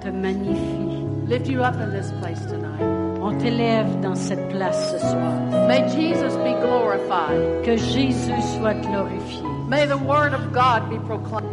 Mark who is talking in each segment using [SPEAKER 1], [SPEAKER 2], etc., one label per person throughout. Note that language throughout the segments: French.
[SPEAKER 1] te magnifie.
[SPEAKER 2] lift you up in this place tonight.
[SPEAKER 1] On t'élève dans cette place ce soir.
[SPEAKER 2] May Jesus be glorified.
[SPEAKER 1] Que Jésus soit glorifié.
[SPEAKER 2] May the word of God be proclaimed.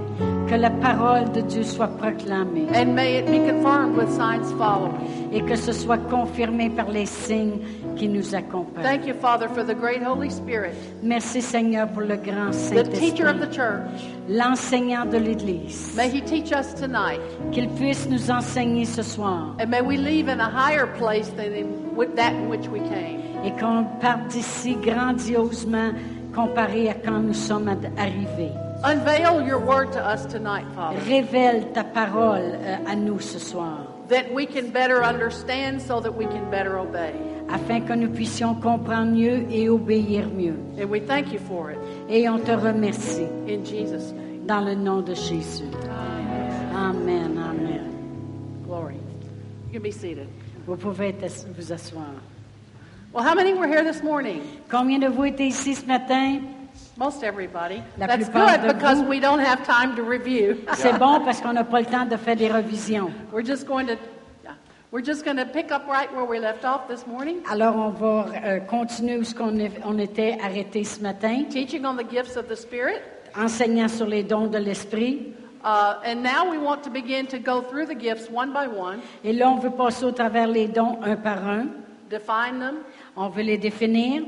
[SPEAKER 1] Que la parole de Dieu soit proclamée
[SPEAKER 2] And may it be confirmed with signs following.
[SPEAKER 1] et que ce soit confirmé par les signes qui nous accompagnent.
[SPEAKER 2] Thank you, Father, for the great Holy Spirit,
[SPEAKER 1] Merci Seigneur pour le grand
[SPEAKER 2] the teacher
[SPEAKER 1] Saint-Esprit,
[SPEAKER 2] of the church.
[SPEAKER 1] l'enseignant de l'Église.
[SPEAKER 2] May he teach us tonight.
[SPEAKER 1] Qu'il puisse nous enseigner ce soir
[SPEAKER 2] And may we leave in a higher place than in, with that in which we came.
[SPEAKER 1] et qu'on parte d'ici grandiosement comparé à quand nous sommes ad- arrivés.
[SPEAKER 2] Unveil your word to us tonight, Father,
[SPEAKER 1] Révèle ta parole euh, à nous ce soir
[SPEAKER 2] that we can better understand so that we can better obey.
[SPEAKER 1] afin que nous puissions comprendre mieux et obéir mieux.
[SPEAKER 2] And we thank you for it
[SPEAKER 1] Et on te remercie
[SPEAKER 2] in Jesus' name.
[SPEAKER 1] dans le nom de Jésus. Amen, amen.
[SPEAKER 2] Glory. You can be seated.
[SPEAKER 1] Vous pouvez être ass- vous asseoir.
[SPEAKER 2] Well, how many were here this morning?
[SPEAKER 1] Combien de vous étaient ici ce matin?
[SPEAKER 2] Most everybody.
[SPEAKER 1] La
[SPEAKER 2] That's
[SPEAKER 1] plupart de
[SPEAKER 2] good because
[SPEAKER 1] vous.
[SPEAKER 2] we don't have time to review.
[SPEAKER 1] C'est bon parce qu'on n'a pas le temps de faire des revisions.
[SPEAKER 2] We're just going to yeah. we're just going to pick up right where we left off this morning,
[SPEAKER 1] Alors on va euh, continuer où ce qu'on est- on était arrêté ce matin,
[SPEAKER 2] teaching on the gifts of the Spirit.
[SPEAKER 1] enseignant sur les dons de l'esprit.
[SPEAKER 2] Uh, and now we want to begin to go through the gifts one by one,
[SPEAKER 1] Et là, on veut passer au travers les dons un par un.
[SPEAKER 2] define them,
[SPEAKER 1] On veut les définir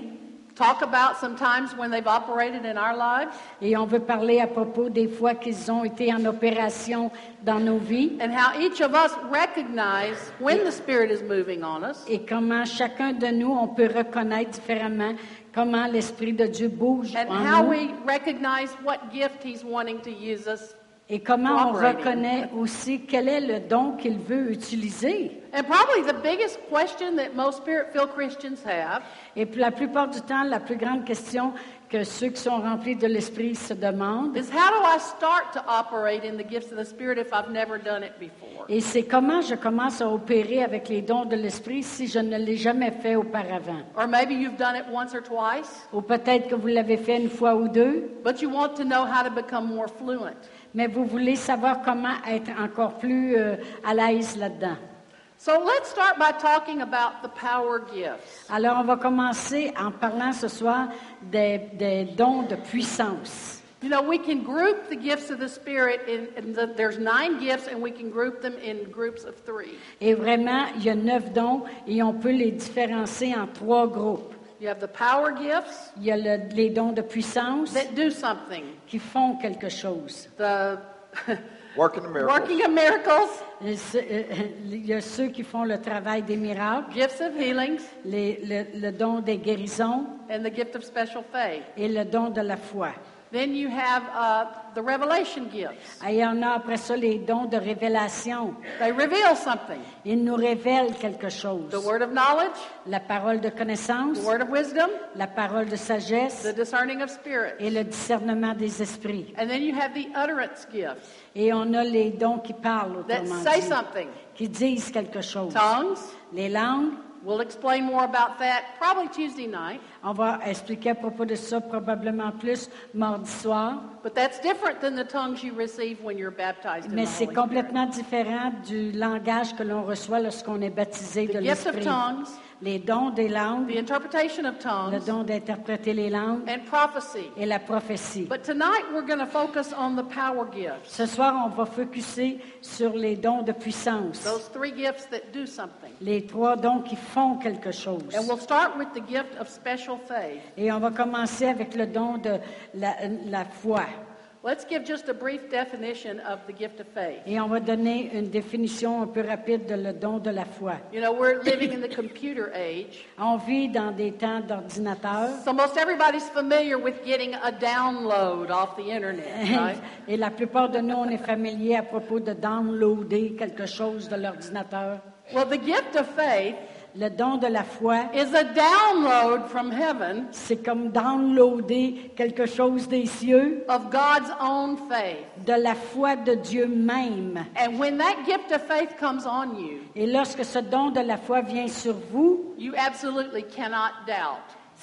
[SPEAKER 2] talk about some times when they've operated in our lives,
[SPEAKER 1] et on veut parler à propos des fois qu'ils ont été en opération dans nos vies.
[SPEAKER 2] and how each of us recognize when the Spirit is moving on us,
[SPEAKER 1] et comment chacun de nous, on peut reconnaître différemment comment l'Esprit de Dieu bouge
[SPEAKER 2] and
[SPEAKER 1] en
[SPEAKER 2] how
[SPEAKER 1] nous
[SPEAKER 2] we recognize what gift He's wanting to use us,
[SPEAKER 1] et comment on
[SPEAKER 2] cooperating.
[SPEAKER 1] reconnaît aussi quel est le don qu'il veut utiliser.
[SPEAKER 2] And probably the biggest question that most spirit-filled Christians have
[SPEAKER 1] Et puis la plupart du temps, la plus grande question que ceux qui sont remplis de l'Esprit se demandent,
[SPEAKER 2] is how do I start to operate in the gifts of the Spirit if I've never done it before?
[SPEAKER 1] et c'est comment je commence à opérer avec les dons de l'Esprit si je ne l'ai jamais fait auparavant.
[SPEAKER 2] Or maybe you've done it once or twice,
[SPEAKER 1] Ou peut-être que vous l'avez fait une fois ou deux,
[SPEAKER 2] but you want to know how to become more fluent.
[SPEAKER 1] mais vous voulez savoir comment être encore plus euh, à l'aise là-dedans.
[SPEAKER 2] So let's start by talking about the power gifts.
[SPEAKER 1] Alors, on va commencer en parlant ce soir des, des dons de puissance.
[SPEAKER 2] You know, we can group the gifts of the Spirit in, in the, there's nine gifts, and we can group them in groups of three.
[SPEAKER 1] Et vraiment, il y a neuf dons et on peut les différencier en trois groupes.
[SPEAKER 2] You have the power gifts
[SPEAKER 1] Il y a le- les dons de puissance
[SPEAKER 2] that do something,
[SPEAKER 1] qui font quelque chose.
[SPEAKER 2] the
[SPEAKER 3] Working the miracles.
[SPEAKER 2] working of miracles,
[SPEAKER 1] Et ce- euh, il y a ceux qui font le travail des miracles,
[SPEAKER 2] gifts of healings,
[SPEAKER 1] les- le, le don des guérisons
[SPEAKER 2] and the gift of special faith.
[SPEAKER 1] et le don de la foi.
[SPEAKER 2] Then you have uh, the revelation gifts.
[SPEAKER 1] Et on a après ça les dons de révélation.
[SPEAKER 2] They reveal something
[SPEAKER 1] Ils nous révèlent quelque
[SPEAKER 2] the
[SPEAKER 1] chose.
[SPEAKER 2] word of knowledge,
[SPEAKER 1] La parole de connaissance,
[SPEAKER 2] the word of wisdom,
[SPEAKER 1] la parole de sagesse
[SPEAKER 2] the discerning of spirit.
[SPEAKER 1] et le discernement des esprits.
[SPEAKER 2] And then you have the utterance gifts
[SPEAKER 1] Et on a les dons qui parlent,
[SPEAKER 2] that
[SPEAKER 1] autrement
[SPEAKER 2] say
[SPEAKER 1] dit,
[SPEAKER 2] something
[SPEAKER 1] qui disent quelque chose.
[SPEAKER 2] tongues.
[SPEAKER 1] Les langues,
[SPEAKER 2] We'll explain more about that probably Tuesday night,
[SPEAKER 1] on va expliquer à propos de ça probablement plus mardi soir,
[SPEAKER 2] but that's different than the tongues you receive when you're baptized in
[SPEAKER 1] mais
[SPEAKER 2] the
[SPEAKER 1] c'est
[SPEAKER 2] Holy
[SPEAKER 1] complètement différent du langage que l'on reçoit lorsqu'on est baptisé de
[SPEAKER 2] Spirit. The gift of
[SPEAKER 1] l'esprit.
[SPEAKER 2] tongues,
[SPEAKER 1] Les dons des langues,
[SPEAKER 2] the interpretation of
[SPEAKER 1] le
[SPEAKER 2] tongues,
[SPEAKER 1] don d'interpréter les langues
[SPEAKER 2] and prophecy.
[SPEAKER 1] et la prophétie.
[SPEAKER 2] But tonight we're going to focus on the power gifts,
[SPEAKER 1] Ce soir, on va focuser sur les dons de puissance,
[SPEAKER 2] those three gifts that do something.
[SPEAKER 1] les trois dons qui font quelque chose.
[SPEAKER 2] And we'll start with the gift of special faith.
[SPEAKER 1] Et on va commencer avec le don de la, la foi.
[SPEAKER 2] Let's give just a brief definition of the gift of faith.
[SPEAKER 1] Et on va donner une définition un peu rapide de le don de la foi.
[SPEAKER 2] You know, we're living in the computer age,
[SPEAKER 1] On vit dans des temps d'ordinateur
[SPEAKER 2] so most everybody's familiar with getting a download off the internet, right?
[SPEAKER 1] et la plupart de nous, on est familier à propos de downloader quelque chose de l'ordinateur.
[SPEAKER 2] Well, the gift of faith
[SPEAKER 1] Le don de la foi,
[SPEAKER 2] is a download from heaven
[SPEAKER 1] c'est comme downloader quelque chose des cieux,
[SPEAKER 2] of God's own faith.
[SPEAKER 1] de la foi de Dieu même.
[SPEAKER 2] And when that gift of faith comes on you,
[SPEAKER 1] Et lorsque ce don de la foi vient sur vous,
[SPEAKER 2] you absolutely cannot doubt.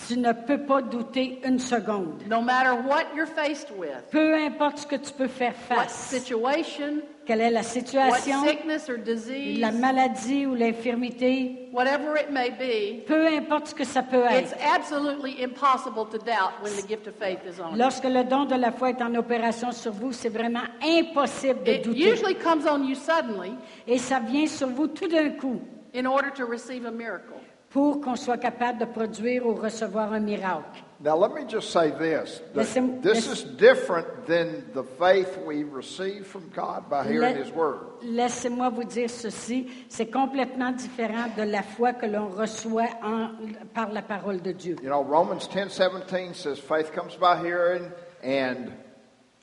[SPEAKER 1] Tu ne peux pas douter une seconde.
[SPEAKER 2] No matter what you're faced with,
[SPEAKER 1] Peu importe ce que tu peux faire
[SPEAKER 2] what
[SPEAKER 1] face,
[SPEAKER 2] situation,
[SPEAKER 1] quelle est la
[SPEAKER 2] what
[SPEAKER 1] situation,
[SPEAKER 2] sickness or disease,
[SPEAKER 1] la maladie ou l'infirmité,
[SPEAKER 2] whatever it may be,
[SPEAKER 1] peu importe ce que ça peut
[SPEAKER 2] it's
[SPEAKER 1] être.
[SPEAKER 2] absolutely impossible to doubt when the gift of faith is on you.
[SPEAKER 1] Lorsque le don de la foi est en opération sur vous, c'est vraiment impossible de
[SPEAKER 2] It
[SPEAKER 1] douter.
[SPEAKER 2] usually comes on you suddenly
[SPEAKER 1] Et ça vient sur vous tout d'un coup
[SPEAKER 2] in order to receive a miracle.
[SPEAKER 1] pour qu'on soit capable de produire ou recevoir un miracle.
[SPEAKER 3] Now, let me just say this. that
[SPEAKER 1] Listen-
[SPEAKER 3] this is
[SPEAKER 1] listen-
[SPEAKER 3] different than the faith we receive from God by hearing
[SPEAKER 1] La-
[SPEAKER 3] His Word.
[SPEAKER 1] Laissez-moi vous dire ceci, c'est complètement différent de la foi que l'on reçoit en- par la parole de Dieu.
[SPEAKER 3] You know, Romans ten seventeen says faith comes by hearing, and,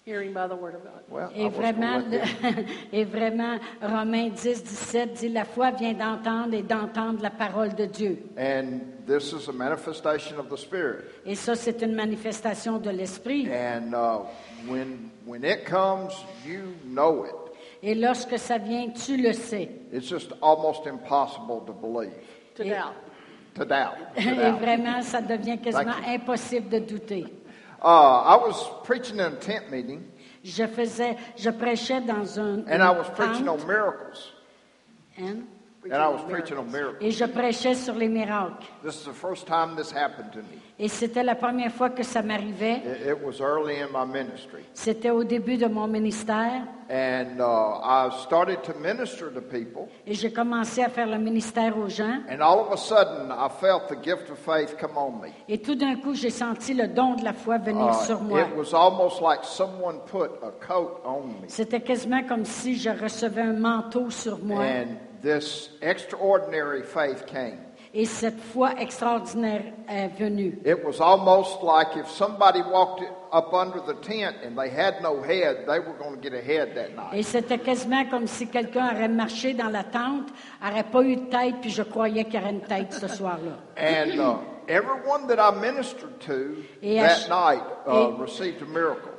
[SPEAKER 2] Hearing by the word of God.
[SPEAKER 3] well, I
[SPEAKER 1] Et
[SPEAKER 3] was gonna
[SPEAKER 1] vraiment,
[SPEAKER 3] let that-
[SPEAKER 1] le- et vraiment, Romains 10, 17 dit, la foi vient d'entendre et d'entendre la parole de Dieu.
[SPEAKER 3] and this is a manifestation of the Spirit.
[SPEAKER 1] Et ça, c'est une manifestation de l'esprit.
[SPEAKER 3] And uh, when, when it comes, you know it.
[SPEAKER 1] Et lorsque ça vient, tu le sais.
[SPEAKER 3] It's just almost impossible to believe,
[SPEAKER 2] To
[SPEAKER 1] Yeah.
[SPEAKER 2] doubt.
[SPEAKER 3] to doubt.
[SPEAKER 1] Et
[SPEAKER 3] To doubt.
[SPEAKER 1] vraiment, ça devient quasiment impossible de douter.
[SPEAKER 3] Uh, I was preaching in a tent meeting,
[SPEAKER 1] Je faisais, je prêchais dans un.
[SPEAKER 3] and I was preaching
[SPEAKER 1] tente,
[SPEAKER 3] on miracles.
[SPEAKER 1] hein,
[SPEAKER 3] And I was preaching on miracles.
[SPEAKER 1] et je prêchais sur les miracles.
[SPEAKER 3] This is the first time this happened to me.
[SPEAKER 1] Et c'était la première fois que ça m'arrivait.
[SPEAKER 3] It, it was early in my ministry.
[SPEAKER 1] C'était au début de mon ministère.
[SPEAKER 3] And uh, I started to minister to people,
[SPEAKER 1] Et j'ai commencé à faire le ministère aux gens.
[SPEAKER 3] and all of a sudden, I felt the gift of faith come on me.
[SPEAKER 1] Et tout d'un coup, j'ai senti le don de la foi venir
[SPEAKER 3] Uh,
[SPEAKER 1] sur moi.
[SPEAKER 3] it was almost like someone put a coat on me.
[SPEAKER 1] C'était quasiment comme si je recevais un manteau sur moi.
[SPEAKER 3] And this extraordinary faith came.
[SPEAKER 1] Et cette foi extraordinaire est venue.
[SPEAKER 3] It was almost like if somebody walked up under the tent and they had no head, they were going to get a head that night.
[SPEAKER 1] Et c'était quasiment comme si quelqu'un aurait marché dans la tente, n'aurait pas eu de tête, puis je croyais qu'il y aurait une tête ce soir-là.
[SPEAKER 3] And uh, everyone that I ministered to
[SPEAKER 1] Yes.
[SPEAKER 3] that night uh,
[SPEAKER 1] Yes.
[SPEAKER 3] received a miracle.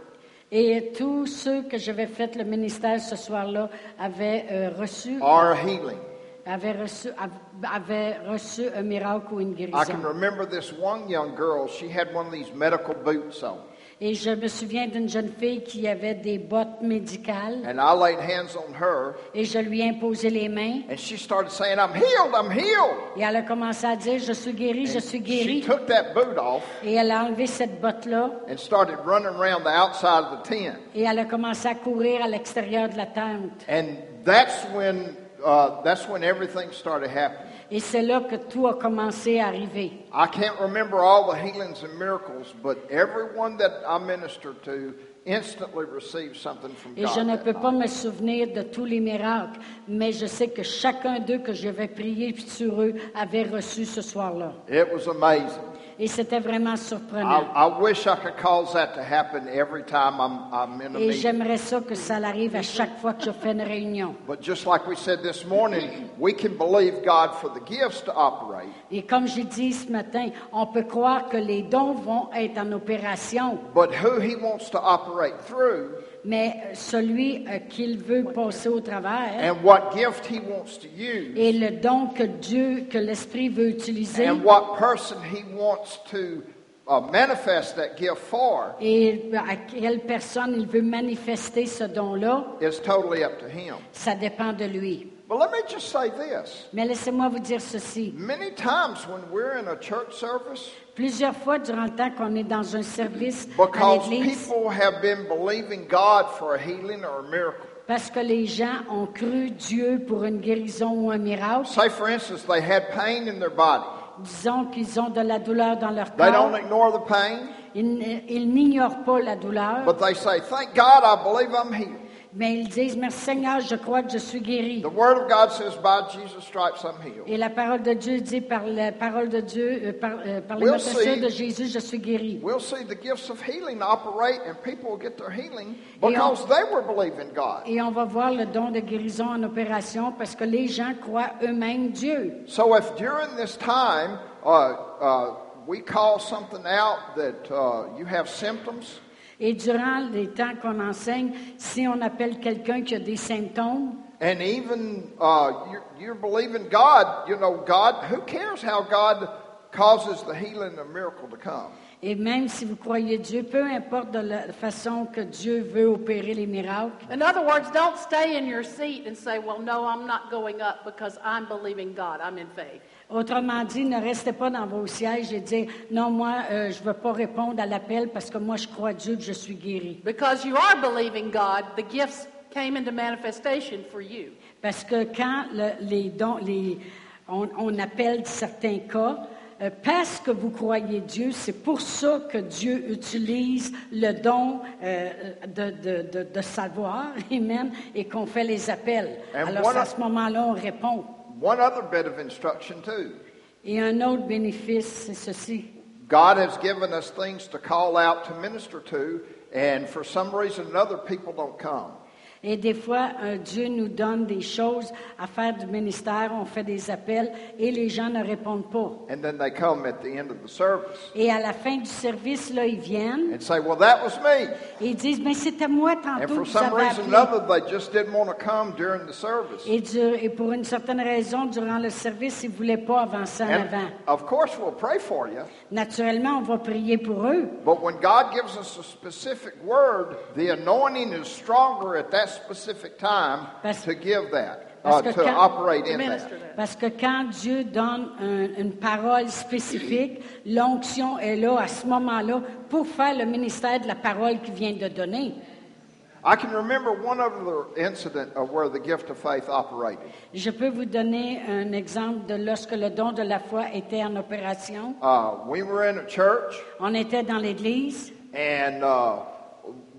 [SPEAKER 1] Et tous ceux que j'avais fait le ministère ce soir-là avaient euh, reçu,
[SPEAKER 3] Our healing.
[SPEAKER 1] avaient reçu, av- avaient reçu un miracle ou une
[SPEAKER 3] I
[SPEAKER 1] guérison.
[SPEAKER 3] can remember this one young girl, she had one of these medical boots on.
[SPEAKER 1] Et je me souviens d'une jeune fille qui avait des bottes médicales
[SPEAKER 3] And I laid hands on her,
[SPEAKER 1] et je lui ai imposé les mains
[SPEAKER 3] and she started saying, I'm healed, I'm healed.
[SPEAKER 1] et elle a commencé à dire je suis guérie, je suis
[SPEAKER 3] She
[SPEAKER 1] guérie
[SPEAKER 3] took that boot off
[SPEAKER 1] et elle a enlevé cette botte là
[SPEAKER 3] and started running around the outside of the tent.
[SPEAKER 1] et elle a commencé à courir à l'extérieur de la tente
[SPEAKER 3] And that's when, uh, that's when everything started happening.
[SPEAKER 1] et c'est là que tout a commencé à arriver.
[SPEAKER 3] I can't remember all the healings and miracles, but everyone that I ministered to instantly received something from
[SPEAKER 1] Et
[SPEAKER 3] God.
[SPEAKER 1] je ne
[SPEAKER 3] that
[SPEAKER 1] peux pas
[SPEAKER 3] night.
[SPEAKER 1] me souvenir de tous les miracles, mais je sais que chacun d'eux que je vais prier sur eux avait reçu ce soir-là.
[SPEAKER 3] It was amazing.
[SPEAKER 1] Et c'était vraiment
[SPEAKER 3] I,
[SPEAKER 1] surprenant.
[SPEAKER 3] I wish I could cause that to happen every time I'm, I'm in a
[SPEAKER 1] Et
[SPEAKER 3] meeting.
[SPEAKER 1] j'aimerais ça que ça arrive à chaque fois que je fais une réunion.
[SPEAKER 3] But just like we said this morning, we can believe God for the gifts to operate,
[SPEAKER 1] Et comme j'ai dit ce matin, on peut croire que les dons vont être en opération,
[SPEAKER 3] but who He wants to operate through
[SPEAKER 1] mais celui euh, qu'il veut passer au travers
[SPEAKER 3] and what gift He wants to use
[SPEAKER 1] et le don que Dieu, que l'Esprit veut utiliser
[SPEAKER 3] and what person He wants to uh, manifest that gift for
[SPEAKER 1] et euh, à quelle personne il veut manifester ce don-là,
[SPEAKER 3] is totally up to Him.
[SPEAKER 1] ça dépend de lui.
[SPEAKER 3] But let me just say this.
[SPEAKER 1] Mais laissez-moi vous dire ceci.
[SPEAKER 3] Many times when we're in a church service,
[SPEAKER 1] Plusieurs fois durant le temps qu'on est dans un service à
[SPEAKER 3] because
[SPEAKER 1] l'Église,
[SPEAKER 3] people have been believing God for a healing or a miracle,
[SPEAKER 1] parce que les gens ont cru Dieu pour une guérison ou un miracle,
[SPEAKER 3] Say, for instance, they had pain in their body.
[SPEAKER 1] disons qu'ils ont de la douleur dans leur
[SPEAKER 3] They don't
[SPEAKER 1] corps,
[SPEAKER 3] ignore the pain,
[SPEAKER 1] ils, n- ils n'ignorent pas la douleur,
[SPEAKER 3] but they say, Thank God I believe I'm healed.
[SPEAKER 1] mais ils disent, merci Seigneur, je crois que je suis guéri.
[SPEAKER 3] The Word of God says, By Jesus' stripes I'm healed.
[SPEAKER 1] Et la parole de Dieu dit, par la parole de Dieu, euh, par, euh, par les
[SPEAKER 3] We'll
[SPEAKER 1] manifestations
[SPEAKER 3] see.
[SPEAKER 1] de Jésus, je suis guéri.
[SPEAKER 3] We'll see the gifts of healing operate and people will get their healing because they were believing God.
[SPEAKER 1] Et on va voir le don de guérison en opération parce que les gens croient eux-mêmes Dieu.
[SPEAKER 3] So if during this time uh, uh, we call something out that uh, you have symptoms,
[SPEAKER 1] Et durant les temps qu'on enseigne, si on appelle quelqu'un qui a des symptômes,
[SPEAKER 3] and even uh, you're, you're believing God, you know, God, who cares how God causes the healing and miracle to come.
[SPEAKER 1] Et même si vous croyez Dieu, peu importe de la façon que Dieu veut opérer les miracles,
[SPEAKER 2] In other words, don't stay in your seat and say, Well, no, I'm not going up because I'm believing God. I'm in faith.
[SPEAKER 1] autrement dit, ne restez pas dans vos sièges et dites, non, moi, euh, je ne veux pas répondre à l'appel parce que moi, je crois Dieu que je suis guéri.
[SPEAKER 2] Because you are believing God, the gifts came into manifestation for you.
[SPEAKER 1] Parce que quand le- les dons, les, on, on appelle certains cas, euh, parce que vous croyez Dieu, c'est pour ça que Dieu utilise le don euh, de, de- de- de savoir, amen, et qu'on fait les appels.
[SPEAKER 3] And
[SPEAKER 1] Alors,
[SPEAKER 3] one
[SPEAKER 1] c'est à
[SPEAKER 3] of-
[SPEAKER 1] ce moment-là, on répond.
[SPEAKER 3] One other bit of instruction, too.
[SPEAKER 1] Et un autre bénéfice, c'est ceci.
[SPEAKER 3] God has given us things to call out to minister to, and for some reason or another, people don't come.
[SPEAKER 1] Et des fois, euh, Dieu nous donne des choses à faire du ministère, on fait des appels et les gens ne répondent pas.
[SPEAKER 3] And then they come at the end of the service
[SPEAKER 1] Et à la fin du service, là, ils viennent
[SPEAKER 3] and say, Well, that was me.
[SPEAKER 1] et ils disent, mais c'était moi
[SPEAKER 3] And
[SPEAKER 1] tantôt
[SPEAKER 3] for
[SPEAKER 1] que vous
[SPEAKER 3] some
[SPEAKER 1] avez
[SPEAKER 3] reason or
[SPEAKER 1] appelé.
[SPEAKER 3] another, they just didn't want to come during the service.
[SPEAKER 1] Et, du- et pour une certaine raison, durant le service, ils ne voulaient pas avancer en avant.
[SPEAKER 3] And of course, we'll pray for you.
[SPEAKER 1] Naturellement, on va prier pour eux.
[SPEAKER 3] But when God gives us a specific word, the anointing is stronger at that specific time
[SPEAKER 1] Parce-
[SPEAKER 3] to give that,
[SPEAKER 1] parce
[SPEAKER 3] uh,
[SPEAKER 1] que
[SPEAKER 3] to
[SPEAKER 1] quand-
[SPEAKER 3] operate in
[SPEAKER 2] Minister
[SPEAKER 3] that.
[SPEAKER 2] that.
[SPEAKER 1] Parce que quand Dieu donne un- une parole spécifique, l'onction est là à ce moment-là pour faire le ministère de la parole qu'il vient de donner.
[SPEAKER 3] I can remember one other incident of where the gift of faith operated.
[SPEAKER 1] Je peux vous donner un exemple de lorsque le don de la foi était en opération.
[SPEAKER 3] Uh, we were in a church
[SPEAKER 1] On était dans l'église
[SPEAKER 3] and uh,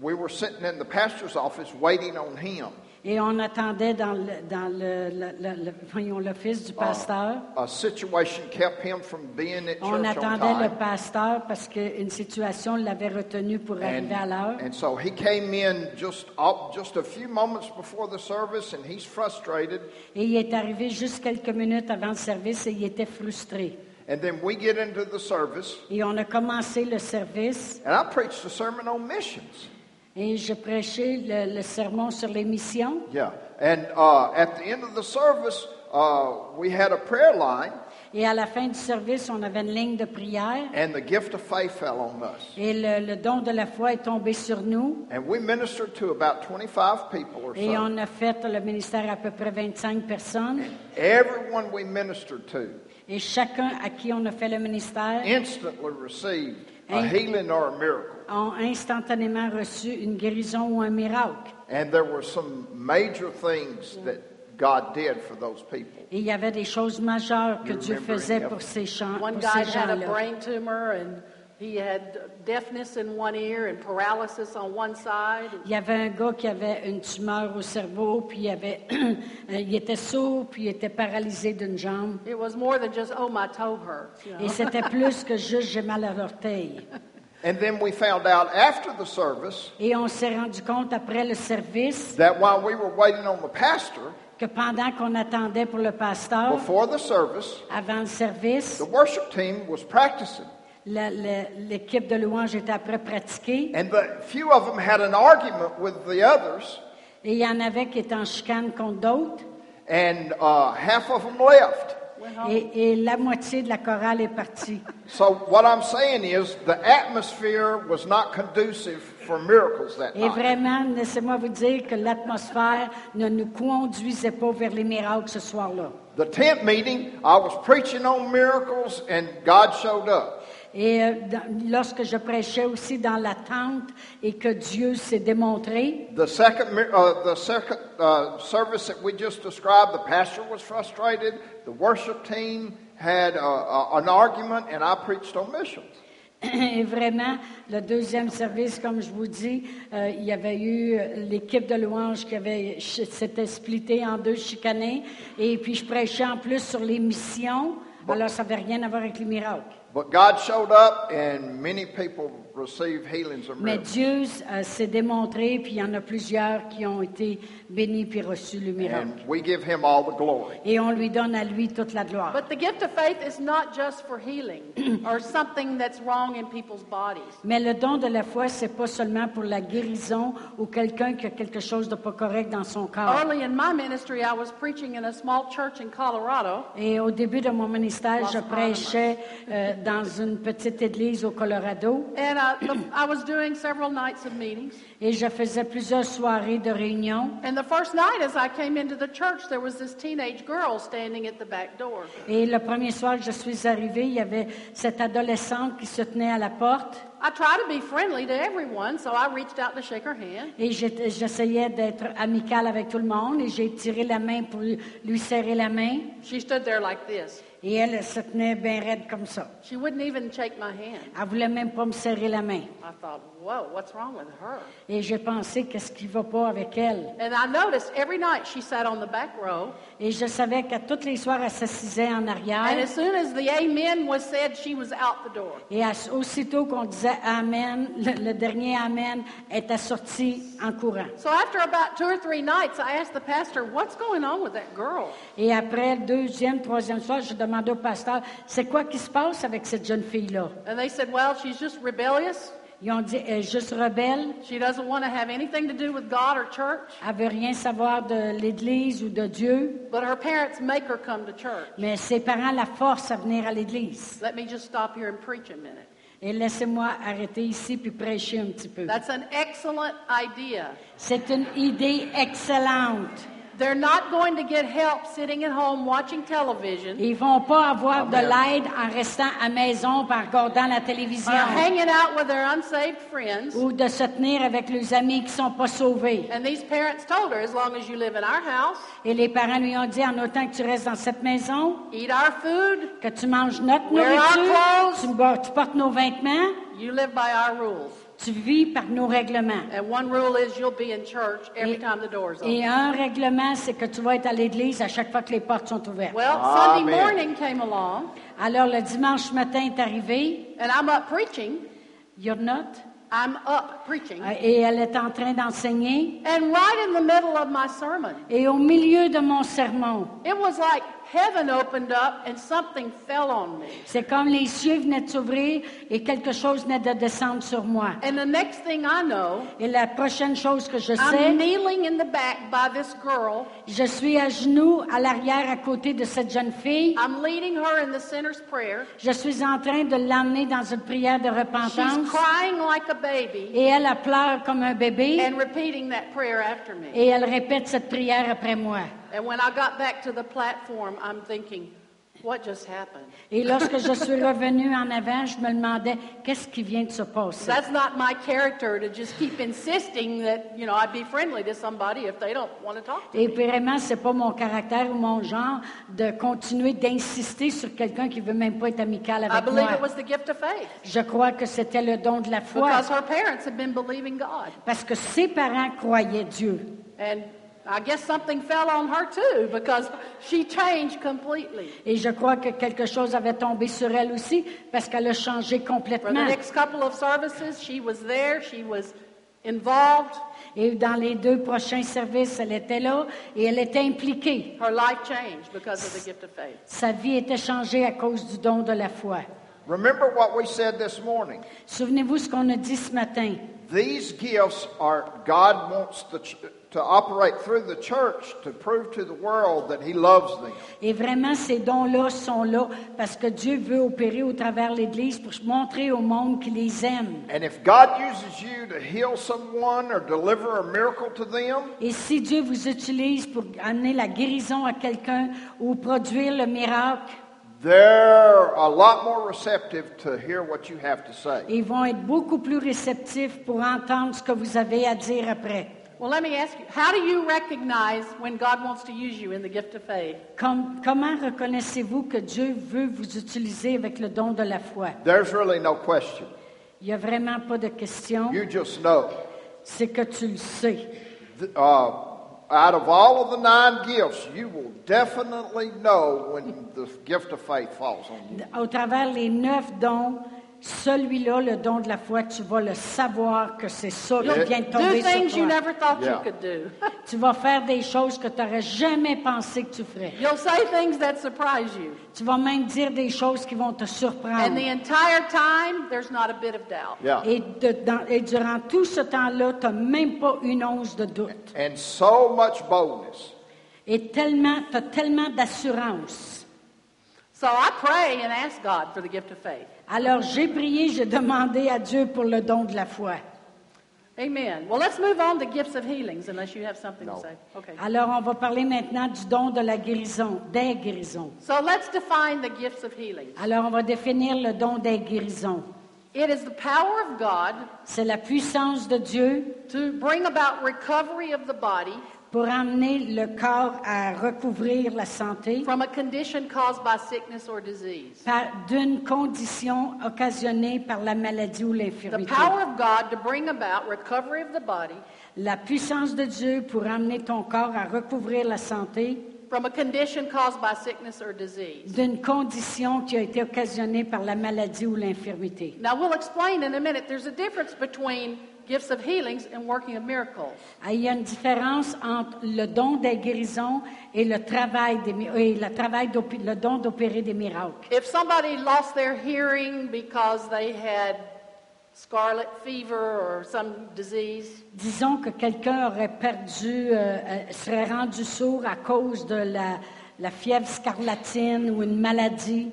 [SPEAKER 3] we were sitting in the pastor's office waiting on him.
[SPEAKER 1] et on attendait dans le- dans le- le- le- le- voyons, l'office du pasteur.
[SPEAKER 3] A situation kept him from being at Oh. church
[SPEAKER 1] On
[SPEAKER 3] on
[SPEAKER 1] attendait le
[SPEAKER 3] time.
[SPEAKER 1] pasteur parce qu'une situation l'avait retenu pour
[SPEAKER 3] And,
[SPEAKER 1] arriver à l'heure.
[SPEAKER 3] and so he came in just up, just a few moments before the service, and he's frustrated.
[SPEAKER 1] Et il est arrivé juste quelques minutes avant le service et il était frustré.
[SPEAKER 3] And then we get into the service,
[SPEAKER 1] Et on a commencé le service
[SPEAKER 3] and I preached a sermon on missions.
[SPEAKER 1] et je prêchais le, le sermon sur les missions.
[SPEAKER 3] Yeah. And uh, at the end of the service, uh, we had a prayer line,
[SPEAKER 1] Et à la fin du service, on avait une ligne de prière.
[SPEAKER 3] and the gift of faith fell on us.
[SPEAKER 1] Et le, le don de la foi est tombé sur nous.
[SPEAKER 3] And we ministered to about 25 people or
[SPEAKER 1] Et
[SPEAKER 3] so.
[SPEAKER 1] on a fait le ministère à peu près 25 personnes.
[SPEAKER 3] Everyone we ministered to
[SPEAKER 1] Et chacun à qui on a fait le ministère
[SPEAKER 3] instantly received a
[SPEAKER 1] Amen.
[SPEAKER 3] healing or a miracle.
[SPEAKER 1] a instantanément reçu une guérison ou un miracle.
[SPEAKER 3] And there were some major things that God did for those people.
[SPEAKER 1] Et il y avait des choses majeures que
[SPEAKER 3] You
[SPEAKER 1] Dieu
[SPEAKER 3] remember
[SPEAKER 1] faisait
[SPEAKER 3] him.
[SPEAKER 1] pour ces, gens,
[SPEAKER 2] One
[SPEAKER 1] pour ces
[SPEAKER 2] guy had a
[SPEAKER 1] gens-là.
[SPEAKER 2] brain tumor and he had deafness in one ear and paralysis on one side.
[SPEAKER 1] Il y avait un gars qui avait une tumeur au cerveau, puis il, avait euh, il était sourd, puis il était paralysé d'une jambe.
[SPEAKER 2] It was more than just, oh, my toe hurts. you know.
[SPEAKER 1] Et c'était plus que juste j'ai mal à l'orteil.
[SPEAKER 3] And then we found out after the service
[SPEAKER 1] Et on s'est rendu compte après le service
[SPEAKER 3] that while we were waiting on the pastor,
[SPEAKER 1] que pendant qu'on attendait pour le pasteur,
[SPEAKER 3] before the service,
[SPEAKER 1] avant le service,
[SPEAKER 3] the worship team was practicing.
[SPEAKER 1] la- la- l'équipe de louange était après pratiquée
[SPEAKER 3] And the few of them had an argument with the others,
[SPEAKER 1] et il y en avait qui étaient en chicane contre d'autres
[SPEAKER 3] and uh, half of them left.
[SPEAKER 1] et, et la moitié de la chorale est partie.
[SPEAKER 3] So what I'm saying is the atmosphere was not conducive for miracles that
[SPEAKER 1] Et
[SPEAKER 3] night.
[SPEAKER 1] vraiment, laissez-moi vous dire que l'atmosphère ne nous conduisait pas vers les miracles ce soir-là.
[SPEAKER 3] The tent meeting, I was preaching on miracles, and God showed up.
[SPEAKER 1] Et euh, dans- lorsque je prêchais aussi dans l'attente et que Dieu s'est démontré,
[SPEAKER 3] The second, mi- uh, the second uh, service that we just described, the pastor was frustrated. The worship team had uh, uh, an argument, and I preached on missions.
[SPEAKER 1] Et vraiment, le deuxième service, comme je vous dis, euh, il y avait eu euh, l'équipe de louanges qui avait ch- s'était splittée en deux chicanées. Et puis, je prêchais en plus sur les missions. Alors, ça n'avait rien à voir avec les miracles.
[SPEAKER 3] But God showed up, and many people received healings and
[SPEAKER 1] Mais
[SPEAKER 3] miracles.
[SPEAKER 1] Dieu euh, s'est démontré, puis il y en a plusieurs qui ont été bénis puis reçu le miracle.
[SPEAKER 3] And we give Him all the glory.
[SPEAKER 1] Et on lui donne à lui toute la gloire.
[SPEAKER 2] But the gift of faith is not just for healing or something that's wrong in people's bodies.
[SPEAKER 1] Mais le don de la foi, c'est pas seulement pour la guérison ou quelqu'un qui a quelque chose de pas correct dans son corps.
[SPEAKER 2] Early in my ministry, I was preaching in a small church in Colorado,
[SPEAKER 1] Et au début de mon ministère, je prêchais euh, dans une petite église au Colorado
[SPEAKER 2] and I, the- I was doing several nights of meetings.
[SPEAKER 1] et je faisais plusieurs soirées de réunion.
[SPEAKER 2] And the first night, as I came into the church, there was this teenage girl standing at the back door.
[SPEAKER 1] Et le premier soir que je suis arrivée, il y avait cette adolescente qui se tenait à la porte
[SPEAKER 2] I try to be friendly to everyone, so I reached out to shake her hand.
[SPEAKER 1] et j'étais- j'essayais d'être amicale avec tout le monde et j'ai tiré la main pour lui lui serrer la main
[SPEAKER 2] She stood there like this.
[SPEAKER 1] et elle elle se tenait bien raide comme ça.
[SPEAKER 2] She wouldn't even shake my hand.
[SPEAKER 1] Elle voulait même pas me serrer la main.
[SPEAKER 2] I thought, whoa, what's wrong with her?
[SPEAKER 1] Et j'ai pensé qu'est-ce qui va pas avec elle.
[SPEAKER 2] And I noticed every night she sat on the back row,
[SPEAKER 1] Et je savais qu'à toutes les soirs, elle s'assisait en
[SPEAKER 2] and
[SPEAKER 1] arrière.
[SPEAKER 2] as soon as the amen was said, she was out the door.
[SPEAKER 1] Et à- aussitôt qu'on disait Amen, le, le dernier Amen était sorti en courant.
[SPEAKER 2] So after about two or three nights, I asked the pastor, what's going on with that girl?
[SPEAKER 1] Et après le deuxième, troisième soir, je demandais au pasteur, c'est quoi qui se passe avec cette jeune fille-là?
[SPEAKER 2] And they said, well, she's just rebellious.
[SPEAKER 1] Ils ont dit, elle est juste rebelle,
[SPEAKER 2] She doesn't want to have anything to do with God or church,
[SPEAKER 1] elle veut rien savoir de l'Église ou de Dieu,
[SPEAKER 2] but her parents make her come to church.
[SPEAKER 1] mais ses parents la forcent à venir à l'Église.
[SPEAKER 2] Let me just stop here and preach a minute.
[SPEAKER 1] Et laissez-moi arrêter ici puis prêcher un petit peu.
[SPEAKER 2] That's an excellent idea.
[SPEAKER 1] C'est une idée excellente.
[SPEAKER 2] They're not going to get help sitting at home watching television
[SPEAKER 1] Ils vont pas avoir de
[SPEAKER 3] Amen.
[SPEAKER 1] l'aide en restant à maison, par regardant la télévision
[SPEAKER 2] or hanging out with their unsaved friends.
[SPEAKER 1] ou de se tenir avec leurs amis qui sont pas sauvés.
[SPEAKER 2] And these parents told her, as long as you live in our house,
[SPEAKER 1] Et les parents lui ont dit, en autant que tu restes dans cette maison,
[SPEAKER 2] eat our food,
[SPEAKER 1] que tu manges notre
[SPEAKER 2] Wear our
[SPEAKER 1] nourriture,
[SPEAKER 2] clothes.
[SPEAKER 1] tu, bo- tu portes nos vêtements,
[SPEAKER 2] you live by our rules.
[SPEAKER 1] tu vis par nos règlements.
[SPEAKER 2] And one rule is you'll be in church every time the door's
[SPEAKER 1] Et
[SPEAKER 2] open.
[SPEAKER 1] un règlement, c'est que tu vas être à l'église à chaque fois que les portes sont ouvertes.
[SPEAKER 2] Well, Sunday
[SPEAKER 3] Amen.
[SPEAKER 2] morning came along,
[SPEAKER 1] Alors, le dimanche matin est arrivé,
[SPEAKER 2] and I'm up preaching.
[SPEAKER 1] You're not,
[SPEAKER 2] I'm up preaching.
[SPEAKER 1] euh, et elle est en train d'enseigner.
[SPEAKER 2] And right in the middle of my sermon,
[SPEAKER 1] Et au milieu de mon sermon,
[SPEAKER 2] It was like heaven opened up and something fell on me.
[SPEAKER 1] C'est comme les cieux venaient de s'ouvrir et quelque chose venait de descendre sur moi.
[SPEAKER 2] And the next thing I know,
[SPEAKER 1] Et la prochaine chose que je
[SPEAKER 2] I'm
[SPEAKER 1] sais,
[SPEAKER 2] kneeling in the back by this girl.
[SPEAKER 1] je suis à genoux à l'arrière à côté de cette jeune fille.
[SPEAKER 2] I'm leading her in the sinner's prayer.
[SPEAKER 1] Je suis en train de l'emmener dans une prière de
[SPEAKER 2] She's
[SPEAKER 1] repentance
[SPEAKER 2] crying like a baby
[SPEAKER 1] et elle elle pleure comme un bébé
[SPEAKER 2] and repeating that prayer after me.
[SPEAKER 1] et elle répète cette prière après moi.
[SPEAKER 2] And when I got back to the platform, I'm thinking, what just happened?
[SPEAKER 1] Et lorsque je suis revenue en avant, je me demandais qu'est-ce qui vient de se passer.
[SPEAKER 2] That's not my character to just keep insisting that, you know, I'd be friendly to somebody if they don't want to talk to
[SPEAKER 1] Et
[SPEAKER 2] me.
[SPEAKER 1] vraiment, c'est pas mon caractère ou mon genre de continuer d'insister sur quelqu'un qui veut même pas être amical
[SPEAKER 2] I
[SPEAKER 1] avec
[SPEAKER 2] believe
[SPEAKER 1] moi.
[SPEAKER 2] it was the gift of faith
[SPEAKER 1] Je crois que c'était le don de la foi
[SPEAKER 2] because her parents had been believing God.
[SPEAKER 1] parce que ses parents croyaient Dieu.
[SPEAKER 2] And I guess something fell on her too because she changed completely.
[SPEAKER 1] Et je crois que quelque chose avait tombé sur elle aussi parce qu'elle a changé
[SPEAKER 2] For the
[SPEAKER 1] complètement.
[SPEAKER 2] next couple of services, she was there, she was involved,
[SPEAKER 1] Et dans les deux prochains services, elle était là et elle était impliquée.
[SPEAKER 2] her life changed because of the gift of faith.
[SPEAKER 1] Sa vie était changée à cause du don de la foi.
[SPEAKER 3] Remember what we said this morning.
[SPEAKER 1] Souvenez-vous ce qu'on a dit ce matin.
[SPEAKER 3] These gifts are God wants the ch- to operate through the church to prove to the world that He loves them.
[SPEAKER 1] Et vraiment, ces dons-là sont là parce que Dieu veut opérer au travers de l'Église pour montrer au monde qu'il les aime.
[SPEAKER 3] And if God uses you to heal someone or deliver a miracle to them,
[SPEAKER 1] Et si Dieu vous utilise pour amener la guérison à quelqu'un ou produire le miracle,
[SPEAKER 3] they're a lot more receptive to hear what you have to say.
[SPEAKER 1] ils vont être beaucoup plus réceptifs pour entendre ce que vous avez à dire après.
[SPEAKER 2] Well, let me ask you, how do you recognize when God wants to use you in the gift of faith?
[SPEAKER 1] Com- comment reconnaissez-vous que Dieu veut vous utiliser avec le don de la foi?
[SPEAKER 3] There's really no question.
[SPEAKER 1] Il n'y a vraiment pas de question.
[SPEAKER 3] You just know.
[SPEAKER 1] C'est que tu le sais.
[SPEAKER 3] Th- Uh, out of all of the nine gifts, you will definitely know when the gift of faith falls on you.
[SPEAKER 1] Au travers les neuf dons, celui-là, le don de la foi, tu vas le savoir que c'est ça qui vient de
[SPEAKER 2] Do
[SPEAKER 1] tomber
[SPEAKER 2] things you
[SPEAKER 1] sur toi.
[SPEAKER 2] never thought you
[SPEAKER 3] Yeah.
[SPEAKER 2] could do.
[SPEAKER 1] Tu vas faire des choses que tu n'aurais jamais pensé que tu ferais.
[SPEAKER 2] You'll say things that surprise you.
[SPEAKER 1] Tu vas même dire des choses qui vont te surprendre.
[SPEAKER 2] And the entire time, there's not a bit of doubt.
[SPEAKER 3] Yeah.
[SPEAKER 1] Et, de- dans- et durant tout ce temps-là, tu n'as même pas une once de doute.
[SPEAKER 3] And so much boldness.
[SPEAKER 1] Et tellement, tu as tellement d'assurance.
[SPEAKER 2] So I pray and ask God for the gift of faith.
[SPEAKER 1] Alors j'ai prié, j'ai demandé à Dieu pour le don de la foi.
[SPEAKER 2] Amen. Well, let's move on to gifts of healings, unless you have something
[SPEAKER 3] No.
[SPEAKER 2] to say. Okay.
[SPEAKER 1] Alors on va parler maintenant du don de la guérison, des guérisons.
[SPEAKER 2] So let's define the gifts of healing.
[SPEAKER 1] Alors on va définir le don des guérisons.
[SPEAKER 2] It is the power of God
[SPEAKER 1] C'est la puissance de Dieu
[SPEAKER 2] to bring about recovery of the body
[SPEAKER 1] pour amener le corps à recouvrir la santé
[SPEAKER 2] from a condition caused by sickness or disease.
[SPEAKER 1] par- d'une condition occasionnée par la maladie ou
[SPEAKER 2] The
[SPEAKER 1] l'infirmité.
[SPEAKER 2] power of God to bring about recovery of the body
[SPEAKER 1] La puissance de Dieu pour amener ton corps à recouvrir la santé
[SPEAKER 2] from a condition caused by sickness or disease.
[SPEAKER 1] d'une condition qui a été occasionnée par la maladie ou l'infirmité.
[SPEAKER 2] Now, we'll explain in a minute there's a difference between gifts of healings and working of miracles.
[SPEAKER 1] Ah, Il y a une différence entre le don des guérisons et le travail, des, mi- et le, travail d'opé- le don d'opérer des miracles.
[SPEAKER 2] If somebody lost their hearing because they had scarlet fever or some disease,
[SPEAKER 1] Disons que quelqu'un aurait perdu, euh, euh, serait rendu sourd à cause de la, la fièvre scarlatine ou une maladie.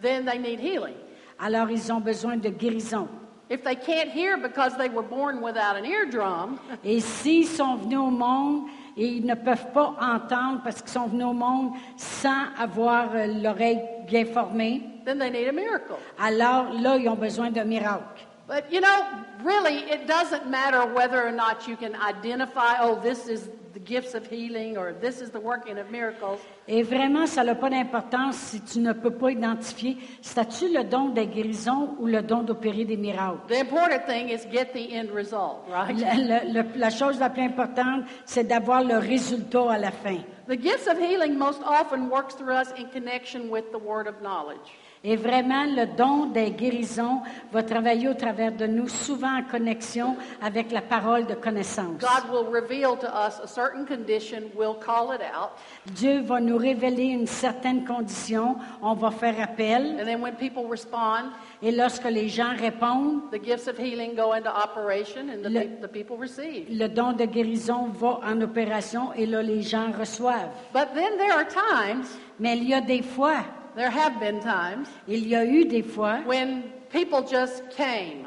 [SPEAKER 2] then they need healing.
[SPEAKER 1] Alors ils ont besoin de guérison.
[SPEAKER 2] If they can't hear because they were born without an eardrum,
[SPEAKER 1] Et s'ils sont venus au monde et ils ne peuvent pas entendre parce qu'ils sont venus au monde sans avoir euh, l'oreille bien formée,
[SPEAKER 2] then they need a miracle.
[SPEAKER 1] alors là, ils ont besoin d'un miracle.
[SPEAKER 2] But you know, really, it doesn't matter whether or not you can identify, oh, this is the gifts of healing or this is the working of miracles.
[SPEAKER 1] Et vraiment, ça n'a pas d'importance si tu ne peux pas identifier, c'est-tu le don des guérisons ou le don d'opérer des miracles?
[SPEAKER 2] The important thing is get the end result, right?
[SPEAKER 1] Le- le- le- la chose la plus importante, c'est d'avoir le résultat à la fin.
[SPEAKER 2] The gifts of healing most often works through us in connection with the word of knowledge.
[SPEAKER 1] Et vraiment, le don des guérisons va travailler au travers de nous, souvent en connexion avec la parole de connaissance.
[SPEAKER 2] God will reveal to us a certain condition, we'll call it out,
[SPEAKER 1] Dieu va nous révéler une certaine condition, on va faire appel,
[SPEAKER 2] and then when people respond,
[SPEAKER 1] et lorsque les gens répondent,
[SPEAKER 2] the gifts of healing go into operation and the,
[SPEAKER 1] Le-
[SPEAKER 2] peop- the people receive.
[SPEAKER 1] le don de guérison va en opération et là, les gens reçoivent.
[SPEAKER 2] But then there are times,
[SPEAKER 1] Mais il y a des fois,
[SPEAKER 2] there have been times,
[SPEAKER 1] il y a eu des fois,
[SPEAKER 2] when people just came.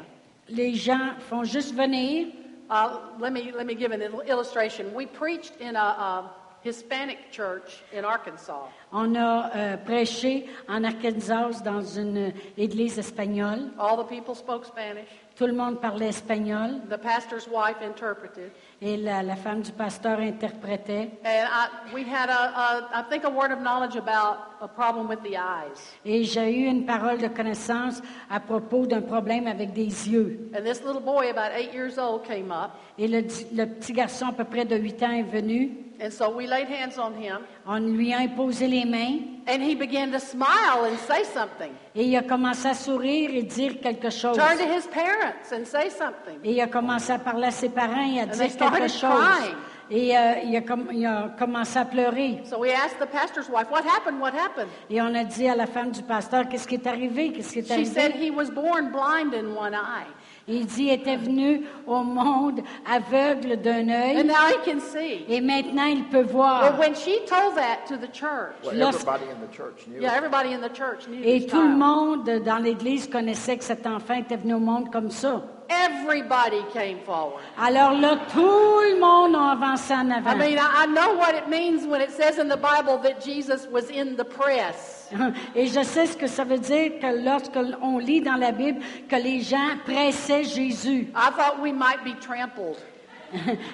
[SPEAKER 1] les gens font juste venir.
[SPEAKER 2] Uh, let, me, let me give an il- illustration. We preached in a, a Hispanic church in Arkansas,
[SPEAKER 1] On a euh, prêché en Arkansas dans une église espagnole.
[SPEAKER 2] all the people spoke Spanish,
[SPEAKER 1] Tout le monde parlait espagnol
[SPEAKER 2] the pastor's wife interpreted.
[SPEAKER 1] et la, la femme du pasteur interprétait.
[SPEAKER 2] And I, we had, a, a, I think, a word of knowledge about a problem with the eyes.
[SPEAKER 1] Et j'ai eu une parole de connaissance à propos d'un problème avec des yeux.
[SPEAKER 2] And this little boy, about eight years old, came up.
[SPEAKER 1] Et le, di- le petit garçon à peu près de 8 ans est venu.
[SPEAKER 2] And so we laid hands on him.
[SPEAKER 1] On lui a imposé les mains
[SPEAKER 2] And he began to smile and say something.
[SPEAKER 1] et il a commencé à sourire et dire quelque chose.
[SPEAKER 2] Turn to his parents and say something.
[SPEAKER 1] Et il a commencé à parler à ses parents et à
[SPEAKER 2] they
[SPEAKER 1] dire
[SPEAKER 2] started
[SPEAKER 1] quelque chose.
[SPEAKER 2] crying.
[SPEAKER 1] Et euh, il, a com- il a commencé à pleurer.
[SPEAKER 2] So we asked the pastor's wife, What happened? What happened?
[SPEAKER 1] Et on a dit à la femme du pasteur, qu'est-ce qui est arrivé? Qu'est-ce qui est
[SPEAKER 2] She said
[SPEAKER 1] arrivé?
[SPEAKER 2] he was born blind in one eye.
[SPEAKER 1] Il dit, il était venu au monde aveugle d'un
[SPEAKER 2] And
[SPEAKER 1] œil
[SPEAKER 2] now he can see.
[SPEAKER 1] et maintenant il peut
[SPEAKER 2] But
[SPEAKER 1] voir.
[SPEAKER 2] when she told that to the church,
[SPEAKER 3] Well,
[SPEAKER 1] Lorsque-
[SPEAKER 3] everybody in the church knew.
[SPEAKER 2] yeah, everybody in the church knew
[SPEAKER 1] Et
[SPEAKER 2] this
[SPEAKER 1] tout le
[SPEAKER 2] child.
[SPEAKER 1] monde dans l'Église connaissait que cet enfant était venu au monde comme ça.
[SPEAKER 2] Everybody came forward.
[SPEAKER 1] Alors là, tout le monde a avancé en
[SPEAKER 2] I
[SPEAKER 1] avant.
[SPEAKER 2] mean, I, I know what it means when it says in the Bible that Jesus was in the press.
[SPEAKER 1] Et je sais ce que ça veut dire que lorsque on lit dans la Bible que les gens pressaient Jésus.
[SPEAKER 2] I thought we might be trampled.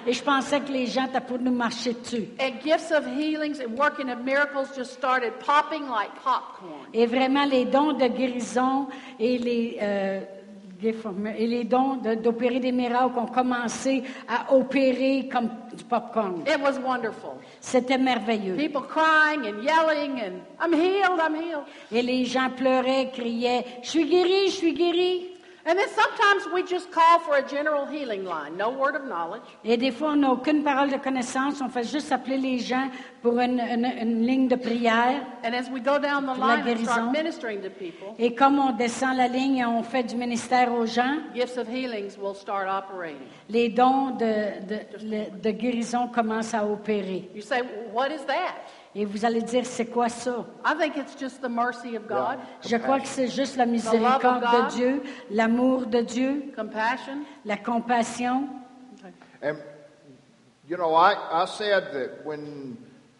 [SPEAKER 1] Et je pensais que les gens étaient pour nous marcher dessus.
[SPEAKER 2] And gifts of healings and working of miracles just started popping like popcorn.
[SPEAKER 1] Et vraiment, les dons de guérison et les euh, Des formules. Et les dons de- d'opérer des miracles ont commencé à opérer comme du popcorn.
[SPEAKER 2] It was wonderful.
[SPEAKER 1] C'était merveilleux.
[SPEAKER 2] People crying and yelling and I'm healed, I'm healed.
[SPEAKER 1] Et les gens pleuraient, criaient, je suis guéri, je suis guéri.
[SPEAKER 2] And then sometimes we just call for a general healing line, no word of knowledge.
[SPEAKER 1] Et des fois, on n'a aucune parole de connaissance. On fait juste appeler les gens pour une, une- une ligne de prière.
[SPEAKER 2] And as we go down the
[SPEAKER 1] La
[SPEAKER 2] line and
[SPEAKER 1] guérison.
[SPEAKER 2] start ministering to people,
[SPEAKER 1] Et comme on descend la ligne et on fait du ministère aux gens,
[SPEAKER 2] gifts of healings will start operating.
[SPEAKER 1] les dons de, de- le- de guérison commencent à opérer.
[SPEAKER 2] You say, well, what is that?
[SPEAKER 1] Et vous allez dire, c'est quoi ça?
[SPEAKER 2] I think it's just the mercy of God,
[SPEAKER 1] Je crois que c'est juste la
[SPEAKER 2] The love
[SPEAKER 1] miséricorde
[SPEAKER 2] of
[SPEAKER 1] de
[SPEAKER 2] God.
[SPEAKER 1] Dieu, l'amour de Dieu,
[SPEAKER 2] compassion.
[SPEAKER 1] la compassion.
[SPEAKER 3] And, you know, I, I said that when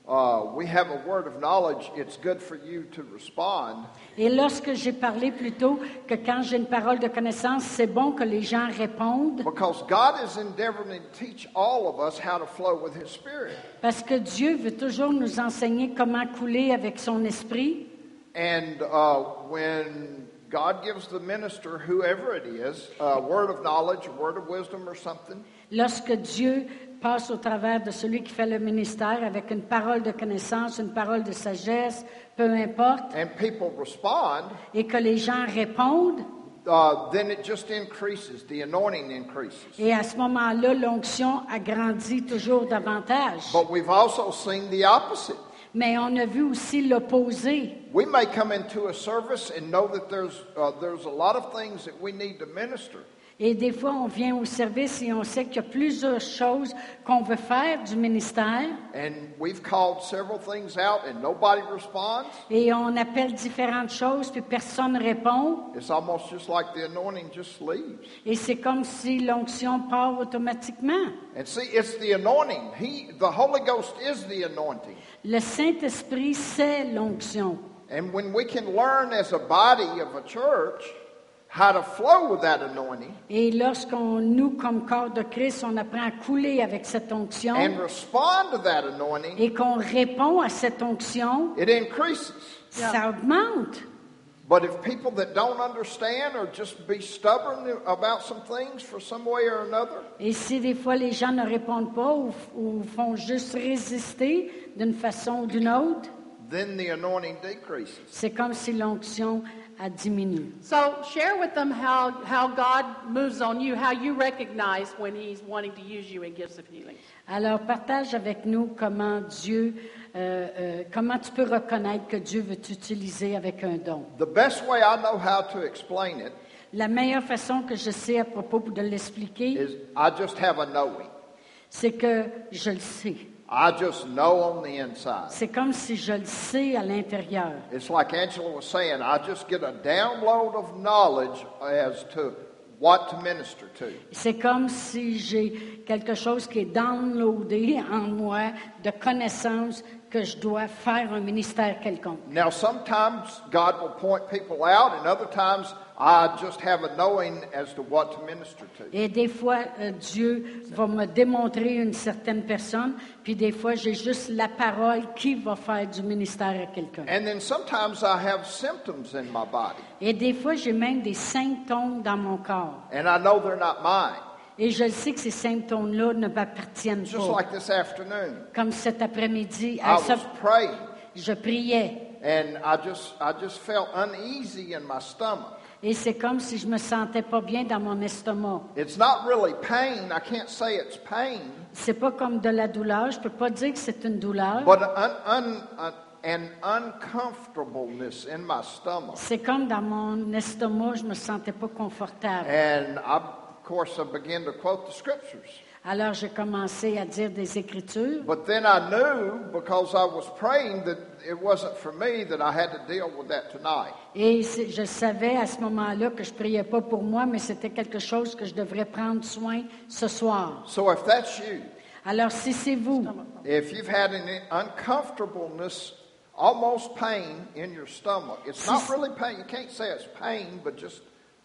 [SPEAKER 3] uh, we have a word of knowledge, it's good for you to respond.
[SPEAKER 1] Et lorsque j'ai parlé plus tôt que quand j'ai une parole de connaissance, c'est bon que les gens répondent
[SPEAKER 3] Because God is endeavoring to teach all of us how to flow with His Spirit.
[SPEAKER 1] parce que Dieu veut toujours nous enseigner comment couler avec son esprit.
[SPEAKER 3] And uh, when God gives the minister, whoever it is, a word of knowledge, a word of wisdom, or something,
[SPEAKER 1] Lorsque Dieu passe au travers de celui qui fait le ministère avec une parole de connaissance, une parole de sagesse, peu importe,
[SPEAKER 3] and people respond,
[SPEAKER 1] et que les gens répondent,
[SPEAKER 3] uh, then it just increases. The anointing increases.
[SPEAKER 1] et à ce moment-là, l'onction agrandit toujours davantage.
[SPEAKER 3] But we've also seen the opposite.
[SPEAKER 1] Mais on a vu aussi l'opposé.
[SPEAKER 3] We may come into a service and know that there's, uh, there's a lot of things that we need to minister.
[SPEAKER 1] Et des fois, on vient au service et on sait qu'il y a plusieurs choses qu'on veut faire du ministère
[SPEAKER 3] And we've called several things out and nobody responds.
[SPEAKER 1] et on appelle différentes choses puis personne répond.
[SPEAKER 3] It's almost just like the anointing just leaves.
[SPEAKER 1] Et c'est comme si l'onction part automatiquement.
[SPEAKER 3] And see, it's the anointing. He, the Holy Ghost is the anointing.
[SPEAKER 1] Le Saint-Esprit, c'est l'onction.
[SPEAKER 3] And when we can learn as a body of a church how to flow with that anointing
[SPEAKER 1] Et lorsqu'on, nous, comme corps de Christ, on apprend à couler avec cette onction
[SPEAKER 3] and respond to that anointing,
[SPEAKER 1] et qu'on répond à cette onction,
[SPEAKER 3] it increases.
[SPEAKER 1] ça augmente.
[SPEAKER 3] But if people that don't understand or just be stubborn about some things for some way or another,
[SPEAKER 1] Et si des fois les gens ne répondent pas ou, ou font juste résister d'une façon ou d'une autre,
[SPEAKER 3] then the anointing decreases.
[SPEAKER 1] c'est comme si l'onction a diminué.
[SPEAKER 2] So share with them how, how God moves on you, how you recognize when He's wanting to use you in gifts of healing.
[SPEAKER 1] Alors partage avec nous comment Dieu, euh, euh, comment tu peux reconnaître que Dieu veut t'utiliser avec un don.
[SPEAKER 3] The best way I know how to explain it
[SPEAKER 1] La meilleure façon que je sais à propos de l'expliquer,
[SPEAKER 3] is I just have a knowing.
[SPEAKER 1] c'est que je le sais.
[SPEAKER 3] I just know on the inside.
[SPEAKER 1] C'est comme si je le sais à l'intérieur.
[SPEAKER 3] It's like Angela was saying, I just get a download of knowledge as to what to minister to.
[SPEAKER 1] C'est comme si j'ai quelque chose qui est downloadé en moi de connaissances que je dois faire un ministère quelconque.
[SPEAKER 3] Now, sometimes God will point people out, and other times I just have a knowing as to what to minister to.
[SPEAKER 1] Et des fois, euh, Dieu va me démontrer une certaine personne, puis des fois, j'ai juste la parole qui va faire du ministère à quelqu'un.
[SPEAKER 3] And then sometimes I have symptoms in my body,
[SPEAKER 1] Et des fois, j'ai même des symptômes dans mon corps.
[SPEAKER 3] and I know they're not mine.
[SPEAKER 1] Et je le sais que ces symptômes-là ne m'appartiennent
[SPEAKER 3] Just
[SPEAKER 1] pas.
[SPEAKER 3] like this afternoon,
[SPEAKER 1] Comme cet après-midi,
[SPEAKER 3] I
[SPEAKER 1] à
[SPEAKER 3] was
[SPEAKER 1] ce-
[SPEAKER 3] praying,
[SPEAKER 1] je priais.
[SPEAKER 3] and I just, I just felt uneasy in my stomach.
[SPEAKER 1] Et c'est comme si je me sentais pas bien dans mon estomac.
[SPEAKER 3] It's not really pain. I can't say it's pain,
[SPEAKER 1] C'est pas comme de la douleur. Je peux pas dire que c'est une douleur.
[SPEAKER 3] but an, un, un, an uncomfortableness in my stomach.
[SPEAKER 1] C'est comme dans mon estomac, je me sentais pas confortable.
[SPEAKER 3] And I, of course, I began to quote the scriptures.
[SPEAKER 1] Alors j'ai commencé à dire des écritures.
[SPEAKER 3] But then I knew because I was praying that it wasn't for me that I had to deal with that tonight.
[SPEAKER 1] Et c'est- je savais à ce moment-là que je priais pas pour moi, mais c'était quelque chose que je devrais prendre soin ce soir.
[SPEAKER 3] So if that's you,
[SPEAKER 1] Alors si c'est vous,
[SPEAKER 3] if you've had an uncomfortableness, almost pain in your stomach, it's not really pain. You can't say it's pain, but just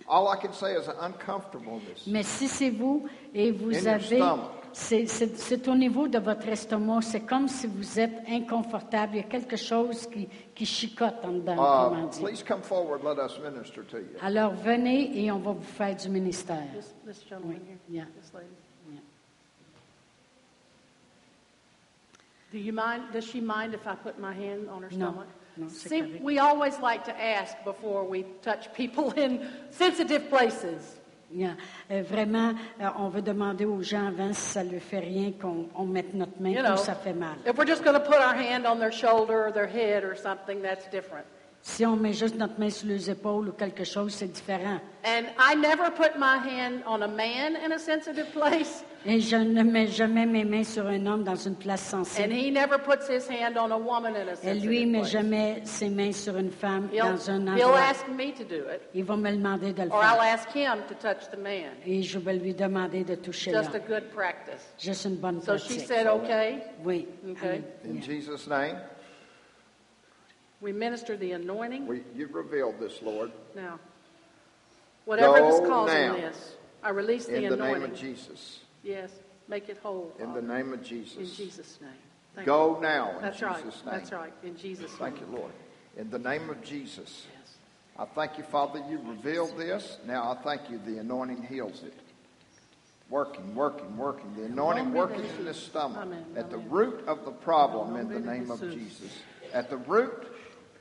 [SPEAKER 3] all I can say is an uncomfortableness.
[SPEAKER 1] mais si c'est vous et vous
[SPEAKER 3] In your
[SPEAKER 1] avez
[SPEAKER 3] stomach.
[SPEAKER 1] c'est- c'est c'est au niveau de votre estomac. C'est comme si vous êtes inconfortable. Il y a quelque chose qui, qui chicote en dedans, comment
[SPEAKER 3] Uh,
[SPEAKER 1] dire.
[SPEAKER 3] please come forward. Let us minister to you.
[SPEAKER 1] Alors venez et on va vous faire du ministère.
[SPEAKER 2] This, this gentleman
[SPEAKER 1] Oui,
[SPEAKER 2] here.
[SPEAKER 1] yeah.
[SPEAKER 2] This lady. Do you mind, does she mind if I put my hand on her
[SPEAKER 1] No,
[SPEAKER 2] stomach?
[SPEAKER 1] no, c'est
[SPEAKER 2] See,
[SPEAKER 1] correct.
[SPEAKER 2] we always like to ask before we touch people in sensitive places.
[SPEAKER 1] Yeah. Euh, Vraiment, euh, on veut demander aux gens avant si ça ne leur fait rien qu'on on mette notre main
[SPEAKER 2] You
[SPEAKER 1] où
[SPEAKER 2] know,
[SPEAKER 1] ça fait mal.
[SPEAKER 2] if we're just going to put our hand on their shoulder or their head or something, that's different.
[SPEAKER 1] Si on met juste notre main sur les épaules ou quelque chose, c'est différent.
[SPEAKER 2] And I never put my hand on a man in a sensitive place,
[SPEAKER 1] Et je ne mets jamais mes mains sur un homme dans une place
[SPEAKER 2] and
[SPEAKER 1] sensible.
[SPEAKER 2] he never puts his hand on a woman in a
[SPEAKER 1] Et
[SPEAKER 2] sensitive
[SPEAKER 1] lui il met
[SPEAKER 2] place.
[SPEAKER 1] jamais ses mains sur une femme
[SPEAKER 2] He'll,
[SPEAKER 1] dans un
[SPEAKER 2] he'll
[SPEAKER 1] endroit.
[SPEAKER 2] ask me to do it,
[SPEAKER 1] Il va me demander de le
[SPEAKER 2] or I'll
[SPEAKER 1] faire.
[SPEAKER 2] ask him to touch the man.
[SPEAKER 1] Et je vais lui demander de toucher là.
[SPEAKER 2] Just a good practice.
[SPEAKER 1] Juste une bonne
[SPEAKER 2] So she
[SPEAKER 1] pratique.
[SPEAKER 2] said, okay.
[SPEAKER 1] Oui.
[SPEAKER 2] Okay.
[SPEAKER 3] In
[SPEAKER 1] Amen.
[SPEAKER 3] Jesus' name,
[SPEAKER 2] We minister the anointing.
[SPEAKER 3] we, you've revealed this, Lord,
[SPEAKER 2] Now, whatever was
[SPEAKER 3] Go
[SPEAKER 2] causing
[SPEAKER 3] now.
[SPEAKER 2] this, I release the
[SPEAKER 3] in the name of
[SPEAKER 2] anointing.
[SPEAKER 3] Jesus.
[SPEAKER 2] Yes, make it whole.
[SPEAKER 3] In
[SPEAKER 2] Father.
[SPEAKER 3] the name of
[SPEAKER 2] In
[SPEAKER 3] Jesus.
[SPEAKER 2] Jesus' name. Thank you.
[SPEAKER 3] Go now in
[SPEAKER 2] That's right.
[SPEAKER 3] Jesus' name.
[SPEAKER 2] That's right. In Jesus' name.
[SPEAKER 3] Thank you, Lord. In the name of Jesus.
[SPEAKER 2] Yes.
[SPEAKER 3] I thank you, Father, you revealed this. Now I thank you, the anointing heals it. Working, working, working. The anointing working in the stomach. At the root of the problem in the name of Jesus. At the root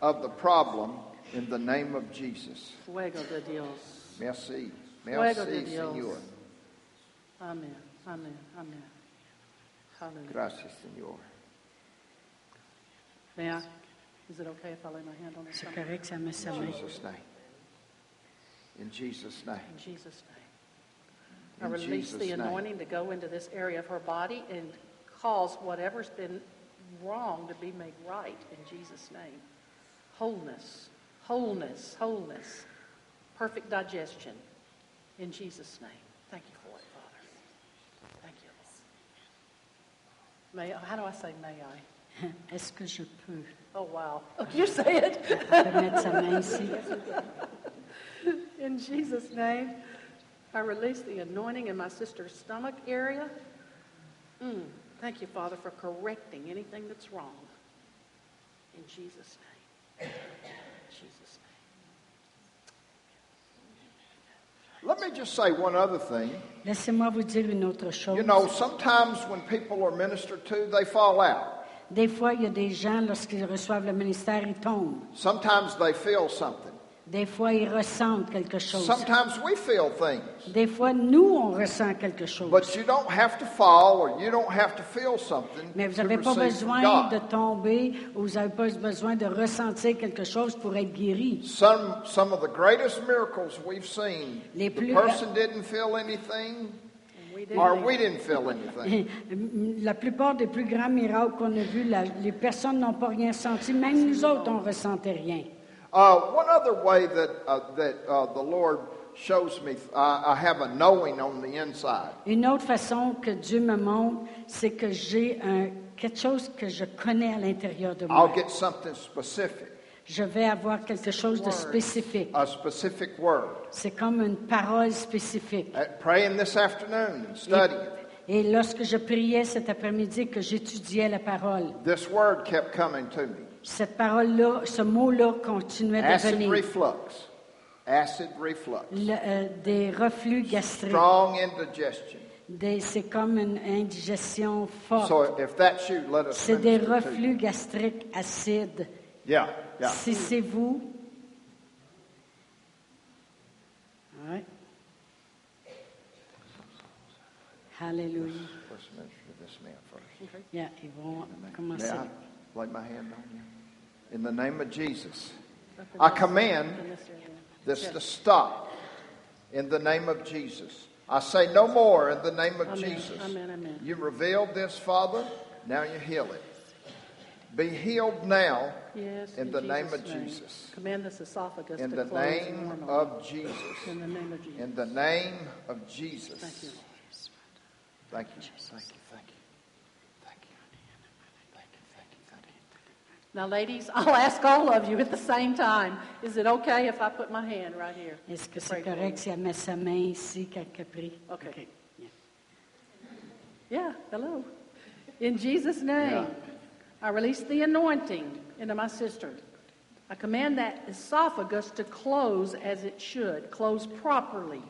[SPEAKER 3] of the problem in the name of Jesus.
[SPEAKER 2] Fuego de Dios.
[SPEAKER 3] Merci.
[SPEAKER 2] Fuego de
[SPEAKER 3] Merci,
[SPEAKER 2] Dios.
[SPEAKER 3] Señor.
[SPEAKER 2] Amen. Amen. Amen. Hallelujah.
[SPEAKER 3] Gracias, Señor.
[SPEAKER 2] May I? Is it okay if I lay my hand on her
[SPEAKER 1] C'est
[SPEAKER 2] stomach?
[SPEAKER 1] correct, ça met sa
[SPEAKER 3] In
[SPEAKER 1] main.
[SPEAKER 3] Jesus' name. In Jesus' name.
[SPEAKER 2] In Jesus' name. I
[SPEAKER 3] In
[SPEAKER 2] release
[SPEAKER 3] Jesus'
[SPEAKER 2] the
[SPEAKER 3] name.
[SPEAKER 2] anointing to go into this area of her body and cause whatever's been wrong to be made right in Jesus' name. Wholeness, wholeness, wholeness. Perfect digestion in Jesus' name. Thank you for it, Father. Thank you, Lord. May how do I say may I?
[SPEAKER 1] Est-ce que je peux
[SPEAKER 2] Oh wow. You say it.
[SPEAKER 1] Je peux mettre sa main ici?
[SPEAKER 2] In Jesus' name, I release the anointing in my sister's stomach area. Mm, thank you, Father, for correcting anything that's wrong. In Jesus' name. In Jesus' name.
[SPEAKER 3] Let me just say one other thing.
[SPEAKER 1] Laissez-moi vous dire une autre chose.
[SPEAKER 3] You know, sometimes when people are ministered to, they fall out.
[SPEAKER 1] Des fois, il y a des gens, lorsqu'ils reçoivent le ministère, ils tombent.
[SPEAKER 3] Sometimes they feel something.
[SPEAKER 1] Des fois, ils ressentent quelque chose.
[SPEAKER 3] Sometimes we feel things.
[SPEAKER 1] Des fois, nous, on ressent quelque chose.
[SPEAKER 3] But you don't have to fall or you don't have to feel something
[SPEAKER 1] Mais vous
[SPEAKER 3] to
[SPEAKER 1] n'avez pas
[SPEAKER 3] receive from
[SPEAKER 1] besoin de
[SPEAKER 3] God.
[SPEAKER 1] tomber ou vous n'avez pas besoin de ressentir quelque chose pour être guéri.
[SPEAKER 3] Some, some of the greatest miracles we've seen,
[SPEAKER 1] Les
[SPEAKER 3] the
[SPEAKER 1] plus-
[SPEAKER 3] person didn't feel anything
[SPEAKER 2] And we do
[SPEAKER 3] or
[SPEAKER 2] need-
[SPEAKER 3] we didn't feel anything.
[SPEAKER 1] La plupart des plus grands miracles qu'on a vus, la- les personnes n'ont pas rien senti. Même nous autres, on ne ressentait rien.
[SPEAKER 3] Uh, one other way that, uh, that uh, the Lord shows me, I I have a knowing on the inside.
[SPEAKER 1] Une autre façon que Dieu me montre, c'est que j'ai un- quelque chose que je connais à l'intérieur de moi.
[SPEAKER 3] I'll get something specific,
[SPEAKER 1] Je vais avoir quelque chose de spécifique.
[SPEAKER 3] a specific word.
[SPEAKER 1] C'est comme une parole spécifique.
[SPEAKER 3] at praying this afternoon and
[SPEAKER 1] Et,
[SPEAKER 3] studying.
[SPEAKER 1] et lorsque je priais cet après-midi, que j'étudiais la parole,
[SPEAKER 3] This word kept coming to me.
[SPEAKER 1] cette parole-là, ce mot-là continuait de
[SPEAKER 3] Acid
[SPEAKER 1] venir.
[SPEAKER 3] reflux. Acid reflux.
[SPEAKER 1] Le, euh, des reflux gastriques.
[SPEAKER 3] Strong indigestion.
[SPEAKER 1] Des- C'est comme une indigestion forte.
[SPEAKER 3] So if that's you, let us
[SPEAKER 1] C'est des
[SPEAKER 3] minister to you.
[SPEAKER 1] reflux gastriques acides.
[SPEAKER 3] Yeah, yeah.
[SPEAKER 1] Si c'est vous. Ouais. Hallelujah.
[SPEAKER 3] Let's minister to this man first.
[SPEAKER 1] Yeah, ils vont
[SPEAKER 3] May
[SPEAKER 1] commencer.
[SPEAKER 3] I lay my hand on you? In the name of Jesus, I command
[SPEAKER 2] in this area.
[SPEAKER 3] this to stop. In the name of Jesus. I say no more in the name of
[SPEAKER 2] Amen,
[SPEAKER 3] Jesus.
[SPEAKER 2] amen, amen.
[SPEAKER 3] You revealed this, Father. Now you heal it. Be healed now
[SPEAKER 2] Yes,
[SPEAKER 3] in the name of
[SPEAKER 2] name.
[SPEAKER 3] Jesus.
[SPEAKER 2] Command this esophagus
[SPEAKER 3] In
[SPEAKER 2] to
[SPEAKER 3] the
[SPEAKER 2] close
[SPEAKER 3] name
[SPEAKER 2] normally.
[SPEAKER 3] of Jesus.
[SPEAKER 2] In the name of Jesus.
[SPEAKER 3] In the name of
[SPEAKER 2] Thank you,
[SPEAKER 3] Jesus.
[SPEAKER 2] Lord.
[SPEAKER 3] Thank you. Thank you. Thank you. Thank you. Thank you. Thank you. Thank you.
[SPEAKER 2] Now, ladies, I'll ask all of you at the same time, is it okay if I put my hand right here?
[SPEAKER 1] Est-ce que
[SPEAKER 2] to pray
[SPEAKER 1] c'est
[SPEAKER 2] for you?
[SPEAKER 1] correct si elle met sa main ici quand elle prie?
[SPEAKER 2] OK.
[SPEAKER 1] OK. Yeah.
[SPEAKER 2] Yeah, hello. In Jesus' name, I release the anointing into my sister. I command that esophagus to close as it should, close properly.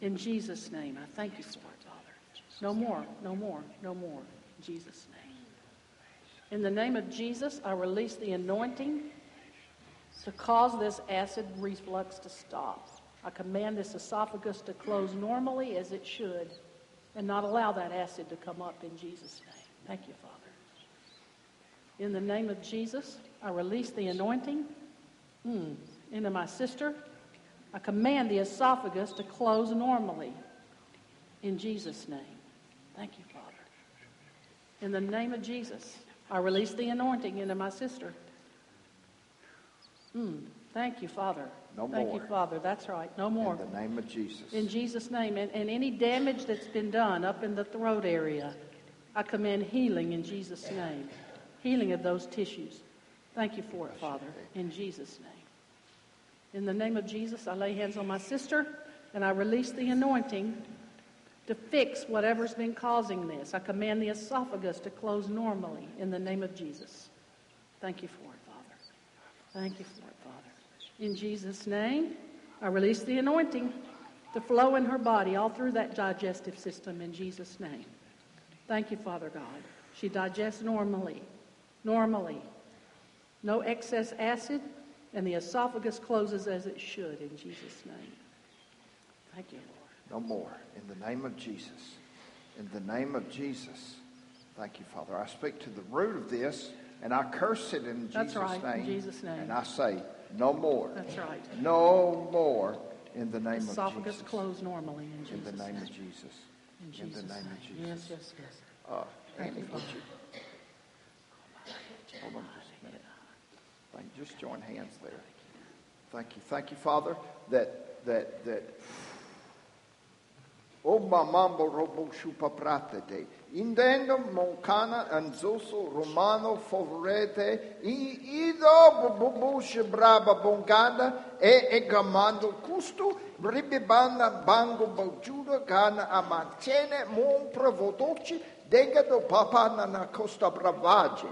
[SPEAKER 2] In Jesus' name, I thank you for it, Father. No more, no more, no more. In Jesus' name. In the name of Jesus, I release the anointing to cause this acid reflux to stop. I command this esophagus to close normally as it should and not allow that acid to come up in Jesus' name. Thank you, Father. In the name of Jesus, I release the anointing mm, into my sister. I command the esophagus to close normally in Jesus' name. Thank you, Father. In the name of Jesus, I release the anointing into my sister. Mm, thank you, Father.
[SPEAKER 3] No
[SPEAKER 2] Thank
[SPEAKER 3] more.
[SPEAKER 2] you, Father. That's right. No more.
[SPEAKER 3] In the name of Jesus.
[SPEAKER 2] In Jesus' name, and, and any damage that's been done up in the throat area, I command healing in Jesus' name. Healing of those tissues. Thank you for it, Father, in Jesus' name. In the name of Jesus, I lay hands on my sister and I release the anointing to fix whatever's been causing this. I command the esophagus to close normally in the name of Jesus. Thank you for it, Father. Thank you for it, Father. In Jesus' name, I release the anointing to flow in her body all through that digestive system in Jesus' name. Thank you, Father God. She digests normally, normally. No excess acid, and the esophagus closes as it should in Jesus' name. Thank you, Lord.
[SPEAKER 3] No more. In the name of Jesus. In the name of Jesus. Thank you, Father. I speak to the root of this, and I curse it in
[SPEAKER 2] That's
[SPEAKER 3] Jesus'
[SPEAKER 2] right, in
[SPEAKER 3] name.
[SPEAKER 2] Jesus' name.
[SPEAKER 3] And I say, no more.
[SPEAKER 2] That's right.
[SPEAKER 3] No more. In the name of
[SPEAKER 2] Esophagus
[SPEAKER 3] Jesus.
[SPEAKER 2] closed normally in
[SPEAKER 3] In the
[SPEAKER 2] Jesus'
[SPEAKER 3] name
[SPEAKER 2] name.
[SPEAKER 3] of Jesus.
[SPEAKER 2] In
[SPEAKER 3] In the
[SPEAKER 2] Jesus'
[SPEAKER 3] name of
[SPEAKER 2] name.
[SPEAKER 3] Jesus.
[SPEAKER 2] Yes, yes, yes.
[SPEAKER 3] Uh, Annie, would you? Hold on just a minute. Thank, just join hands there. Thank you. Thank you, Father, that, that, Oh, that. O mamambo robo shupa pratete. Indendo moncana anzoso romano favorete. I ido bobo braba bonganda e egamando custo ribibanda bango bojudo gana amantene mon provodoci degado papana na costa bravage.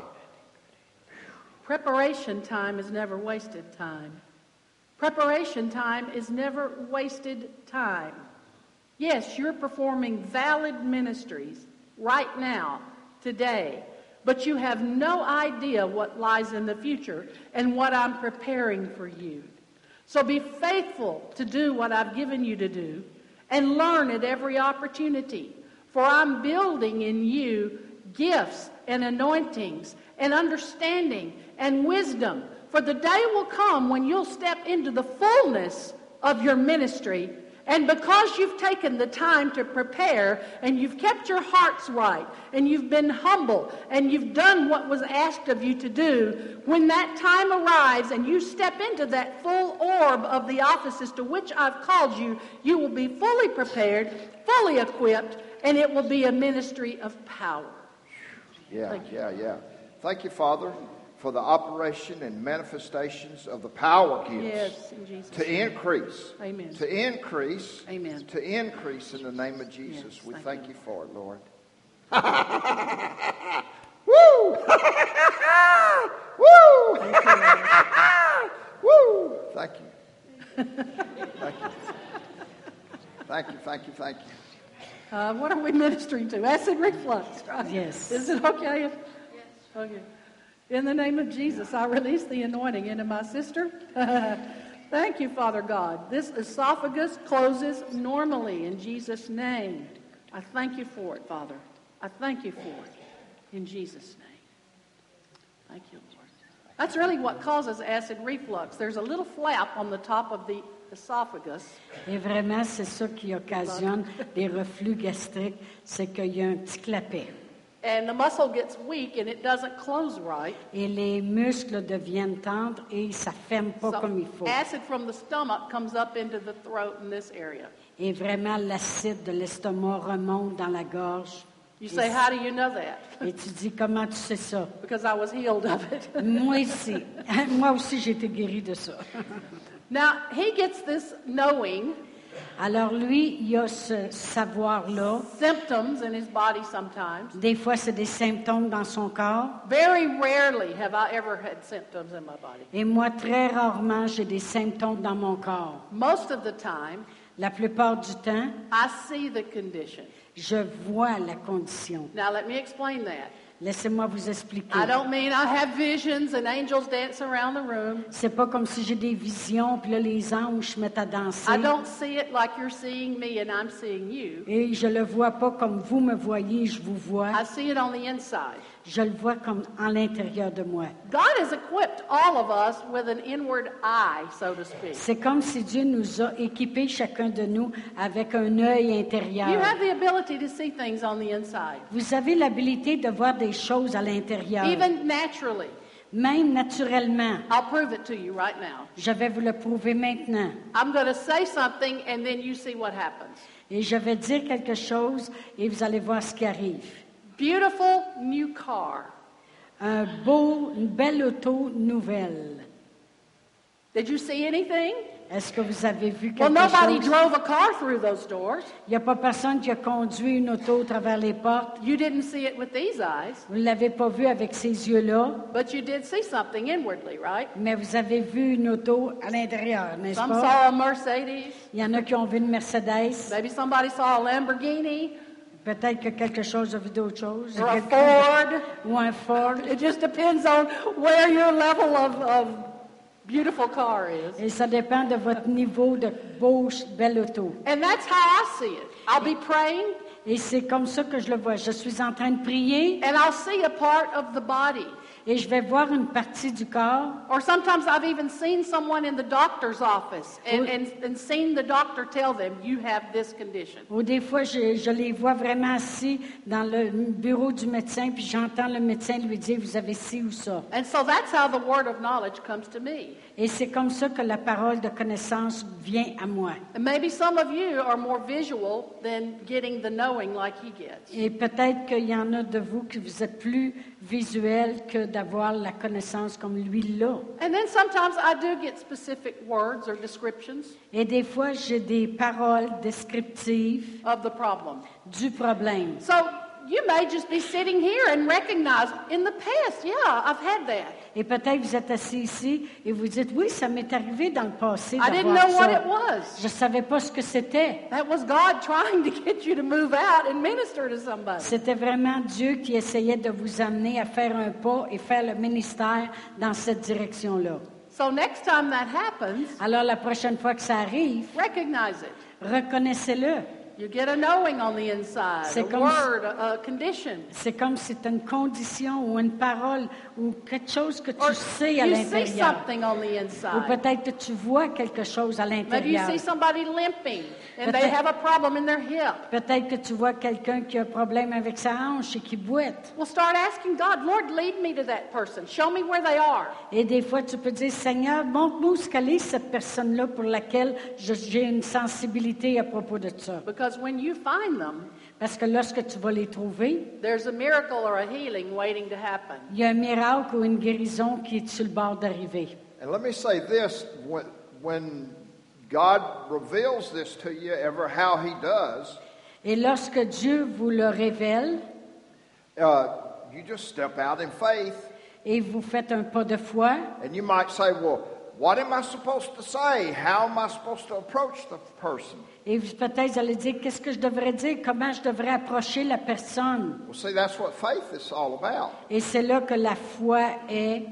[SPEAKER 2] Preparation time is never wasted time. Preparation time is never wasted time. Yes, you're performing valid ministries right now, today, but you have no idea what lies in the future and what I'm preparing for you. So be faithful to do what I've given you to do and learn at every opportunity. For I'm building in you gifts and anointings and understanding and wisdom. For the day will come when you'll step into the fullness of your ministry. And because you've taken the time to prepare and you've kept your hearts right and you've been humble and you've done what was asked of you to do, when that time arrives and you step into that full orb of the offices to which I've called you, you will be fully prepared, fully equipped, and it will be a ministry of power.
[SPEAKER 3] Yeah,
[SPEAKER 2] Thank
[SPEAKER 3] yeah, yeah. Thank you, Father, for the operation and manifestations of the power gifts.
[SPEAKER 2] Yes, in Jesus'
[SPEAKER 3] To
[SPEAKER 2] name.
[SPEAKER 3] increase.
[SPEAKER 2] Amen.
[SPEAKER 3] To increase.
[SPEAKER 2] Amen.
[SPEAKER 3] To increase in the name of Jesus.
[SPEAKER 2] Yes,
[SPEAKER 3] we
[SPEAKER 2] thank
[SPEAKER 3] thank
[SPEAKER 2] you.
[SPEAKER 3] you for it, Lord. Woo! Woo! Woo! Thank you. Thank you. Thank you, thank you, thank you.
[SPEAKER 2] Uh, what are we ministering to? Acid reflux, right?
[SPEAKER 1] Yes.
[SPEAKER 2] Is it okay? Yes. Okay. In the name of Jesus, I release the anointing into my sister. Thank you, Father God. This esophagus closes normally in Jesus' name. I thank you for it, Father. I thank you for it in Jesus' name. Thank you, Lord. That's really what causes acid reflux. There's a little flap on the top of the esophagus.
[SPEAKER 1] Et vraiment, c'est ça qui occasionne des reflux gastriques, c'est qu'il y a un petit clapet.
[SPEAKER 2] And the muscle gets weak and it doesn't close right.
[SPEAKER 1] Et les muscles deviennent tendres et ça ferme pas
[SPEAKER 2] So
[SPEAKER 1] comme il faut.
[SPEAKER 2] acid from the stomach comes up into the throat in this area.
[SPEAKER 1] Et vraiment, l'acide de l'estomac remonte dans la gorge.
[SPEAKER 2] You say, How do you know that?
[SPEAKER 1] Et tu dis, comment tu sais ça?
[SPEAKER 2] Because I was healed of it.
[SPEAKER 1] Moi aussi. Moi aussi, j'ai été guérie de ça.
[SPEAKER 2] Now, he gets this knowing
[SPEAKER 1] Alors lui, il a ce savoir-là.
[SPEAKER 2] symptoms in his body sometimes.
[SPEAKER 1] Des fois, c'est des symptômes dans son corps.
[SPEAKER 2] Very rarely have I ever had symptoms in my body.
[SPEAKER 1] Et moi, très rarement, j'ai des symptômes dans mon corps.
[SPEAKER 2] Most of the time,
[SPEAKER 1] La plupart du temps,
[SPEAKER 2] I see the condition.
[SPEAKER 1] je vois la condition.
[SPEAKER 2] Now, let me explain that.
[SPEAKER 1] Laissez-moi vous expliquer.
[SPEAKER 2] I don't mean I have visions and angels dance around the room.
[SPEAKER 1] C'est pas comme si j'ai des visions, puis là, les anges me mettent à danser.
[SPEAKER 2] I don't see it like you're seeing me and I'm seeing you.
[SPEAKER 1] Et je le vois pas comme vous me voyez, je vous
[SPEAKER 2] I
[SPEAKER 1] vois.
[SPEAKER 2] see it on the inside.
[SPEAKER 1] Je le vois comme en l'intérieur de moi.
[SPEAKER 2] God has equipped all of us with an inward eye, so to speak.
[SPEAKER 1] C'est comme si Dieu nous a équipés, chacun de nous, avec un œil
[SPEAKER 2] You
[SPEAKER 1] intérieur.
[SPEAKER 2] have the ability to see things on the inside,
[SPEAKER 1] Vous avez l'habilité de voir des choses à l'intérieur,
[SPEAKER 2] even naturally.
[SPEAKER 1] même naturellement.
[SPEAKER 2] I'll prove it to you right now.
[SPEAKER 1] Je vais vous le prouver maintenant.
[SPEAKER 2] I'm going to say something and then you see what happens.
[SPEAKER 1] Et je vais dire quelque chose et vous allez voir ce qui arrive.
[SPEAKER 2] Beautiful new car.
[SPEAKER 1] Un beau, une belle auto nouvelle.
[SPEAKER 2] Did you see anything?
[SPEAKER 1] Est-ce que vous avez vu
[SPEAKER 2] Well,
[SPEAKER 1] quelque
[SPEAKER 2] nobody
[SPEAKER 1] chose?
[SPEAKER 2] drove a car through those doors.
[SPEAKER 1] Il n'y a pas personne qui a conduit une auto à travers les portes.
[SPEAKER 2] You didn't see it with these eyes,
[SPEAKER 1] Vous ne l'avez pas vu avec ces yeux-là,
[SPEAKER 2] but you did see something inwardly, right?
[SPEAKER 1] mais vous avez vu une auto à l'intérieur, n'est-ce
[SPEAKER 2] Some
[SPEAKER 1] pas?
[SPEAKER 2] saw a Mercedes.
[SPEAKER 1] Il y en a qui ont vu une Mercedes.
[SPEAKER 2] Maybe somebody saw a Lamborghini
[SPEAKER 1] Peut-être que quelque chose a vu d'autre chose.
[SPEAKER 2] or a
[SPEAKER 1] Quelqu'un-
[SPEAKER 2] Ford.
[SPEAKER 1] Ou un Ford.
[SPEAKER 2] It just depends on where your level of, of beautiful car is.
[SPEAKER 1] Et ça dépend de votre niveau de beau, belle auto.
[SPEAKER 2] And that's how I see it. I'll be praying
[SPEAKER 1] Et c'est comme ça que je le vois. Je suis en train de prier
[SPEAKER 2] and I'll see a part of the body.
[SPEAKER 1] et je vais voir une partie du corps.
[SPEAKER 2] Or sometimes I've even seen someone in the doctor's office and, and, and seen the doctor tell them, you have this condition.
[SPEAKER 1] Ou des fois, je, je les vois vraiment assis dans le bureau du médecin, puis j'entends le médecin lui dire, vous avez ci ou ça.
[SPEAKER 2] And so that's how the word of knowledge comes to me.
[SPEAKER 1] Et c'est comme ça que la parole de connaissance vient à moi.
[SPEAKER 2] And maybe some of you are more visual than getting the knowing like he gets.
[SPEAKER 1] Et peut-être qu'il y en a de vous qui vous êtes plus visuel que d'avoir la connaissance comme lui l'a.
[SPEAKER 2] And then sometimes I do get specific words or descriptions
[SPEAKER 1] Et des fois, j'ai des paroles descriptives
[SPEAKER 2] of the problem.
[SPEAKER 1] du problème.
[SPEAKER 2] So you may just be sitting here and recognize in the past, yeah, I've had that.
[SPEAKER 1] Et peut-être vous êtes assis ici et vous dites, oui, ça m'est arrivé dans le passé.
[SPEAKER 2] I didn't
[SPEAKER 1] d'avoir
[SPEAKER 2] know what
[SPEAKER 1] ça.
[SPEAKER 2] it was.
[SPEAKER 1] Je savais pas ce que c'était.
[SPEAKER 2] That was God trying to get you to move out and minister to somebody.
[SPEAKER 1] C'était vraiment Dieu qui essayait de vous amener à faire un pas et faire le ministère dans cette direction-là.
[SPEAKER 2] So next time that happens,
[SPEAKER 1] Alors la prochaine fois que ça arrive,
[SPEAKER 2] recognize it.
[SPEAKER 1] reconnaissez-le.
[SPEAKER 2] You get a knowing on the inside, a
[SPEAKER 1] C'est comme-
[SPEAKER 2] word, a, a condition.
[SPEAKER 1] C'est comme si c'était une condition ou une parole ou quelque chose que tu
[SPEAKER 2] Or
[SPEAKER 1] sais à
[SPEAKER 2] you see
[SPEAKER 1] l'intérieur.
[SPEAKER 2] something on the
[SPEAKER 1] Ou
[SPEAKER 2] inside.
[SPEAKER 1] peut-être que tu vois quelque chose à
[SPEAKER 2] Maybe you
[SPEAKER 1] l'intérieur.
[SPEAKER 2] see somebody limping and they
[SPEAKER 1] Peut-être-
[SPEAKER 2] have a problem in their hip.
[SPEAKER 1] Peut-être que tu vois quelqu'un qui a un problème avec sa hanche et qui boite.
[SPEAKER 2] Well, start asking God, Lord, lead me to that person. Show me where they are.
[SPEAKER 1] Et des fois, tu peux dire, Seigneur, montre-nous ce qu'elle est, cette personne-là, pour laquelle je- j'ai une sensibilité à propos de ça.
[SPEAKER 2] Because when you find them,
[SPEAKER 1] Parce que lorsque tu vas les trouver,
[SPEAKER 2] There's a miracle or a healing waiting to happen.
[SPEAKER 1] il y a un miracle ou une guérison qui est sur le bord d'arriver.
[SPEAKER 3] And let me say this when, when God reveals this to you, ever how He does,
[SPEAKER 1] Et lorsque Dieu vous le révèle
[SPEAKER 3] uh, you just step out in faith.
[SPEAKER 1] et vous faites un pas de foi,
[SPEAKER 3] And you might say, well, what am I supposed to say? How am I supposed to approach the person?
[SPEAKER 1] et vous- peut-être vous allez dire, qu'est-ce que je devrais dire, comment je devrais approcher la personne.
[SPEAKER 3] Well, see, that's what faith is all about.
[SPEAKER 1] Et c'est là que la foi est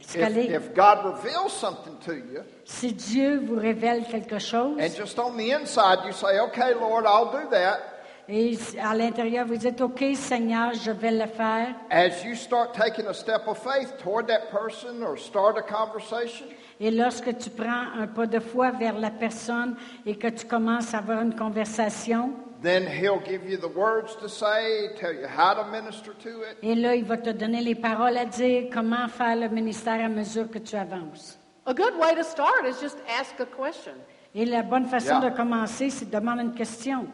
[SPEAKER 1] ce
[SPEAKER 3] If,
[SPEAKER 1] qu'elle est.
[SPEAKER 3] if God reveals something to you,
[SPEAKER 1] Si Dieu vous révèle quelque chose,
[SPEAKER 3] and just on the inside you say, okay, Lord, I'll do that,
[SPEAKER 1] et à l'intérieur vous dites, OK Seigneur, je vais le faire,
[SPEAKER 3] as you start taking a step of faith toward that person or start a conversation,
[SPEAKER 1] et lorsque tu prends un pas de foi vers la personne et que tu commences à avoir une conversation,
[SPEAKER 3] then He'll give you the words to say, tell you how to minister to it.
[SPEAKER 1] et là il va te donner les paroles à dire, comment faire le ministère à mesure que tu avances.
[SPEAKER 2] A good way to start is just ask a question.
[SPEAKER 1] Et la bonne façon
[SPEAKER 3] Yeah.
[SPEAKER 1] de commencer, c'est de demander une question.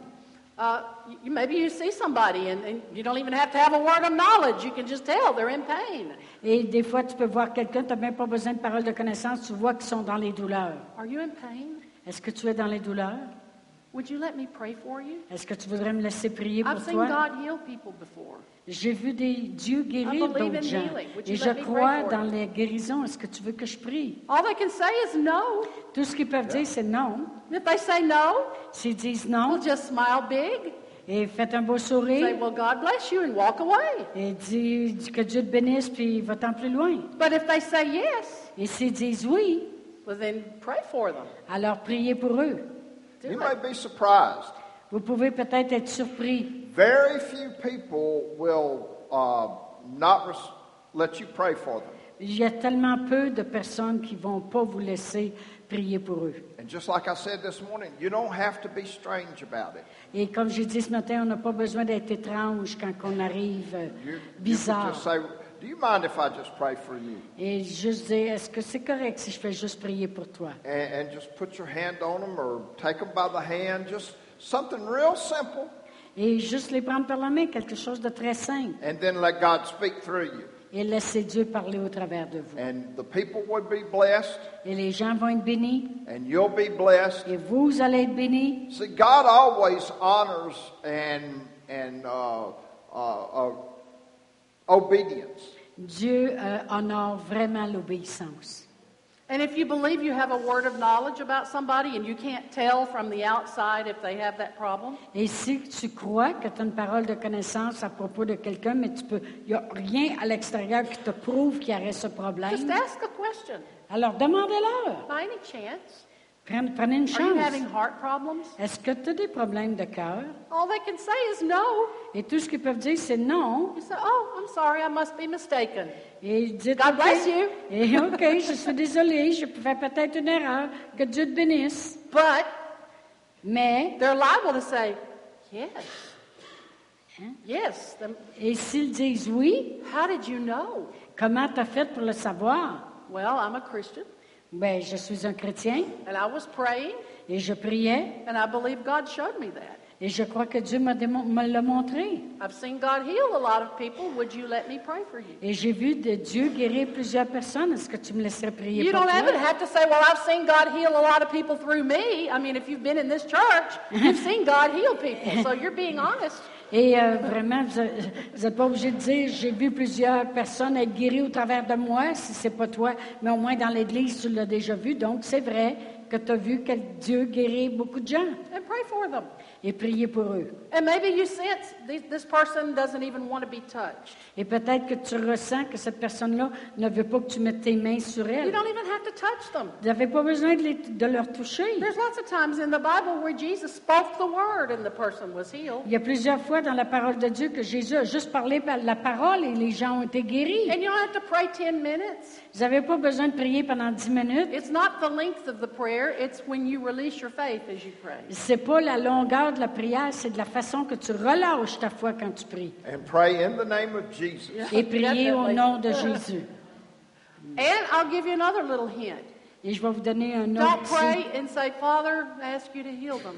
[SPEAKER 2] Uh, you, maybe you see somebody and, and you don't even have to have a word of knowledge. You can just tell they're in pain.
[SPEAKER 1] Et des fois, tu peux voir quelqu'un, tu n'as même pas besoin de paroles de connaissance, tu vois qu'ils sont dans les douleurs.
[SPEAKER 2] Are you in pain?
[SPEAKER 1] Est-ce que tu es dans les douleurs?
[SPEAKER 2] Would you let me pray for you?
[SPEAKER 1] Est-ce que tu voudrais me laisser prier
[SPEAKER 2] I've
[SPEAKER 1] pour
[SPEAKER 2] seen
[SPEAKER 1] toi?
[SPEAKER 2] God heal people before.
[SPEAKER 1] J'ai vu des Dieu
[SPEAKER 2] I
[SPEAKER 1] guérir
[SPEAKER 2] believe in
[SPEAKER 1] d'autres gens.
[SPEAKER 2] healing. Would you
[SPEAKER 1] Et
[SPEAKER 2] let
[SPEAKER 1] je
[SPEAKER 2] me pray
[SPEAKER 1] crois
[SPEAKER 2] for
[SPEAKER 1] dans
[SPEAKER 2] you?
[SPEAKER 1] les guérisons. Est-ce que tu veux que je prie?
[SPEAKER 2] All they can say is no.
[SPEAKER 1] Tout ce qu'ils peuvent dire, c'est non.
[SPEAKER 2] And If they say no,
[SPEAKER 1] S'ils disent
[SPEAKER 2] we'll
[SPEAKER 1] non,
[SPEAKER 2] just smile big,
[SPEAKER 1] et faites un beau
[SPEAKER 2] Oh, say,
[SPEAKER 1] sourire,
[SPEAKER 2] well, God bless you, and walk away.
[SPEAKER 1] et dis dis que Dieu te bénisse, puis va-t'en plus loin.
[SPEAKER 2] But if they say yes,
[SPEAKER 1] Et s'ils disent oui,
[SPEAKER 2] well, then pray for them.
[SPEAKER 1] alors priez pour eux.
[SPEAKER 2] Do
[SPEAKER 3] You
[SPEAKER 2] it.
[SPEAKER 3] may be surprised.
[SPEAKER 1] Vous pouvez peut-être être surpris.
[SPEAKER 3] Very few people will uh, not res- let you pray for them.
[SPEAKER 1] Il y a tellement peu de personnes qui vont pas vous laisser prier pour eux.
[SPEAKER 3] And just like I said this morning, you don't have to be strange about it.
[SPEAKER 1] Et comme j'ai dit ce matin, on n'a pas besoin d'être étrange quand on arrive euh,
[SPEAKER 3] You, you could
[SPEAKER 1] bizarre.
[SPEAKER 3] just say, Do you mind if I just pray for you?
[SPEAKER 1] Et juste dire, est-ce que c'est correct si je fais juste prier pour toi?
[SPEAKER 3] And, and just put your hand on them or take them by the hand, just something real simple,
[SPEAKER 1] Et juste les prendre par la main, quelque chose de très simple.
[SPEAKER 3] and then let God speak through you.
[SPEAKER 1] Et laisser Dieu parler au travers de vous.
[SPEAKER 3] And the people will be blessed,
[SPEAKER 1] Et les gens vont être bénis.
[SPEAKER 3] and you'll be blessed.
[SPEAKER 1] Et vous allez être bénis.
[SPEAKER 3] See, God always honors and, and uh, uh, uh, obedience.
[SPEAKER 1] Dieu euh, honore vraiment l'obéissance.
[SPEAKER 2] And if you believe you have a word of knowledge about somebody and you can't tell from the outside if they have that problem,
[SPEAKER 1] Et si tu crois que tu as une parole de connaissance à propos de quelqu'un, mais tu peux, il n'y a rien à l'extérieur qui te prouve qu'il y aurait ce
[SPEAKER 2] just
[SPEAKER 1] problème,
[SPEAKER 2] ask a question.
[SPEAKER 1] alors demandez-leur.
[SPEAKER 2] By any chance,
[SPEAKER 1] Prenez, prenez une
[SPEAKER 2] are you having
[SPEAKER 1] chance.
[SPEAKER 2] heart problems?
[SPEAKER 1] Est-ce que tu as des problèmes de cœur?
[SPEAKER 2] All they can say is no.
[SPEAKER 1] Et tout ce qu'ils peuvent dire, c'est non.
[SPEAKER 2] You say, oh, I'm sorry, I must be mistaken.
[SPEAKER 1] Et ils disent,
[SPEAKER 2] God
[SPEAKER 1] OK.
[SPEAKER 2] bless you.
[SPEAKER 1] Et OK, je suis désolée, j'ai fait peut-être une erreur. Que Dieu te bénisse.
[SPEAKER 2] But
[SPEAKER 1] Mais,
[SPEAKER 2] they're liable to say, yes. Yes. Then
[SPEAKER 1] et s'ils disent oui,
[SPEAKER 2] how did you know?
[SPEAKER 1] comment tu as fait pour le savoir?
[SPEAKER 2] Well, I'm a Christian
[SPEAKER 1] Ben, je suis un chrétien
[SPEAKER 2] and I was praying
[SPEAKER 1] et je priais
[SPEAKER 2] and I believe God showed me that.
[SPEAKER 1] Et je crois que Dieu m'a démon- me l'a montré.
[SPEAKER 2] I've seen God heal a lot of people. Would you let me pray for you?
[SPEAKER 1] Et j'ai vu de Dieu guérir plusieurs personnes. Est-ce que tu me laisserais prier
[SPEAKER 2] You
[SPEAKER 1] pour
[SPEAKER 2] don't
[SPEAKER 1] toi?
[SPEAKER 2] even have to say, Well, I've seen God heal a lot of people through me. I mean, if you've been in this church, you've seen God heal people. So you're being honest.
[SPEAKER 1] Et euh, vraiment, vous n'êtes pas obligé de dire, j'ai vu plusieurs personnes être guéries au travers de moi, si c'est pas toi, mais au moins dans l'Église, tu l'as déjà vu. Donc, c'est vrai que tu as vu que Dieu guérit beaucoup de gens
[SPEAKER 2] And pray for them.
[SPEAKER 1] et prier pour eux.
[SPEAKER 2] And maybe you sense th- this person doesn't even want to be touched.
[SPEAKER 1] Et peut-être que tu ressens que cette personne-là ne veut pas que tu mettes tes mains sur
[SPEAKER 2] You
[SPEAKER 1] elle.
[SPEAKER 2] don't even have to touch them.
[SPEAKER 1] Vous n'avez pas besoin de, les- de leur toucher.
[SPEAKER 2] There's lots of times in the Bible where Jesus spoke the word and the person was healed.
[SPEAKER 1] Il y a plusieurs fois dans la parole de Dieu que Jésus a juste parlé par la parole et les gens ont été guéris.
[SPEAKER 2] And you don't have to pray 10 minutes.
[SPEAKER 1] Vous n'avez pas besoin de prier pendant 10 minutes.
[SPEAKER 2] It's not the length of the prayer, it's when you release your faith as you pray.
[SPEAKER 1] C'est pas la longueur de la prière, c'est de la façon que tu relâches ta foi quand tu pries.
[SPEAKER 3] And pray in the name of Jesus.
[SPEAKER 1] Et prier au
[SPEAKER 2] Definitely.
[SPEAKER 1] nom de Jésus.
[SPEAKER 2] And I'll give you another little hint.
[SPEAKER 1] Et je vais vous donner un
[SPEAKER 2] Don't
[SPEAKER 1] autre.
[SPEAKER 2] pray
[SPEAKER 1] petit-
[SPEAKER 2] and say, Father, I ask you to heal them.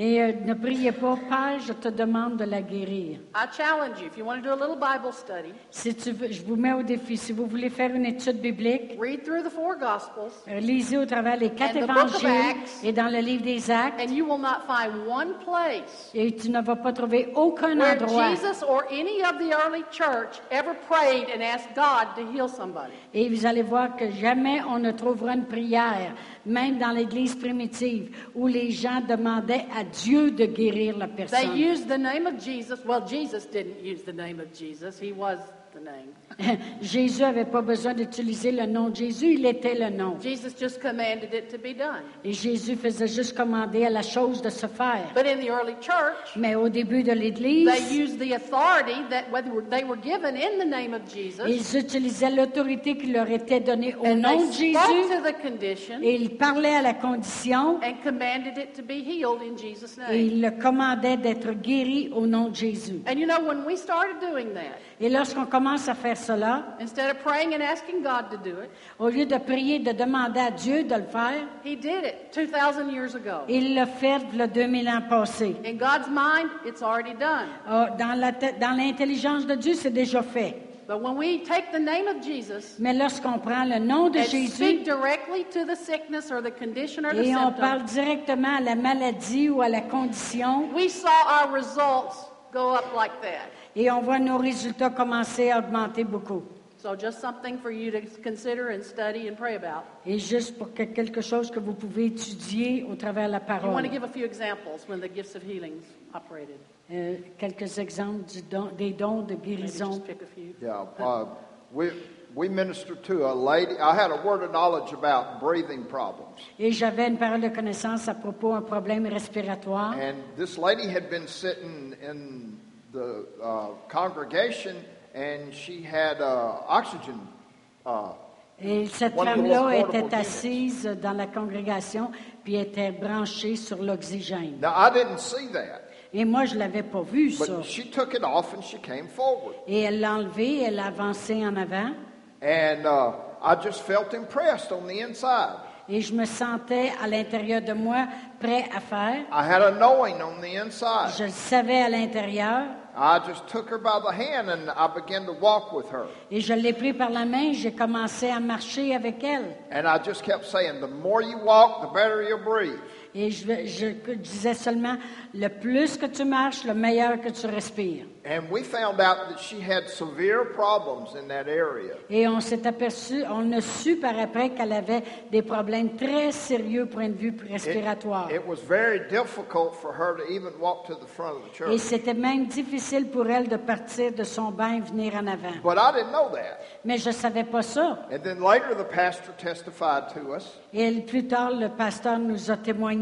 [SPEAKER 1] Et euh, ne priez pas, Père, je te demande de la guérir.
[SPEAKER 2] I challenge you, if you want to do a little Bible study,
[SPEAKER 1] Si tu veux, je vous mets au défi. Si vous voulez faire une étude biblique,
[SPEAKER 2] read through the four Gospels,
[SPEAKER 1] euh, lisez au travers les quatre
[SPEAKER 2] And the book of
[SPEAKER 1] évangiles
[SPEAKER 2] Acts.
[SPEAKER 1] et dans le livre des Actes.
[SPEAKER 2] and you will not find one place
[SPEAKER 1] Et tu ne vas pas trouver aucun
[SPEAKER 2] where
[SPEAKER 1] endroit.
[SPEAKER 2] Jesus or any of the early church ever prayed and asked God to heal somebody.
[SPEAKER 1] Et vous allez voir que jamais on ne trouvera une prière, même dans l'Église primitive, où les gens demandaient à Dieu de guérir la
[SPEAKER 2] They
[SPEAKER 1] personne.
[SPEAKER 2] used the name of Jesus. Well, Jesus didn't use the name of Jesus, he was the name.
[SPEAKER 1] Jésus n'avait pas besoin d'utiliser le nom de Jésus, il était le nom.
[SPEAKER 2] Jesus just commanded it to be done.
[SPEAKER 1] Et Jésus faisait juste commander à la chose de se faire.
[SPEAKER 2] But in the early church,
[SPEAKER 1] Mais au début de
[SPEAKER 2] they
[SPEAKER 1] l'Église,
[SPEAKER 2] used the authority that whether they were given in the name of Jesus.
[SPEAKER 1] ils utilisaient l'autorité qui leur était donnée au
[SPEAKER 2] And
[SPEAKER 1] nom de
[SPEAKER 2] they spoke
[SPEAKER 1] Jésus
[SPEAKER 2] to the condition
[SPEAKER 1] et ils parlaient à la condition
[SPEAKER 2] and commanded it to be healed in Jesus'
[SPEAKER 1] et
[SPEAKER 2] name.
[SPEAKER 1] ils le commandaient d'être guéri au nom de Jésus.
[SPEAKER 2] And you know, when we started doing that,
[SPEAKER 1] Et lorsqu'on commence à faire cela,
[SPEAKER 2] instead of praying and asking God to do it,
[SPEAKER 1] Au lieu de prier, de demander à Dieu de le faire,
[SPEAKER 2] He did it 2,000 years ago.
[SPEAKER 1] il l'a fait le 2000 ans passé.
[SPEAKER 2] In God's mind, it's already done.
[SPEAKER 1] Ah, Dans la tête- dans l'intelligence de Dieu, c'est déjà fait.
[SPEAKER 2] But when we take the name of Jesus
[SPEAKER 1] Mais lorsqu'on prend le nom de
[SPEAKER 2] and speak
[SPEAKER 1] Jésus
[SPEAKER 2] directly to the sickness or the condition or the
[SPEAKER 1] et on parle
[SPEAKER 2] symptom,
[SPEAKER 1] directement à la maladie ou à la condition
[SPEAKER 2] we saw our results go up like that.
[SPEAKER 1] et on voit nos résultats commencer à augmenter beaucoup.
[SPEAKER 2] So just something for you to consider and study and pray about.
[SPEAKER 1] Et juste pour que quelque chose que vous pouvez étudier au travers de la
[SPEAKER 2] You want to
[SPEAKER 1] parole.
[SPEAKER 2] give a few examples when the gifts of healings operated.
[SPEAKER 1] Euh, quelques exemples du don- des dons de
[SPEAKER 2] Maybe
[SPEAKER 1] guérison.
[SPEAKER 2] just pick a few.
[SPEAKER 3] Yeah, uh, we, we minister to a lady. I had a word of knowledge about breathing problems.
[SPEAKER 1] Et j'avais une parole de connaissance à propos d'un problème respiratoire.
[SPEAKER 3] And this lady had been sitting in the uh, congregation and she had uh, oxygen. Uh,
[SPEAKER 1] Et cette
[SPEAKER 3] One of the
[SPEAKER 1] femme-là
[SPEAKER 3] most portable
[SPEAKER 1] était
[SPEAKER 3] units.
[SPEAKER 1] assise dans la congrégation puis était branchée sur l'oxygène.
[SPEAKER 3] now, I didn't see that,
[SPEAKER 1] Et moi, je l'avais pas vu, ça.
[SPEAKER 3] but she took it off and she came forward.
[SPEAKER 1] Et elle l'a enlevée, elle a avancé en avant.
[SPEAKER 3] And uh, I just felt impressed on the inside.
[SPEAKER 1] Et je me sentais à l'intérieur de moi prêt à faire.
[SPEAKER 3] I had a knowing on the inside.
[SPEAKER 1] Je le savais à l'intérieur.
[SPEAKER 3] I just took her by the hand and I began to walk with her.
[SPEAKER 1] Et je l'ai pris par la main, j'ai commencé à marcher avec elle.
[SPEAKER 3] And I just kept saying, the more you walk, the better you'll breathe.
[SPEAKER 1] Et je, je disais seulement, le plus que tu marches, le meilleur que tu respires.
[SPEAKER 3] And we found out that she had severe problems in that area.
[SPEAKER 1] Et on s'est aperçu, on a su par après qu'elle avait des problèmes très sérieux point de vue
[SPEAKER 3] It,
[SPEAKER 1] respiratoire.
[SPEAKER 3] it was very difficult for her to even walk to the front of the
[SPEAKER 1] Et
[SPEAKER 3] church.
[SPEAKER 1] c'était même difficile pour elle de partir de son bain et venir en avant.
[SPEAKER 3] But I didn't know that.
[SPEAKER 1] Mais je ne savais pas ça.
[SPEAKER 3] And then later, the pastor testified to us
[SPEAKER 1] Et elle- plus tard, le pasteur nous a témoigné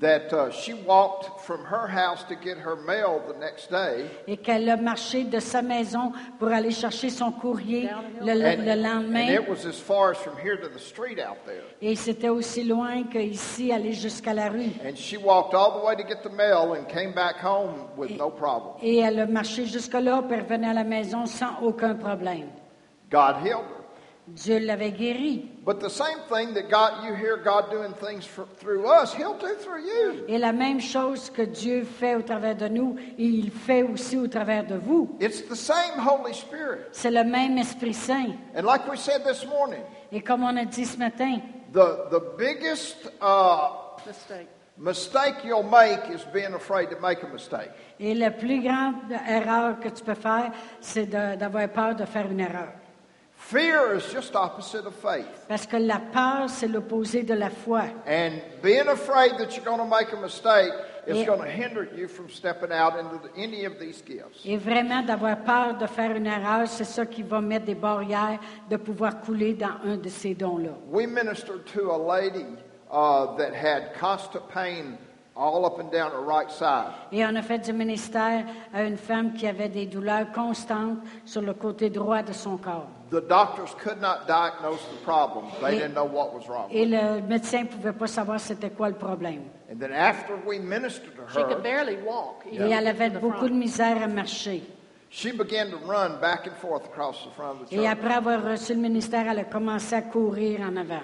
[SPEAKER 3] that uh, she walked from her house to get her mail the next day.
[SPEAKER 1] et qu'elle a marché de sa maison pour aller chercher son courrier le,
[SPEAKER 3] And,
[SPEAKER 1] le
[SPEAKER 3] and
[SPEAKER 1] lendemain.
[SPEAKER 3] it was as far as from here to the street out there.
[SPEAKER 1] Et c'était aussi loin qu'ici, aller jusqu'à la rue.
[SPEAKER 3] And she walked all the way to get the mail and came back home with no problem.
[SPEAKER 1] Et elle a marché jusque-là, puis revenait à la maison sans aucun problème.
[SPEAKER 3] God healed her.
[SPEAKER 1] Dieu l'avait guérie.
[SPEAKER 3] But the same thing that God, you hear God doing things for, through us, He'll do through you.
[SPEAKER 1] Et la même chose que Dieu fait au travers de nous, il fait aussi au travers de vous.
[SPEAKER 3] It's the same Holy Spirit.
[SPEAKER 1] C'est le même Esprit Saint.
[SPEAKER 3] And like we said this morning,
[SPEAKER 1] Et comme on a dit ce matin,
[SPEAKER 3] the, the biggest uh,
[SPEAKER 2] Mistake.
[SPEAKER 3] mistake you'll make is being afraid to make a mistake.
[SPEAKER 1] et la plus grande erreur que tu peux faire, c'est de- d'avoir peur de faire une erreur.
[SPEAKER 3] Fear is just opposite of faith.
[SPEAKER 1] Parce que la peur, c'est l'opposé de la foi.
[SPEAKER 3] And being afraid that you're going to make a mistake is
[SPEAKER 1] Yeah.
[SPEAKER 3] going to hinder you from stepping out into the, any of these gifts.
[SPEAKER 1] Et vraiment, d'avoir peur de faire une erreur, c'est ça qui va mettre des barrières de pouvoir couler dans un de ces dons-là.
[SPEAKER 3] We ministered to a lady uh, that had constant pain all up and down her right side.
[SPEAKER 1] Et on a fait du ministère à une femme qui avait des douleurs constantes sur le côté droit de son corps.
[SPEAKER 3] The doctors could not diagnose the problem. They didn't know what was wrong.
[SPEAKER 1] Et le médecin ne pouvait pas savoir c'était quoi le problème.
[SPEAKER 3] And then after we ministered to
[SPEAKER 2] She could
[SPEAKER 3] her,
[SPEAKER 2] barely walk.
[SPEAKER 1] Et
[SPEAKER 2] even
[SPEAKER 1] elle
[SPEAKER 2] to
[SPEAKER 1] avait
[SPEAKER 2] the
[SPEAKER 1] beaucoup de
[SPEAKER 2] front.
[SPEAKER 1] misère à marcher.
[SPEAKER 3] she began to run back and forth across the front of the
[SPEAKER 1] Et
[SPEAKER 3] church.
[SPEAKER 1] après avoir reçu le ministère, elle a commencé à courir en avant.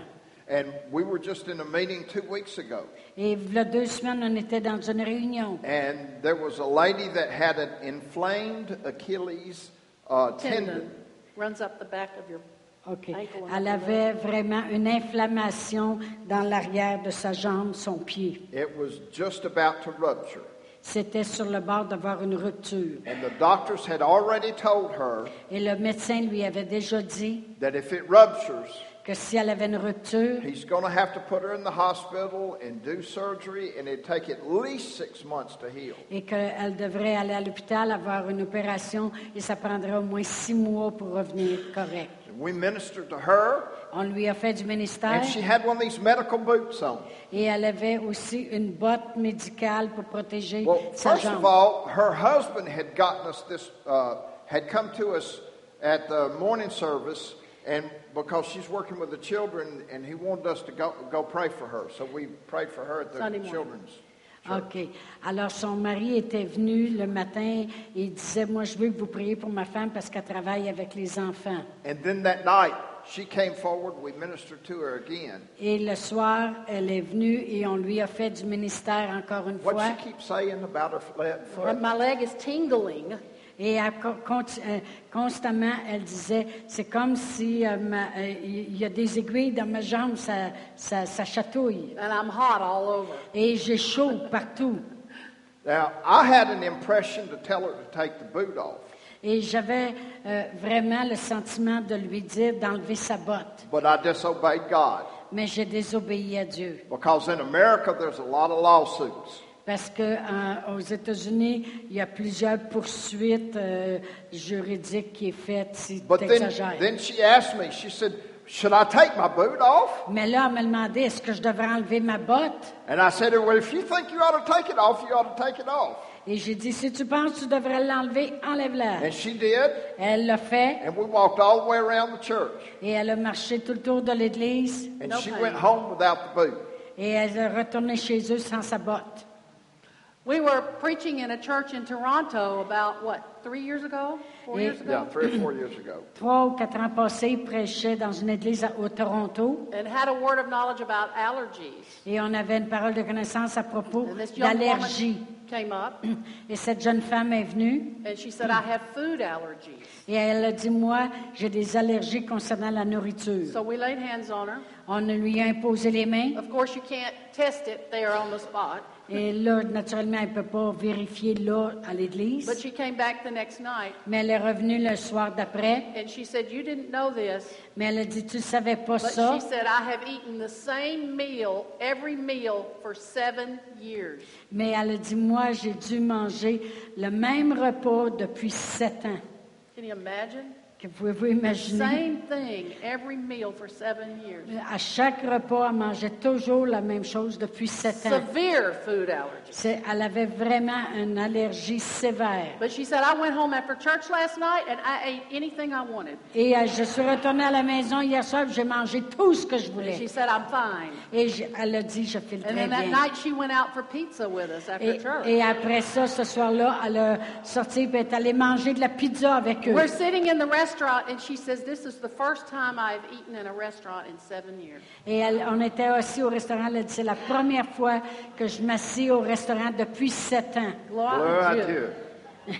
[SPEAKER 3] And we were just in a meeting two weeks ago,
[SPEAKER 1] Et il deux semaines, on était dans une réunion.
[SPEAKER 3] and there was a lady that had an inflamed Achilles uh, tendon.
[SPEAKER 2] Tendon runs up the back of your
[SPEAKER 1] OK.
[SPEAKER 2] ankle. and
[SPEAKER 1] Elle
[SPEAKER 2] up your
[SPEAKER 1] avait
[SPEAKER 2] leg.
[SPEAKER 1] vraiment une inflammation dans l'arrière de sa jambe, son pied.
[SPEAKER 3] It was just about to rupture.
[SPEAKER 1] C'était sur le bord d'avoir une rupture.
[SPEAKER 3] And the doctors had already told her
[SPEAKER 1] Et le médecin lui avait déjà dit
[SPEAKER 3] that if it ruptures,
[SPEAKER 1] que si elle avait une rupture,
[SPEAKER 3] he's going to have to put her in the hospital and do surgery, and it'd take at least six months to heal.
[SPEAKER 1] et qu'elle devrait aller à l'hôpital, avoir une opération, et ça prendrait au moins six mois pour revenir correct.
[SPEAKER 3] And we ministered to her,
[SPEAKER 1] On lui a fait du ministère
[SPEAKER 3] and she had one of these medical boots on.
[SPEAKER 1] et elle avait aussi une botte médicale pour protéger
[SPEAKER 3] Well,
[SPEAKER 1] sa
[SPEAKER 3] first of
[SPEAKER 1] jambe.
[SPEAKER 3] all, her husband had gotten us this, uh, had come to us at the morning service, and because she's working with the children, and he wanted us to go, go pray for her. So we prayed for her at the
[SPEAKER 2] Sunday morning.
[SPEAKER 3] children's.
[SPEAKER 1] OK. Alors, son mari était venu le matin et il disait, moi, je veux que vous priez pour ma femme parce qu'elle travaille avec les enfants.
[SPEAKER 3] And then that night, she came forward, we ministered to her again.
[SPEAKER 1] Et le soir, elle est venue et on lui a fait du ministère encore une
[SPEAKER 3] What'd
[SPEAKER 1] fois.
[SPEAKER 3] she keep saying about her flat foot?
[SPEAKER 2] My leg is tingling.
[SPEAKER 1] Et elle co- conti- euh, constamment, elle disait, c'est comme si euh, ma- euh, il y a des aiguilles dans ma jambe, ça, ça, ça chatouille.
[SPEAKER 2] and I'm hot all over.
[SPEAKER 1] Et j'ai chaud partout.
[SPEAKER 3] Now, I had an impression to tell her to take the boot off,
[SPEAKER 1] Et j'avais euh, vraiment le sentiment de lui dire d'enlever sa botte.
[SPEAKER 3] but I disobeyed God
[SPEAKER 1] Mais j'ai désobéi à Dieu.
[SPEAKER 3] because in America there's a lot of lawsuits.
[SPEAKER 1] Parce que euh, aux États-Unis, il y a plusieurs poursuites euh, juridiques qui sont faites si tu
[SPEAKER 3] But then, then she asked me, she said, Should I take my boot off?
[SPEAKER 1] Mais là, on me demandait est-ce que je devrais enlever ma botte
[SPEAKER 3] And I said, Well, if you think you ought to take it off, you ought to take it off.
[SPEAKER 1] Et j'ai dit si tu penses que tu devrais l'enlever, enlève-la.
[SPEAKER 2] Ben,
[SPEAKER 3] And she did,
[SPEAKER 1] Elle l'a fait
[SPEAKER 3] and we walked all the way around the church.
[SPEAKER 1] et elle a marché tout le tour de l'église
[SPEAKER 3] And
[SPEAKER 2] No
[SPEAKER 3] she
[SPEAKER 2] pain.
[SPEAKER 3] went home without the boot.
[SPEAKER 1] et elle est retournée chez eux sans sa botte.
[SPEAKER 2] We were preaching in a church in Toronto about, what, three years ago? Four years
[SPEAKER 3] Yeah,
[SPEAKER 2] ago?
[SPEAKER 3] three or four years ago.
[SPEAKER 1] Trois ou quatre ans passés, il prêchait dans une église à, au Toronto
[SPEAKER 2] And had a word of knowledge about allergies.
[SPEAKER 1] et on avait une parole de connaissance à propos
[SPEAKER 2] And this young
[SPEAKER 1] d'allergie.
[SPEAKER 2] woman came up
[SPEAKER 1] Et cette jeune femme est venue
[SPEAKER 2] and she said, I have food allergies.
[SPEAKER 1] et elle a dit, moi, j'ai des allergies concernant la nourriture.
[SPEAKER 2] So we laid hands on her.
[SPEAKER 1] On lui a imposé les mains
[SPEAKER 2] Of course, you can't test it there on the spot.
[SPEAKER 1] et là, naturellement, elle ne peut pas vérifier là à
[SPEAKER 2] But
[SPEAKER 1] l'église.
[SPEAKER 2] she came back the next night
[SPEAKER 1] Mais elle est revenue le soir d'après,
[SPEAKER 2] and she said, You didn't know this,
[SPEAKER 1] mais elle a dit, tu ne savais pas
[SPEAKER 2] but
[SPEAKER 1] ça.
[SPEAKER 2] she said, I have eaten the same meal, every meal, for seven years.
[SPEAKER 1] Mais elle a dit, moi, j'ai dû manger le même repas depuis sept ans.
[SPEAKER 2] Can you imagine?
[SPEAKER 1] Que pouvez-vous imaginer?
[SPEAKER 2] Same thing, every meal for seven years.
[SPEAKER 1] À chaque repas, elle mangeait toujours la même chose depuis sept ans.
[SPEAKER 2] Severe food allergies.
[SPEAKER 1] C'est- elle avait vraiment une allergie sévère.
[SPEAKER 2] But she said, I went home after church last night and I ate anything I wanted.
[SPEAKER 1] Et euh, je suis retournée à la maison hier soir, puis j'ai mangé tout ce que je
[SPEAKER 2] And she
[SPEAKER 1] voulais.
[SPEAKER 2] said, I'm fine.
[SPEAKER 1] Et je- elle a dit, je file
[SPEAKER 2] And
[SPEAKER 1] très
[SPEAKER 2] then that
[SPEAKER 1] bien.
[SPEAKER 2] night she went out for pizza with us after
[SPEAKER 1] Et,
[SPEAKER 2] church.
[SPEAKER 1] et après ça, ce soir-là, elle a sorti et est allée manger de la pizza avec eux.
[SPEAKER 2] We're sitting in the restaurant and she says, This is the first time I've eaten in a restaurant in seven years.
[SPEAKER 1] Et elle- on était assis au restaurant, elle a dit, c'est la première fois que je m'assis au restaurant depuis sept ans.
[SPEAKER 3] Blur,
[SPEAKER 2] Glory
[SPEAKER 3] I
[SPEAKER 2] to Dieu.
[SPEAKER 3] do.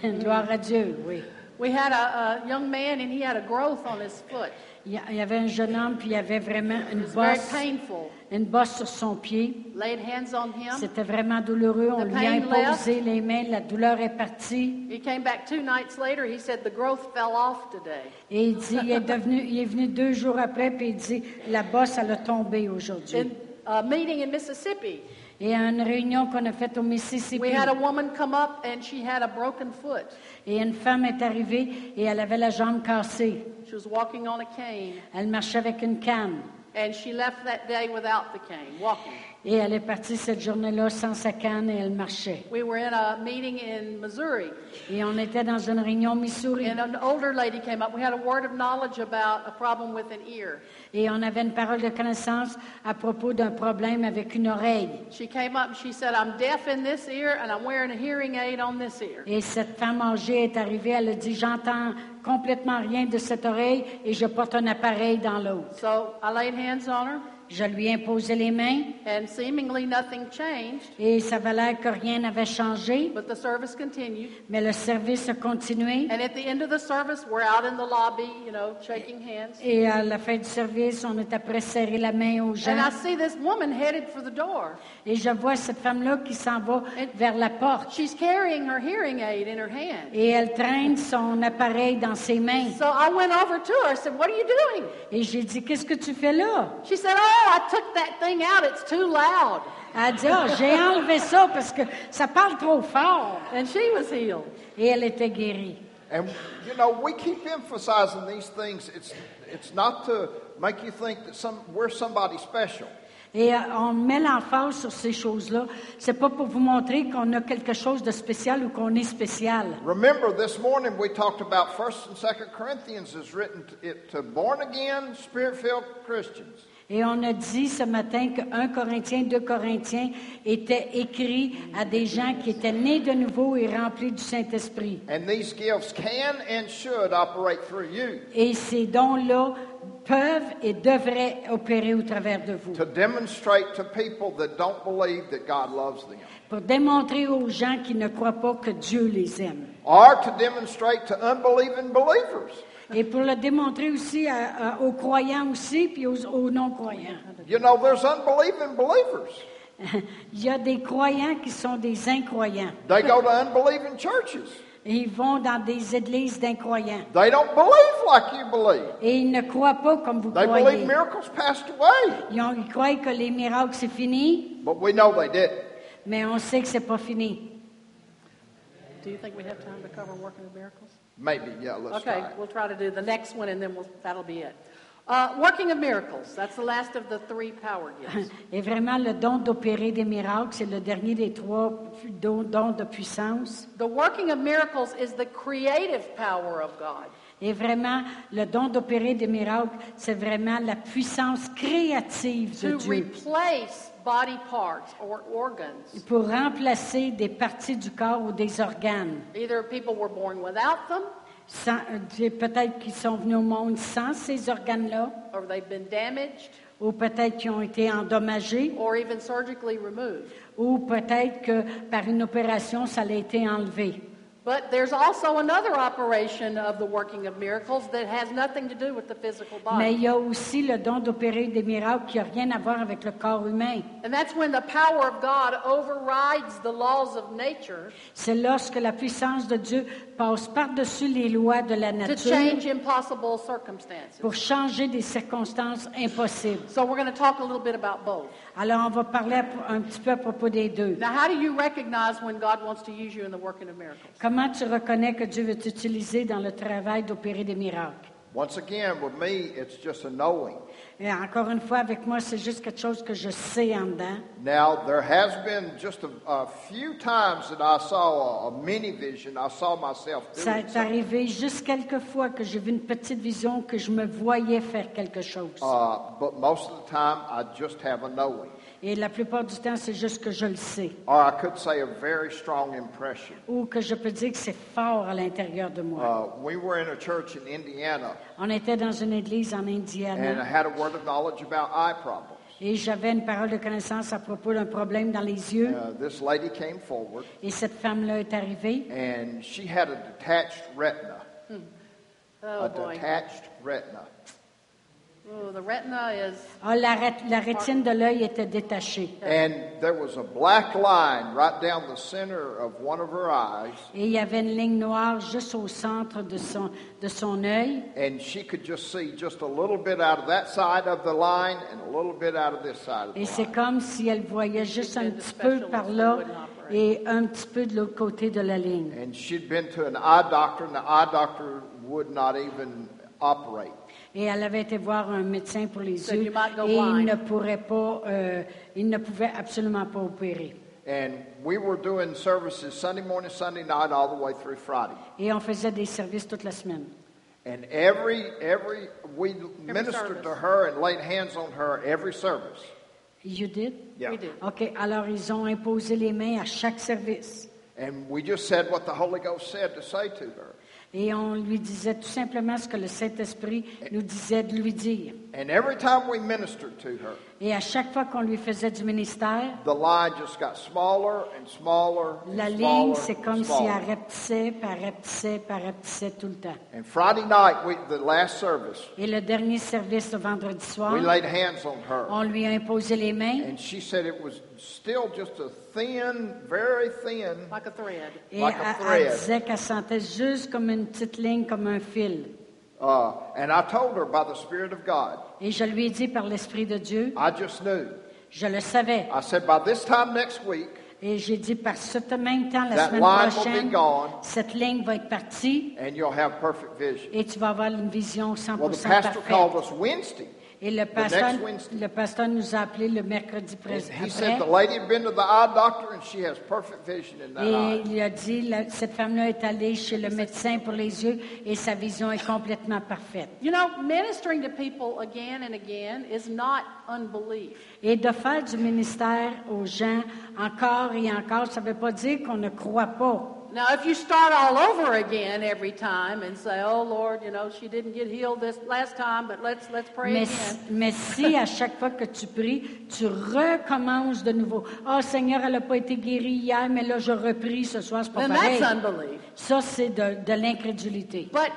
[SPEAKER 1] Gloire à Dieu, oui.
[SPEAKER 2] We had a, a young man and he had a growth on his foot.
[SPEAKER 1] Il y a- il y avait un jeune homme, puis il y avait vraiment
[SPEAKER 2] It
[SPEAKER 1] une
[SPEAKER 2] was very
[SPEAKER 1] bosse,
[SPEAKER 2] painful.
[SPEAKER 1] une bosse sur son pied.
[SPEAKER 2] Laid hands on him.
[SPEAKER 1] C'était vraiment douloureux. On
[SPEAKER 2] The
[SPEAKER 1] lui a
[SPEAKER 2] pain
[SPEAKER 1] imposé les mains, la douleur est partie.
[SPEAKER 2] He came back two nights later. He said, The growth fell off today.
[SPEAKER 1] Et il dit, il est, devenu, il est venu deux jours après, puis il dit, la bosse, elle a tombé aujourd'hui.
[SPEAKER 2] In a meeting in Mississippi,
[SPEAKER 1] Et à une réunion qu'on a faite au Mississippi,
[SPEAKER 2] we had a woman come up and she had a broken foot.
[SPEAKER 1] et une femme est arrivée et elle avait la jambe cassée.
[SPEAKER 2] She was walking on a cane
[SPEAKER 1] Elle marchait avec une canne.
[SPEAKER 2] and she left that day without the cane, walking.
[SPEAKER 1] Et elle est partie cette journée-là sans sa canne et elle marchait.
[SPEAKER 2] We were in a meeting in Missouri
[SPEAKER 1] Et on était dans une réunion au Missouri.
[SPEAKER 2] and an older lady came up. We had a word of knowledge about a problem with an ear.
[SPEAKER 1] Et on avait une parole de connaissance à propos d'un problème avec une oreille.
[SPEAKER 2] She came up and she said, I'm deaf in this ear and I'm wearing a hearing aid on this ear.
[SPEAKER 1] Et cette femme âgée est arrivée, elle a dit, j'entends complètement rien de cette oreille et je porte un appareil dans l'autre.
[SPEAKER 2] So I laid hands on her
[SPEAKER 1] Je lui ai imposé les mains
[SPEAKER 2] and seemingly nothing changed,
[SPEAKER 1] et ça avait l'air que rien n'avait changé,
[SPEAKER 2] but the service continued.
[SPEAKER 1] mais le service a continué.
[SPEAKER 2] And at the end of the service, we're out in the lobby, you know, shaking hands.
[SPEAKER 1] Et à la fin du service, on est après serrer la main aux
[SPEAKER 2] And
[SPEAKER 1] gens.
[SPEAKER 2] I see this woman headed for the door.
[SPEAKER 1] Et je vois cette femme-là qui s'en va vers la porte.
[SPEAKER 2] She's carrying her hearing aid in her hand.
[SPEAKER 1] Et elle traîne son appareil dans ses mains.
[SPEAKER 2] So I went over to her. I said, What are you doing?
[SPEAKER 1] Et j'ai dit, qu'est-ce que tu fais là?
[SPEAKER 2] She said, Oh, I took that thing out. It's too loud.
[SPEAKER 1] Elle a dit, Ah, j'ai enlevé ça parce que ça parle trop fort.
[SPEAKER 2] And she was healed.
[SPEAKER 1] Et elle était guérie.
[SPEAKER 3] And you know, we keep emphasizing these things. It's it's not to make you think that some we're somebody special.
[SPEAKER 1] Et euh, on met l'emphase sur ces choses-là. C'est pas pour vous montrer qu'on a quelque chose de spécial ou qu'on est spécial.
[SPEAKER 3] Remember, this morning we talked about First and Second Corinthians is written to, it, to born again, spirit filled Christians.
[SPEAKER 1] Et on a dit ce matin que 1 Corinthiens, 2 Corinthiens était écrit à des gens qui étaient nés de nouveau et remplis du Saint-Esprit.
[SPEAKER 3] And these gifts can and should operate through you.
[SPEAKER 1] Et ces dons-là peuvent et devraient opérer au travers de vous
[SPEAKER 3] to demonstrate to people that don't believe that God loves them,
[SPEAKER 1] pour démontrer aux gens qui ne croient pas que Dieu les aime
[SPEAKER 3] or to demonstrate to unbelieving believers.
[SPEAKER 1] et pour le démontrer aussi à- à- aux croyants aussi puis aux, aux non-croyants.
[SPEAKER 3] You know, there's unbelieving believers.
[SPEAKER 1] Il y a des croyants qui sont des incroyants.
[SPEAKER 3] They go to unbelieving churches.
[SPEAKER 1] Et ils vont dans des églises d'incroyants.
[SPEAKER 3] They don't believe like you believe.
[SPEAKER 1] Et ils ne croient pas comme vous
[SPEAKER 3] They
[SPEAKER 1] croyez.
[SPEAKER 3] believe miracles passed away,
[SPEAKER 1] Ils, ont- ils croient que les miracles, c'est fini,
[SPEAKER 3] but we know they didn't.
[SPEAKER 1] mais on sait que c'est pas fini.
[SPEAKER 2] Do you think we have time to cover working of miracles?
[SPEAKER 3] Maybe, yeah, let's
[SPEAKER 2] Okay,
[SPEAKER 3] try it.
[SPEAKER 2] we'll try to do the next one, and then we'll, that'll be it. Uh, working of miracles, that's the last of the three power gifts.
[SPEAKER 1] Et vraiment, le don d'opérer des miracles, c'est le dernier des trois pu- dons, dons de puissance.
[SPEAKER 2] The working of miracles is the creative power of God.
[SPEAKER 1] Et vraiment, le don d'opérer des miracles, c'est vraiment la puissance créative de
[SPEAKER 2] to
[SPEAKER 1] Dieu
[SPEAKER 2] replace body parts or organs.
[SPEAKER 1] pour remplacer des parties du corps ou des organes.
[SPEAKER 2] Either people were born without them,
[SPEAKER 1] Sans- euh, Peut-être qu'ils sont venus au monde sans ces organes-là.
[SPEAKER 2] or they've been damaged,
[SPEAKER 1] ou peut-être qui ont été endommagés,
[SPEAKER 2] or even surgically removed.
[SPEAKER 1] ou peut-être que par une opération, ça a été enlevé.
[SPEAKER 2] But there's also another operation of the working of miracles that has nothing to do with the physical
[SPEAKER 1] Mais il
[SPEAKER 2] body.
[SPEAKER 1] y a aussi le don d'opérer des miracles qui n'a rien à voir avec le corps humain.
[SPEAKER 2] And that's when the power of God overrides the laws of nature
[SPEAKER 1] C'est lorsque la puissance de Dieu passe par-dessus les lois de la
[SPEAKER 2] to
[SPEAKER 1] nature
[SPEAKER 2] change impossible circumstances.
[SPEAKER 1] pour changer des circonstances impossibles.
[SPEAKER 2] So we're going to talk a little bit about both.
[SPEAKER 1] Alors, on va parler à- un petit peu à propos des deux.
[SPEAKER 2] Now, how do you recognize when God wants to use you in the working of miracles?
[SPEAKER 1] Comment tu reconnais que Dieu veut t'utiliser dans le travail d'opérer des miracles?
[SPEAKER 3] Once again, with me, it's just a knowing.
[SPEAKER 1] Et encore une fois, avec moi, c'est juste quelque chose que je sais en dedans.
[SPEAKER 3] Now, there has been just a, a few times that I saw a, a mini vision. I saw myself doing
[SPEAKER 1] Ça est
[SPEAKER 3] something.
[SPEAKER 1] arrivé juste quelques fois que j'ai vu une petite vision que je me voyais faire quelque chose.
[SPEAKER 3] Uh, but most of the time, I just have a knowing.
[SPEAKER 1] Et la plupart du temps, c'est juste que je le sais.
[SPEAKER 3] Or I could say a very strong impression.
[SPEAKER 1] Ou que je peux dire que c'est fort à l'intérieur de moi.
[SPEAKER 3] Uh, we were in a church in Indiana,
[SPEAKER 1] On était dans une église en
[SPEAKER 3] and I
[SPEAKER 1] Indiana.
[SPEAKER 3] had a word of knowledge about eye problems.
[SPEAKER 1] Et j'avais une parole de connaissance à propos d'un problème dans les yeux.
[SPEAKER 3] Uh, this lady came forward,
[SPEAKER 1] Et cette femme-là est arrivée.
[SPEAKER 3] and she had a detached retina.
[SPEAKER 2] Oh,
[SPEAKER 3] a
[SPEAKER 2] boy.
[SPEAKER 3] detached retina.
[SPEAKER 2] Oh, the retina is
[SPEAKER 1] Ah, la, rét- la rétine de l'œil était détachée.
[SPEAKER 3] And there was a black line right down the center of one of her eyes,
[SPEAKER 1] Et il y avait une ligne noire juste au centre de son, de son œil.
[SPEAKER 3] and she could just see just a little bit out of that side of the line and a little bit out of this side of the
[SPEAKER 1] Et c'est
[SPEAKER 3] line.
[SPEAKER 1] comme si elle voyait juste un petit peu par là et un petit peu de l'autre côté de la ligne.
[SPEAKER 3] And she'd been to an eye doctor, and the eye doctor would not even operate.
[SPEAKER 1] Et elle avait été voir un médecin pour les
[SPEAKER 2] So
[SPEAKER 1] yeux
[SPEAKER 2] you might go
[SPEAKER 1] et il
[SPEAKER 2] blind.
[SPEAKER 1] ne pourrait pas, euh, il ne pouvait absolument pas opérer.
[SPEAKER 3] And we were doing services Sunday morning, Sunday night, all the way through Friday.
[SPEAKER 1] Et on faisait des services toute la semaine.
[SPEAKER 3] And every every we ministered to
[SPEAKER 2] service.
[SPEAKER 3] her and laid hands on her every service.
[SPEAKER 1] You did?
[SPEAKER 3] Yeah.
[SPEAKER 2] We did.
[SPEAKER 1] OK. Alors, ils ont imposé les mains à chaque service.
[SPEAKER 3] And we just said what the Holy Ghost said to say to her.
[SPEAKER 1] Et on lui disait tout simplement ce que le Saint-Esprit nous disait de lui dire.
[SPEAKER 3] And every time we ministered to her,
[SPEAKER 1] Et à chaque fois qu'on lui faisait du ministère,
[SPEAKER 3] the line just got smaller and smaller. And
[SPEAKER 1] La
[SPEAKER 3] smaller
[SPEAKER 1] ligne, c'est
[SPEAKER 3] and
[SPEAKER 1] comme si
[SPEAKER 3] smaller.
[SPEAKER 1] elle rapetissait, puis elle rapetissait, puis elle rapetissait tout le temps.
[SPEAKER 3] And Friday night, we, the last service,
[SPEAKER 1] Et le dernier service, le vendredi soir,
[SPEAKER 3] we laid hands on her.
[SPEAKER 1] on lui a imposé les mains
[SPEAKER 3] And she said it was still just a thin, very thin.
[SPEAKER 2] like a thread.
[SPEAKER 1] et
[SPEAKER 3] Like a
[SPEAKER 1] elle, elle
[SPEAKER 3] thread.
[SPEAKER 1] disait qu'elle sentait juste comme une petite ligne, comme un fil.
[SPEAKER 3] Uh, and I told her by the Spirit of God,
[SPEAKER 1] Et je lui ai dit par l'Esprit de Dieu,
[SPEAKER 3] I just knew.
[SPEAKER 1] je le savais.
[SPEAKER 3] I said, by this time next week,
[SPEAKER 1] Et j'ai dit par ce même temps, la
[SPEAKER 3] That
[SPEAKER 1] semaine
[SPEAKER 3] line will be
[SPEAKER 1] prochaine,
[SPEAKER 3] gone.
[SPEAKER 1] cette ligne va être partie
[SPEAKER 3] and you'll have perfect vision.
[SPEAKER 1] et tu vas avoir une vision 100%
[SPEAKER 3] Well, the pastor called
[SPEAKER 1] parfaite.
[SPEAKER 3] us Wednesday.
[SPEAKER 1] Et le pasteur,
[SPEAKER 3] Wednesday.
[SPEAKER 1] le pasteur nous a appelé le mercredi
[SPEAKER 3] And
[SPEAKER 1] présent.
[SPEAKER 3] he said the lady had been to the eye doctor and she has perfect vision in that
[SPEAKER 1] Et
[SPEAKER 3] eye.
[SPEAKER 1] il a dit, la- cette femme-là est allée chez le médecin pour les yeux et sa vision est complètement parfaite.
[SPEAKER 2] You know, ministering to people again and again is not unbelief.
[SPEAKER 1] Et de faire du ministère aux gens encore et encore, ça ne veut pas dire qu'on ne croit pas.
[SPEAKER 2] Now, if you start all over again every time and say, "Oh Lord, you know, she didn't get healed this last time, but let's let's pray
[SPEAKER 1] Mais,
[SPEAKER 2] again."
[SPEAKER 1] mais si à chaque fois que tu pries, tu recommences de nouveau. Ah, Seigneur, elle n'a pas été guérie hier, mais là, je repris ce soir, c'est pas
[SPEAKER 2] Then
[SPEAKER 1] pareil.
[SPEAKER 2] that's unbelief.
[SPEAKER 1] Ça, c'est de, de l'incrédulité.
[SPEAKER 2] But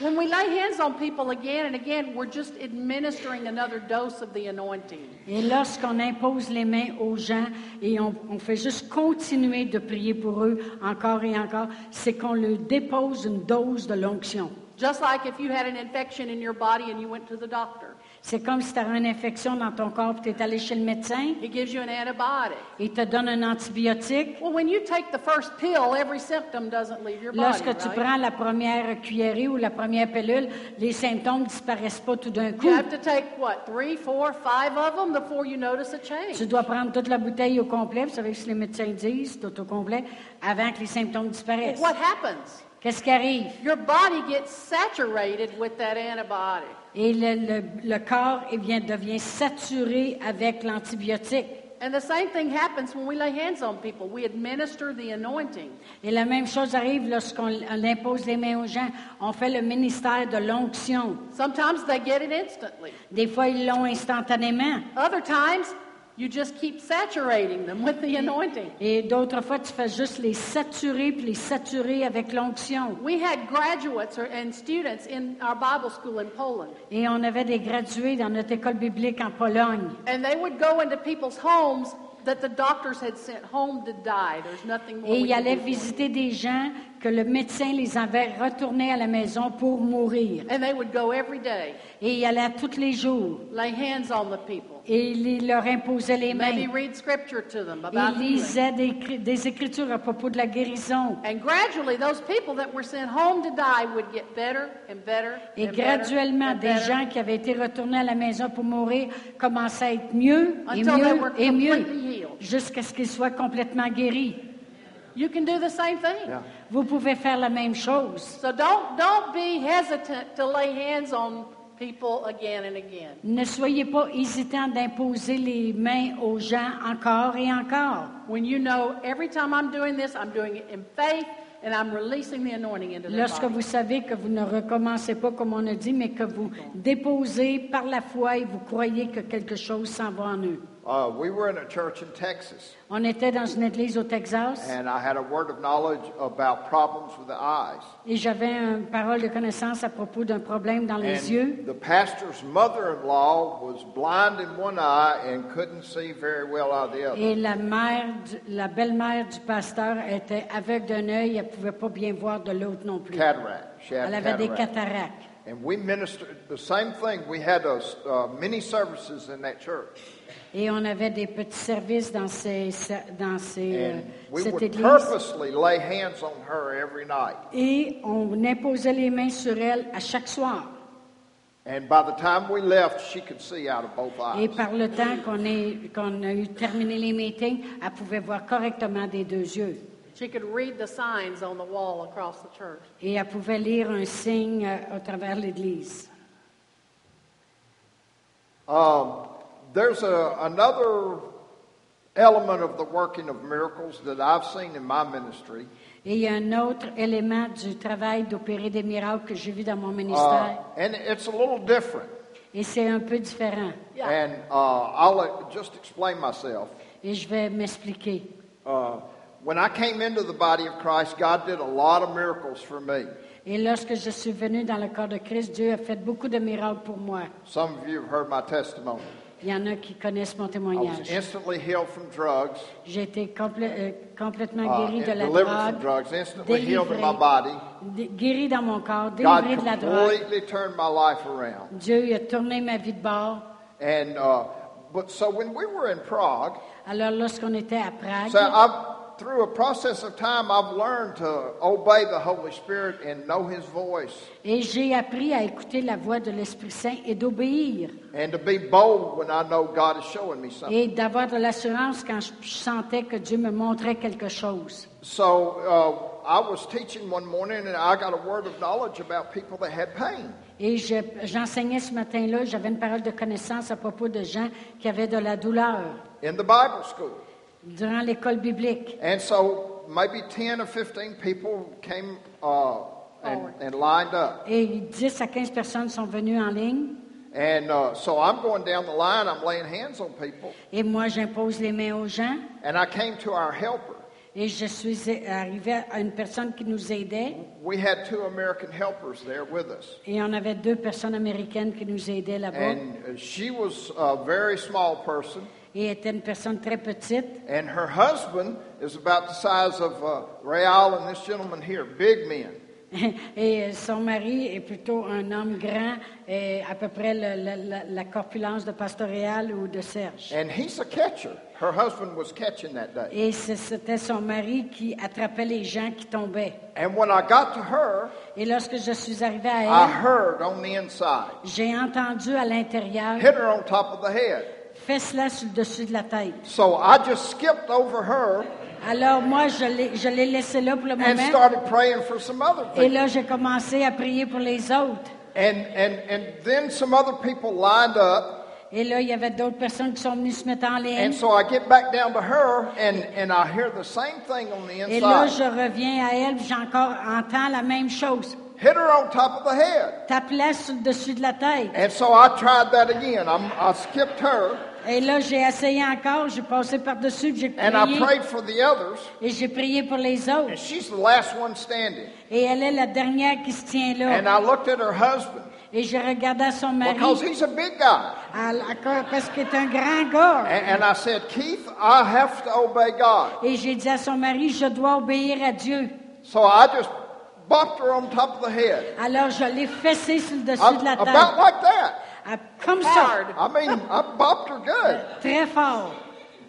[SPEAKER 2] when we lay hands on people again and again, we're just administering another dose of the anointing.
[SPEAKER 1] Et lorsqu'on impose les mains aux gens et on, on fait juste continuer de prier pour eux encore et encore, c'est qu'on leur dépose une dose de l'onction.
[SPEAKER 2] Just like if you had an infection in your body and you went to the doctor,
[SPEAKER 1] C'est comme si tu avais une infection dans ton corps, tu es allé chez le médecin,
[SPEAKER 2] he gives you an antibiotic.
[SPEAKER 1] il te donne un antibiotique.
[SPEAKER 2] Well, when you take the first pill, every symptom doesn't leave your body.
[SPEAKER 1] Lorsque tu
[SPEAKER 2] right?
[SPEAKER 1] prends la première cuillerée ou la première pilule, les symptômes ne disparaissent pas tout d'un coup.
[SPEAKER 2] You have to take what three, four, five of them before you notice a change.
[SPEAKER 1] Tu dois prendre toute la bouteille au complet, vous savez ce que les médecins disent, tout au complet, avant que les symptômes
[SPEAKER 2] But
[SPEAKER 1] disparaissent.
[SPEAKER 2] what happens?
[SPEAKER 1] Qu'est-ce qui arrive?
[SPEAKER 2] Your body gets saturated with that antibiotic.
[SPEAKER 1] Et le, le- le corps eh bien, devient saturé avec l'antibiotique.
[SPEAKER 2] And the same thing happens when we lay hands on people. We administer the anointing.
[SPEAKER 1] Et la même chose arrive lorsqu'on l- impose les mains aux gens. On fait le ministère de l'onction.
[SPEAKER 2] Sometimes they get it instantly.
[SPEAKER 1] Des fois, ils l'ont instantanément.
[SPEAKER 2] Other times, you just keep saturating them with the anointing.
[SPEAKER 1] Et d'autres fois, tu fais juste les saturer puis les saturer avec l'onction.
[SPEAKER 2] We had graduates or, and students in our Bible school in Poland,
[SPEAKER 1] Et on avait des gradués dans notre école biblique en Pologne.
[SPEAKER 2] and they would go into people's homes that the doctors had sent home to die. There's nothing more.
[SPEAKER 1] Et
[SPEAKER 2] we
[SPEAKER 1] ils
[SPEAKER 2] can
[SPEAKER 1] allaient
[SPEAKER 2] do for you.
[SPEAKER 1] visiter des gens que le médecin les avait retournés à la maison pour mourir.
[SPEAKER 2] And they would go every day,
[SPEAKER 1] Et ils allaient tous les jours.
[SPEAKER 2] lay hands on the people,
[SPEAKER 1] Et ils leur imposaient les mains.
[SPEAKER 2] maybe read scripture to them about
[SPEAKER 1] Il
[SPEAKER 2] healing.
[SPEAKER 1] lisait des, cri- des écritures à propos de la guérison.
[SPEAKER 2] And gradually, those people that were sent home to die would get better and better.
[SPEAKER 1] Et
[SPEAKER 2] and better
[SPEAKER 1] graduellement,
[SPEAKER 2] and
[SPEAKER 1] des
[SPEAKER 2] better
[SPEAKER 1] gens qui avaient été retournés à la maison pour mourir commençaient à être mieux et
[SPEAKER 2] Until they
[SPEAKER 1] mieux
[SPEAKER 2] were
[SPEAKER 1] et mieux
[SPEAKER 2] completely healed.
[SPEAKER 1] jusqu'à ce qu'ils soient complètement guéris.
[SPEAKER 2] You can do the same thing.
[SPEAKER 3] Yeah.
[SPEAKER 1] Vous pouvez faire la même chose.
[SPEAKER 2] So don't don't be hesitant to lay hands on people again and again.
[SPEAKER 1] Ne soyez pas hésitants d'imposer les mains aux gens encore et encore.
[SPEAKER 2] When you know every time I'm doing this, I'm doing it in faith and I'm releasing the anointing into their
[SPEAKER 1] Lorsque
[SPEAKER 2] body.
[SPEAKER 1] vous savez que vous ne recommencez pas comme on a dit, mais que vous déposez par la foi et vous croyez que quelque chose s'en va en eux.
[SPEAKER 3] Uh, we were in a church in Texas,
[SPEAKER 1] On était dans une église au Texas.
[SPEAKER 3] and I had a word of knowledge about problems with the eyes.
[SPEAKER 1] Et j'avais une parole de connaissance à propos d'un problème dans les yeux.
[SPEAKER 3] And the pastor's mother-in-law was blind in one eye and couldn't see very well out of the other.
[SPEAKER 1] Et la mère, du- la belle-mère du pasteur était aveugle d'un œil, elle pouvait pas bien voir de l'autre non plus.
[SPEAKER 3] Cataract. She had
[SPEAKER 1] Elle avait des
[SPEAKER 3] cataract.
[SPEAKER 1] cataractes.
[SPEAKER 3] And we ministered the same thing. We had uh, uh, many services in that church,
[SPEAKER 1] Et on avait des petits services dans, ces, dans ces, euh,
[SPEAKER 3] and we
[SPEAKER 1] cette
[SPEAKER 3] would
[SPEAKER 1] église.
[SPEAKER 3] purposely lay hands on her every night.
[SPEAKER 1] Et on imposait les mains sur elle à chaque soir.
[SPEAKER 3] And by the time we left, she could see out of both
[SPEAKER 1] Et
[SPEAKER 3] eyes.
[SPEAKER 1] par le temps qu'on ait- qu'on a eu terminé les meetings, elle pouvait voir correctement des deux yeux.
[SPEAKER 2] She could read the signs on the wall across the church.
[SPEAKER 1] Et elle pouvait lire un signe euh, à travers l'église.
[SPEAKER 3] Um, there's a, another element of the working of miracles that I've seen in my ministry.
[SPEAKER 1] Et il y a un autre élément du travail d'opérer des miracles que j'ai vu dans mon
[SPEAKER 3] Uh,
[SPEAKER 1] ministère.
[SPEAKER 3] and it's a little different.
[SPEAKER 1] Et c'est un peu différent.
[SPEAKER 2] Yeah.
[SPEAKER 3] And uh, I'll uh, just explain myself.
[SPEAKER 1] Et je vais m'expliquer.
[SPEAKER 3] Uh, when I came into the body of Christ, God did a lot of miracles for me.
[SPEAKER 1] Et lorsque je suis venue dans le corps de Christ, Dieu a fait beaucoup de miracles pour moi.
[SPEAKER 3] Some of you have heard my testimony.
[SPEAKER 1] Il y en a qui connaissent mon
[SPEAKER 3] I was
[SPEAKER 1] témoignage.
[SPEAKER 3] instantly healed from drugs,
[SPEAKER 1] J'ai été complè- euh, complètement
[SPEAKER 3] uh,
[SPEAKER 1] guérie de
[SPEAKER 3] and
[SPEAKER 1] la
[SPEAKER 3] delivered
[SPEAKER 1] drogue,
[SPEAKER 3] from drugs, instantly healed in my
[SPEAKER 1] délivrée.
[SPEAKER 3] body.
[SPEAKER 1] dé- guérie dans mon corps,
[SPEAKER 3] God
[SPEAKER 1] délivrée de la drogue.
[SPEAKER 3] completely turned my life around.
[SPEAKER 1] Dieu il a tourné ma vie de bord.
[SPEAKER 3] And uh, but so when we were in Prague,
[SPEAKER 1] Alors lorsqu'on était à Prague,
[SPEAKER 3] so I've through a process of time, I've learned to obey the Holy Spirit and know His voice,
[SPEAKER 1] et j'ai appris à écouter la voix de l'Esprit Saint et d'obéir.
[SPEAKER 3] and to be bold when I know God is showing me something.
[SPEAKER 1] et d'avoir de l'assurance quand je sentais que Dieu me montrait quelque chose.
[SPEAKER 3] So uh, I was teaching one morning, and I got a word of knowledge about people that had pain.
[SPEAKER 1] Et je- j'enseignais ce matin-là, j'avais une parole de connaissance à propos de gens qui avaient de la douleur
[SPEAKER 3] in the Bible school.
[SPEAKER 1] durant l'école biblique.
[SPEAKER 3] And so maybe 10 or 15 people came uh, and, and lined up.
[SPEAKER 1] Et 10 à 15 personnes sont venues en ligne.
[SPEAKER 3] And uh, so I'm going down the line, I'm laying hands on people,
[SPEAKER 1] Et moi, j'impose les mains aux gens.
[SPEAKER 3] and I came to our helper.
[SPEAKER 1] Et je suis arrivée à une personne qui nous aidait.
[SPEAKER 3] We had two American helpers there with us.
[SPEAKER 1] Et on avait deux personnes américaines qui nous aidaient là-bas.
[SPEAKER 3] And uh, she was a very small person,
[SPEAKER 1] Et était une personne très petite.
[SPEAKER 3] and her husband is about the size of uh, Real and this gentleman here, big men.
[SPEAKER 1] Et euh, son mari est plutôt un homme grand, et à peu près le- le- la, la corpulence de Pastoréal ou de Serge.
[SPEAKER 3] And he's a catcher. Her husband was catching that day.
[SPEAKER 1] Et c- c'était son mari qui attrapait les gens qui tombaient.
[SPEAKER 3] And when I got to her,
[SPEAKER 1] Et lorsque je suis arrivée
[SPEAKER 3] I
[SPEAKER 1] à elle,
[SPEAKER 3] heard on the inside
[SPEAKER 1] j'ai entendu à l'intérieur,
[SPEAKER 3] hit her on top of the head.
[SPEAKER 1] fais cela sur le dessus de la tête.
[SPEAKER 3] So I just skipped over her
[SPEAKER 1] Alors moi, je l'ai- je l'ai laissé là pour le
[SPEAKER 3] and
[SPEAKER 1] moment.
[SPEAKER 3] started praying for some other
[SPEAKER 1] Et
[SPEAKER 3] people.
[SPEAKER 1] là, j'ai commencé à prier pour les autres.
[SPEAKER 3] And, and, and then some other people lined up.
[SPEAKER 1] Et là, il y avait d'autres personnes qui sont venues se mettre en ligne.
[SPEAKER 3] And so I get back down to her and, and I hear the same thing on the
[SPEAKER 1] Et là,
[SPEAKER 3] inside.
[SPEAKER 1] je reviens à elle, puis j'encore entends la même chose.
[SPEAKER 3] Hit her on top of the head.
[SPEAKER 1] Ta place sur le dessus de la tête.
[SPEAKER 3] And so I tried that again. I'm, I skipped her
[SPEAKER 1] Et là, j'ai essayé encore, j'ai passé par-dessus, puis j'ai
[SPEAKER 3] and
[SPEAKER 1] prié.
[SPEAKER 3] I prayed for the others.
[SPEAKER 1] Et j'ai prié pour les
[SPEAKER 3] And
[SPEAKER 1] autres.
[SPEAKER 3] she's the last one standing.
[SPEAKER 1] Et elle est la dernière qui se tient
[SPEAKER 3] And
[SPEAKER 1] là.
[SPEAKER 3] I looked at her husband
[SPEAKER 1] Et je regardais son mari,
[SPEAKER 3] because he's a big guy.
[SPEAKER 1] à la- parce qu'il est un grand gars.
[SPEAKER 3] And, and I said, Keith, I have to obey God.
[SPEAKER 1] Et j'ai dit à son mari, je dois obéir à Dieu.
[SPEAKER 3] So I just bopped her on top of the head.
[SPEAKER 1] Alors, je l'ai fessé sur le
[SPEAKER 3] I-
[SPEAKER 1] dessus de la
[SPEAKER 3] about
[SPEAKER 1] tête.
[SPEAKER 3] like that.
[SPEAKER 1] À- Comme ça,
[SPEAKER 2] Hard.
[SPEAKER 3] I mean, I bopped her good.
[SPEAKER 1] très fort.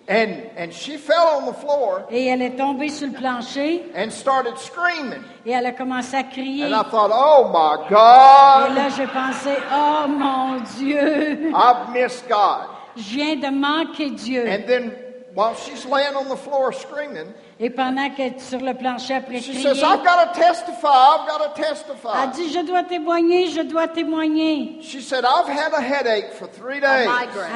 [SPEAKER 3] And, and she fell on the floor
[SPEAKER 1] Et elle est tombée sur le plancher
[SPEAKER 3] and started screaming.
[SPEAKER 1] et elle a commencé à crier.
[SPEAKER 3] And I thought, oh my
[SPEAKER 1] Et
[SPEAKER 3] God,
[SPEAKER 1] là, j'ai pensé, oh mon Dieu,
[SPEAKER 3] I've missed God.
[SPEAKER 1] je viens de manquer Dieu.
[SPEAKER 3] And then while she's laying on the floor screaming,
[SPEAKER 1] Et pendant qu'elle est sur le plancher après
[SPEAKER 3] she
[SPEAKER 1] crier,
[SPEAKER 3] says, I've got to testify. I've got to testify.
[SPEAKER 1] elle dit, je dois témoigner, je dois témoigner.
[SPEAKER 3] She said, I've had a headache for three
[SPEAKER 2] Oh,
[SPEAKER 3] days.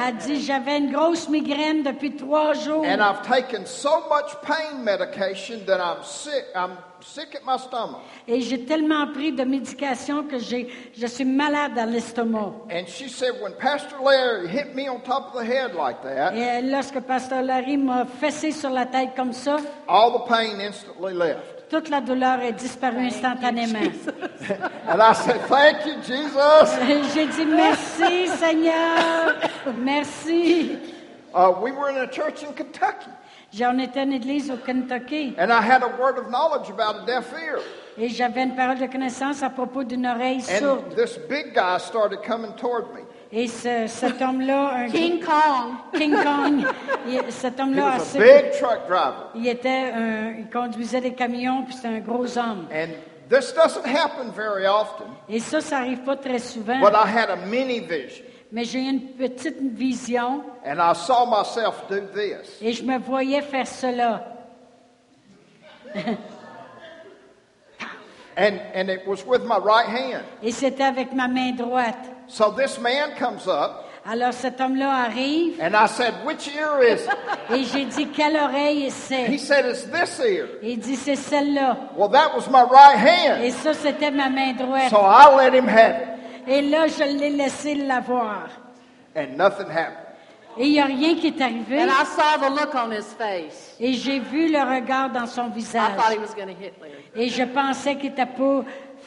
[SPEAKER 1] Elle dit, j'avais une grosse migraine depuis trois jours.
[SPEAKER 3] And I've taken so much pain medication that I'm sick. I'm sick at my stomach.
[SPEAKER 1] Et j'ai tellement pris de médication que j'ai, je suis malade à l'estomac.
[SPEAKER 3] And she said, when Pastor Larry hit me on top of the head like that,
[SPEAKER 1] Et lorsque Pasteur Larry m'a fessé sur la tête comme ça,
[SPEAKER 3] all the pain instantly left.
[SPEAKER 1] toute la douleur est disparue instantanément.
[SPEAKER 3] And I said, thank you, Jesus.
[SPEAKER 1] J'ai dit merci Seigneur, merci.
[SPEAKER 3] Uh, we were in a church in Kentucky,
[SPEAKER 1] J'en étais à une église au Kentucky
[SPEAKER 3] and I had a word of knowledge about a deaf ear.
[SPEAKER 1] et j'avais une parole de connaissance à propos d'une oreille
[SPEAKER 3] And
[SPEAKER 1] sourde.
[SPEAKER 3] this big guy started coming toward me.
[SPEAKER 1] Et ce- cet homme-là, un
[SPEAKER 2] King Kong.
[SPEAKER 1] King Kong, il- cet
[SPEAKER 3] He
[SPEAKER 1] homme-là,
[SPEAKER 3] was a
[SPEAKER 1] assez,
[SPEAKER 3] big truck driver.
[SPEAKER 1] il était, un- il conduisait des camions puis c'était un gros homme.
[SPEAKER 3] And this doesn't happen very often,
[SPEAKER 1] Et ça, ça arrive pas très souvent.
[SPEAKER 3] but I had a mini vision.
[SPEAKER 1] Mais j'ai eu une petite vision
[SPEAKER 3] And I saw myself do this.
[SPEAKER 1] et je me voyais faire cela.
[SPEAKER 3] And, and it was with my right hand.
[SPEAKER 1] Et c'était avec ma main droite.
[SPEAKER 3] So this man comes up,
[SPEAKER 1] Alors cet homme-là arrive
[SPEAKER 3] and I said, Which ear is it?
[SPEAKER 1] et j'ai dit quelle oreille
[SPEAKER 3] He
[SPEAKER 1] c'est.
[SPEAKER 3] said, It's this ear.
[SPEAKER 1] Il dit c'est celle-là.
[SPEAKER 3] Well, that was my right
[SPEAKER 1] Et
[SPEAKER 3] hand.
[SPEAKER 1] ça, c'était ma main droite.
[SPEAKER 3] So I let him have it.
[SPEAKER 1] Et là, je l'ai laissé l'avoir.
[SPEAKER 3] And nothing happened.
[SPEAKER 1] Et il n'y a rien qui est arrivé.
[SPEAKER 2] And I saw the look on his face.
[SPEAKER 1] Et j'ai vu le regard dans son
[SPEAKER 3] Ah,
[SPEAKER 2] I thought
[SPEAKER 1] visage.
[SPEAKER 2] he was going to hit Larry.
[SPEAKER 1] Et je pensais qu'il était pour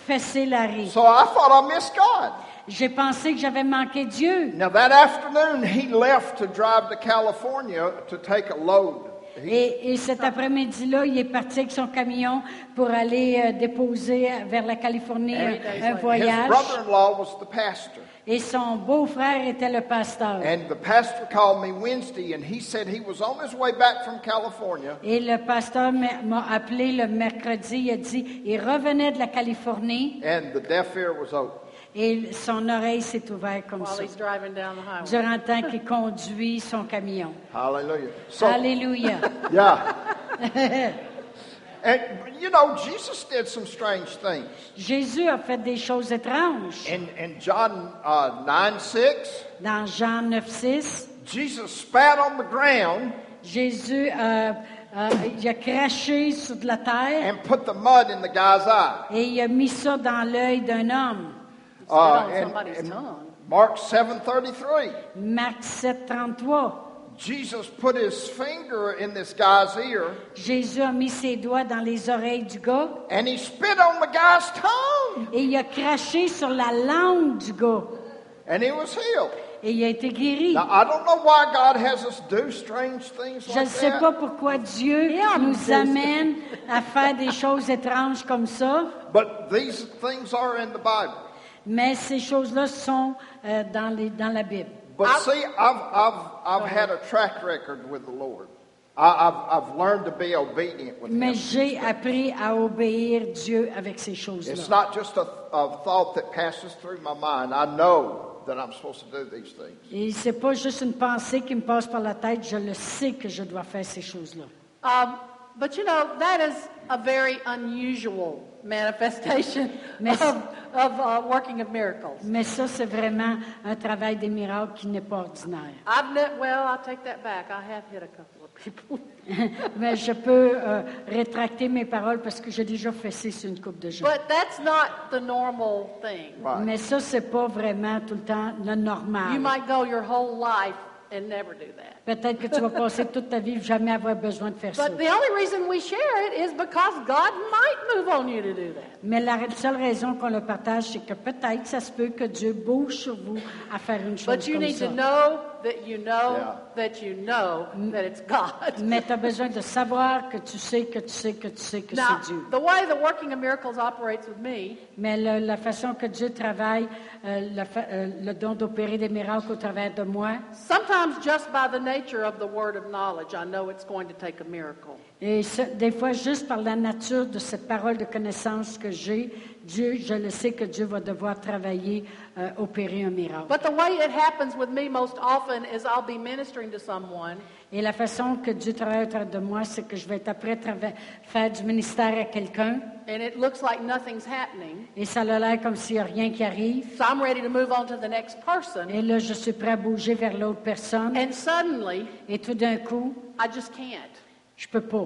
[SPEAKER 1] fesser Larry.
[SPEAKER 3] So I thought I missed God.
[SPEAKER 1] J'ai pensé que j'avais manqué Dieu.
[SPEAKER 3] Now that afternoon, he left to drive to California to take a load. He,
[SPEAKER 1] Et, et cet après-midi-là, il est parti avec son camion pour aller euh, déposer vers la
[SPEAKER 3] Eh
[SPEAKER 1] Californie un, un
[SPEAKER 3] his
[SPEAKER 1] voyage.
[SPEAKER 3] brother in law was the pastor.
[SPEAKER 1] Et son beau-frère était le pasteur.
[SPEAKER 3] And the pastor called me Wednesday, and he said he was on his way back from California.
[SPEAKER 1] Et le pasteur m'a m'a appelé le mercredi. Il a dit, il revenait de la Californie.
[SPEAKER 3] And the deaf ear was open.
[SPEAKER 1] Et son oreille s'est ouverte comme
[SPEAKER 2] While
[SPEAKER 1] ça.
[SPEAKER 2] he's driving down the highway.
[SPEAKER 1] Durant le temps qu'il conduit son camion.
[SPEAKER 3] Hallelujah. So,
[SPEAKER 1] Alléluia.
[SPEAKER 3] yeah. and you know, Jesus did some strange things.
[SPEAKER 1] Jésus a fait des choses étranges.
[SPEAKER 3] In, in John uh, 9 6,
[SPEAKER 1] Dans Jean 9, 6,
[SPEAKER 3] Jesus spat on the ground
[SPEAKER 1] Jésus a, Euh, il a craché sur de la terre
[SPEAKER 3] and put the mud in the guy's eye.
[SPEAKER 1] et il a mis ça dans l'œil d'un homme.
[SPEAKER 2] It's
[SPEAKER 3] Uh,
[SPEAKER 2] not on
[SPEAKER 3] and-
[SPEAKER 2] somebody's
[SPEAKER 3] and
[SPEAKER 2] tongue.
[SPEAKER 3] Mark 7:33.
[SPEAKER 1] Marc 7, 33.
[SPEAKER 3] Jesus put his finger in this guy's ear
[SPEAKER 1] Jésus a mis ses doigts dans les oreilles du gars
[SPEAKER 3] and he spit on the guy's tongue
[SPEAKER 1] et il a craché sur la langue du gars
[SPEAKER 3] and he was healed.
[SPEAKER 1] et il a été guéri.
[SPEAKER 3] Now I don't know why God has us do strange things
[SPEAKER 1] Je ne
[SPEAKER 3] like
[SPEAKER 1] sais pas
[SPEAKER 3] that,
[SPEAKER 1] pourquoi Dieu nous amène à faire des choses étranges comme ça,
[SPEAKER 3] but these things are in the Bible.
[SPEAKER 1] mais ces choses-là sont euh, dans, les- dans la Bible.
[SPEAKER 3] But see, I've, I've, I've had a track record with the Lord. I, I've, I've learned to be obedient with
[SPEAKER 1] Mais
[SPEAKER 3] Him.
[SPEAKER 1] j'ai appris à obéir Dieu avec ces
[SPEAKER 3] It's
[SPEAKER 1] choses-là.
[SPEAKER 3] not just a, a thought that passes through my mind. I know that I'm supposed to do these things.
[SPEAKER 1] Et c'est pas juste une pensée qui me passe par la tête, je le sais que je dois faire ces choses-là.
[SPEAKER 2] Um, but you know, that is a very unusual manifestation
[SPEAKER 1] Miss-
[SPEAKER 2] of, of uh, working of miracles.
[SPEAKER 1] Mais ça, c'est vraiment un travail des miracles qui n'est pas ordinaire.
[SPEAKER 2] I've ne- well, I'll take that back. I have hit a couple of people.
[SPEAKER 1] Mais je peux euh, rétracter mes paroles parce que j'ai déjà fessé sur une coupe de gens.
[SPEAKER 2] But that's not the normal thing.
[SPEAKER 3] Right.
[SPEAKER 1] Mais ça, c'est pas vraiment tout le temps le
[SPEAKER 2] You
[SPEAKER 1] normal.
[SPEAKER 2] might go your whole life and never do that.
[SPEAKER 1] Peut-être que tu vas passer toute ta vie jamais avoir besoin de faire ça.
[SPEAKER 2] But the only reason we share it is because God might move on you to do that.
[SPEAKER 1] Mais la ra- seule raison qu'on le partage, c'est que peut-être ça se peut que Dieu bouge sur vous à faire une chose
[SPEAKER 2] But you
[SPEAKER 1] comme
[SPEAKER 2] need
[SPEAKER 1] ça.
[SPEAKER 2] to know that you know
[SPEAKER 3] Yeah.
[SPEAKER 2] that you know that it's God.
[SPEAKER 1] Mais tu as besoin de savoir que tu sais, que tu sais, que tu sais que
[SPEAKER 2] Now,
[SPEAKER 1] c'est Dieu.
[SPEAKER 2] the way the working of miracles operates with me
[SPEAKER 1] Mais le- la façon que Dieu travaille, euh, la fa- euh, le don d'opérer des miracles au travers de moi,
[SPEAKER 2] Sometimes just by the nature of the word of knowledge, I know it's going to take a miracle.
[SPEAKER 1] et ça, des fois juste par la nature de cette parole de connaissance que j'ai, Dieu, je le sais que Dieu va devoir travailler, euh, opérer un miracle.
[SPEAKER 2] But the way it happens with me most often is I'll be ministering to someone
[SPEAKER 1] Et la façon que Dieu travaille au travers de moi, c'est que je vais être après trava- faire du ministère à quelqu'un
[SPEAKER 2] and it looks like nothing's happening.
[SPEAKER 1] et ça a l'air comme s'il n'y a rien qui arrive.
[SPEAKER 2] So I'm ready to move on to the next person
[SPEAKER 1] Et là, je suis prêt à bouger vers l'autre personne
[SPEAKER 2] and suddenly
[SPEAKER 1] et tout d'un coup,
[SPEAKER 2] I just can't.
[SPEAKER 1] je peux pas.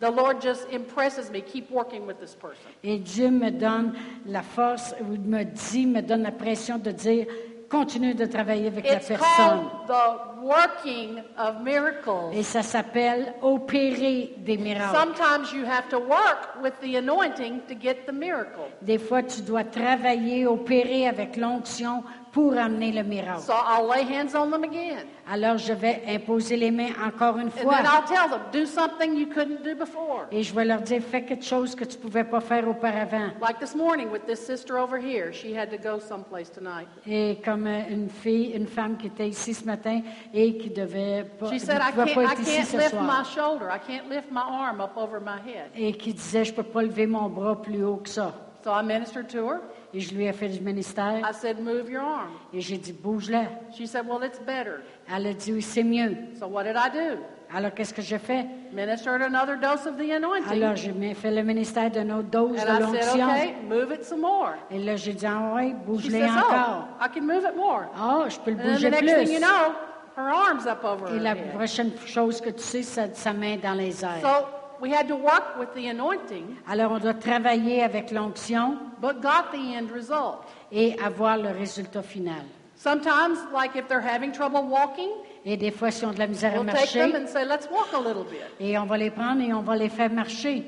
[SPEAKER 2] The Lord just impresses me, keep working with this person.
[SPEAKER 1] Et Dieu me donne la force, ou me dit, me donne la pression de dire, continue de travailler avec
[SPEAKER 2] It's
[SPEAKER 1] la personne.
[SPEAKER 2] called the working of miracles.
[SPEAKER 1] Et ça s'appelle opérer des miracles.
[SPEAKER 2] Sometimes you have to work with the anointing to get the miracle.
[SPEAKER 1] Des fois, tu dois travailler, opérer avec l'onction pour amener le miracle.
[SPEAKER 2] So I'll lay hands on them again.
[SPEAKER 1] Alors, je vais imposer les mains encore une
[SPEAKER 2] And then
[SPEAKER 1] fois.
[SPEAKER 2] I'll tell them, do something you couldn't do before.
[SPEAKER 1] Et je vais leur dire, fais quelque chose que tu ne pouvais pas faire auparavant.
[SPEAKER 2] Like this morning with this sister over here, she had to go someplace tonight.
[SPEAKER 1] Et comme euh, une fille, une femme qui était ici ce matin et qui devait pas,
[SPEAKER 2] She
[SPEAKER 1] qui
[SPEAKER 2] said, I
[SPEAKER 1] pouvait
[SPEAKER 2] can't,
[SPEAKER 1] pas
[SPEAKER 2] I
[SPEAKER 1] être ici
[SPEAKER 2] can't
[SPEAKER 1] ce
[SPEAKER 2] lift
[SPEAKER 1] soir.
[SPEAKER 2] my shoulder, I can't lift my arm up over my head.
[SPEAKER 1] Et qui disait, je peux pas lever mon bras plus haut que ça.
[SPEAKER 2] So I ministered to her.
[SPEAKER 1] Et je lui ai fait du
[SPEAKER 2] I
[SPEAKER 1] ministère
[SPEAKER 2] said, move your arm.
[SPEAKER 1] et j'ai dit, bouge-la.
[SPEAKER 2] She said, well, it's better.
[SPEAKER 1] Elle a dit, oui, c'est mieux.
[SPEAKER 2] So what did I do?
[SPEAKER 1] Alors, qu'est-ce que j'ai fait?
[SPEAKER 2] Ministered another dose of the anointing.
[SPEAKER 1] Alors, j'ai mis- fait le ministère d'une autre dose de
[SPEAKER 2] And I said,
[SPEAKER 1] l'onction.
[SPEAKER 2] okay, move it some more.
[SPEAKER 1] Et là, j'ai dit, ah ouais,
[SPEAKER 2] She
[SPEAKER 1] bouge-les
[SPEAKER 2] says,
[SPEAKER 1] encore.
[SPEAKER 2] oh, I can move it more.
[SPEAKER 1] Ah, je peux le
[SPEAKER 2] And then the
[SPEAKER 1] bouger
[SPEAKER 2] Euh, next thing you
[SPEAKER 1] plus.
[SPEAKER 2] know, her arm's up over
[SPEAKER 1] Et
[SPEAKER 2] her
[SPEAKER 1] la
[SPEAKER 2] head.
[SPEAKER 1] prochaine chose que tu sais, c'est sa main dans les airs.
[SPEAKER 2] So we had to work with the anointing,
[SPEAKER 1] Alors, on doit travailler avec l'onction
[SPEAKER 2] but got the end result.
[SPEAKER 1] et avoir le résultat final.
[SPEAKER 2] Sometimes, like if they're having trouble walking,
[SPEAKER 1] Et des fois, si on a de la misère à
[SPEAKER 2] we'll take
[SPEAKER 1] marcher,
[SPEAKER 2] them and say, let's walk a little bit.
[SPEAKER 1] et on va les prendre et on va les faire marcher.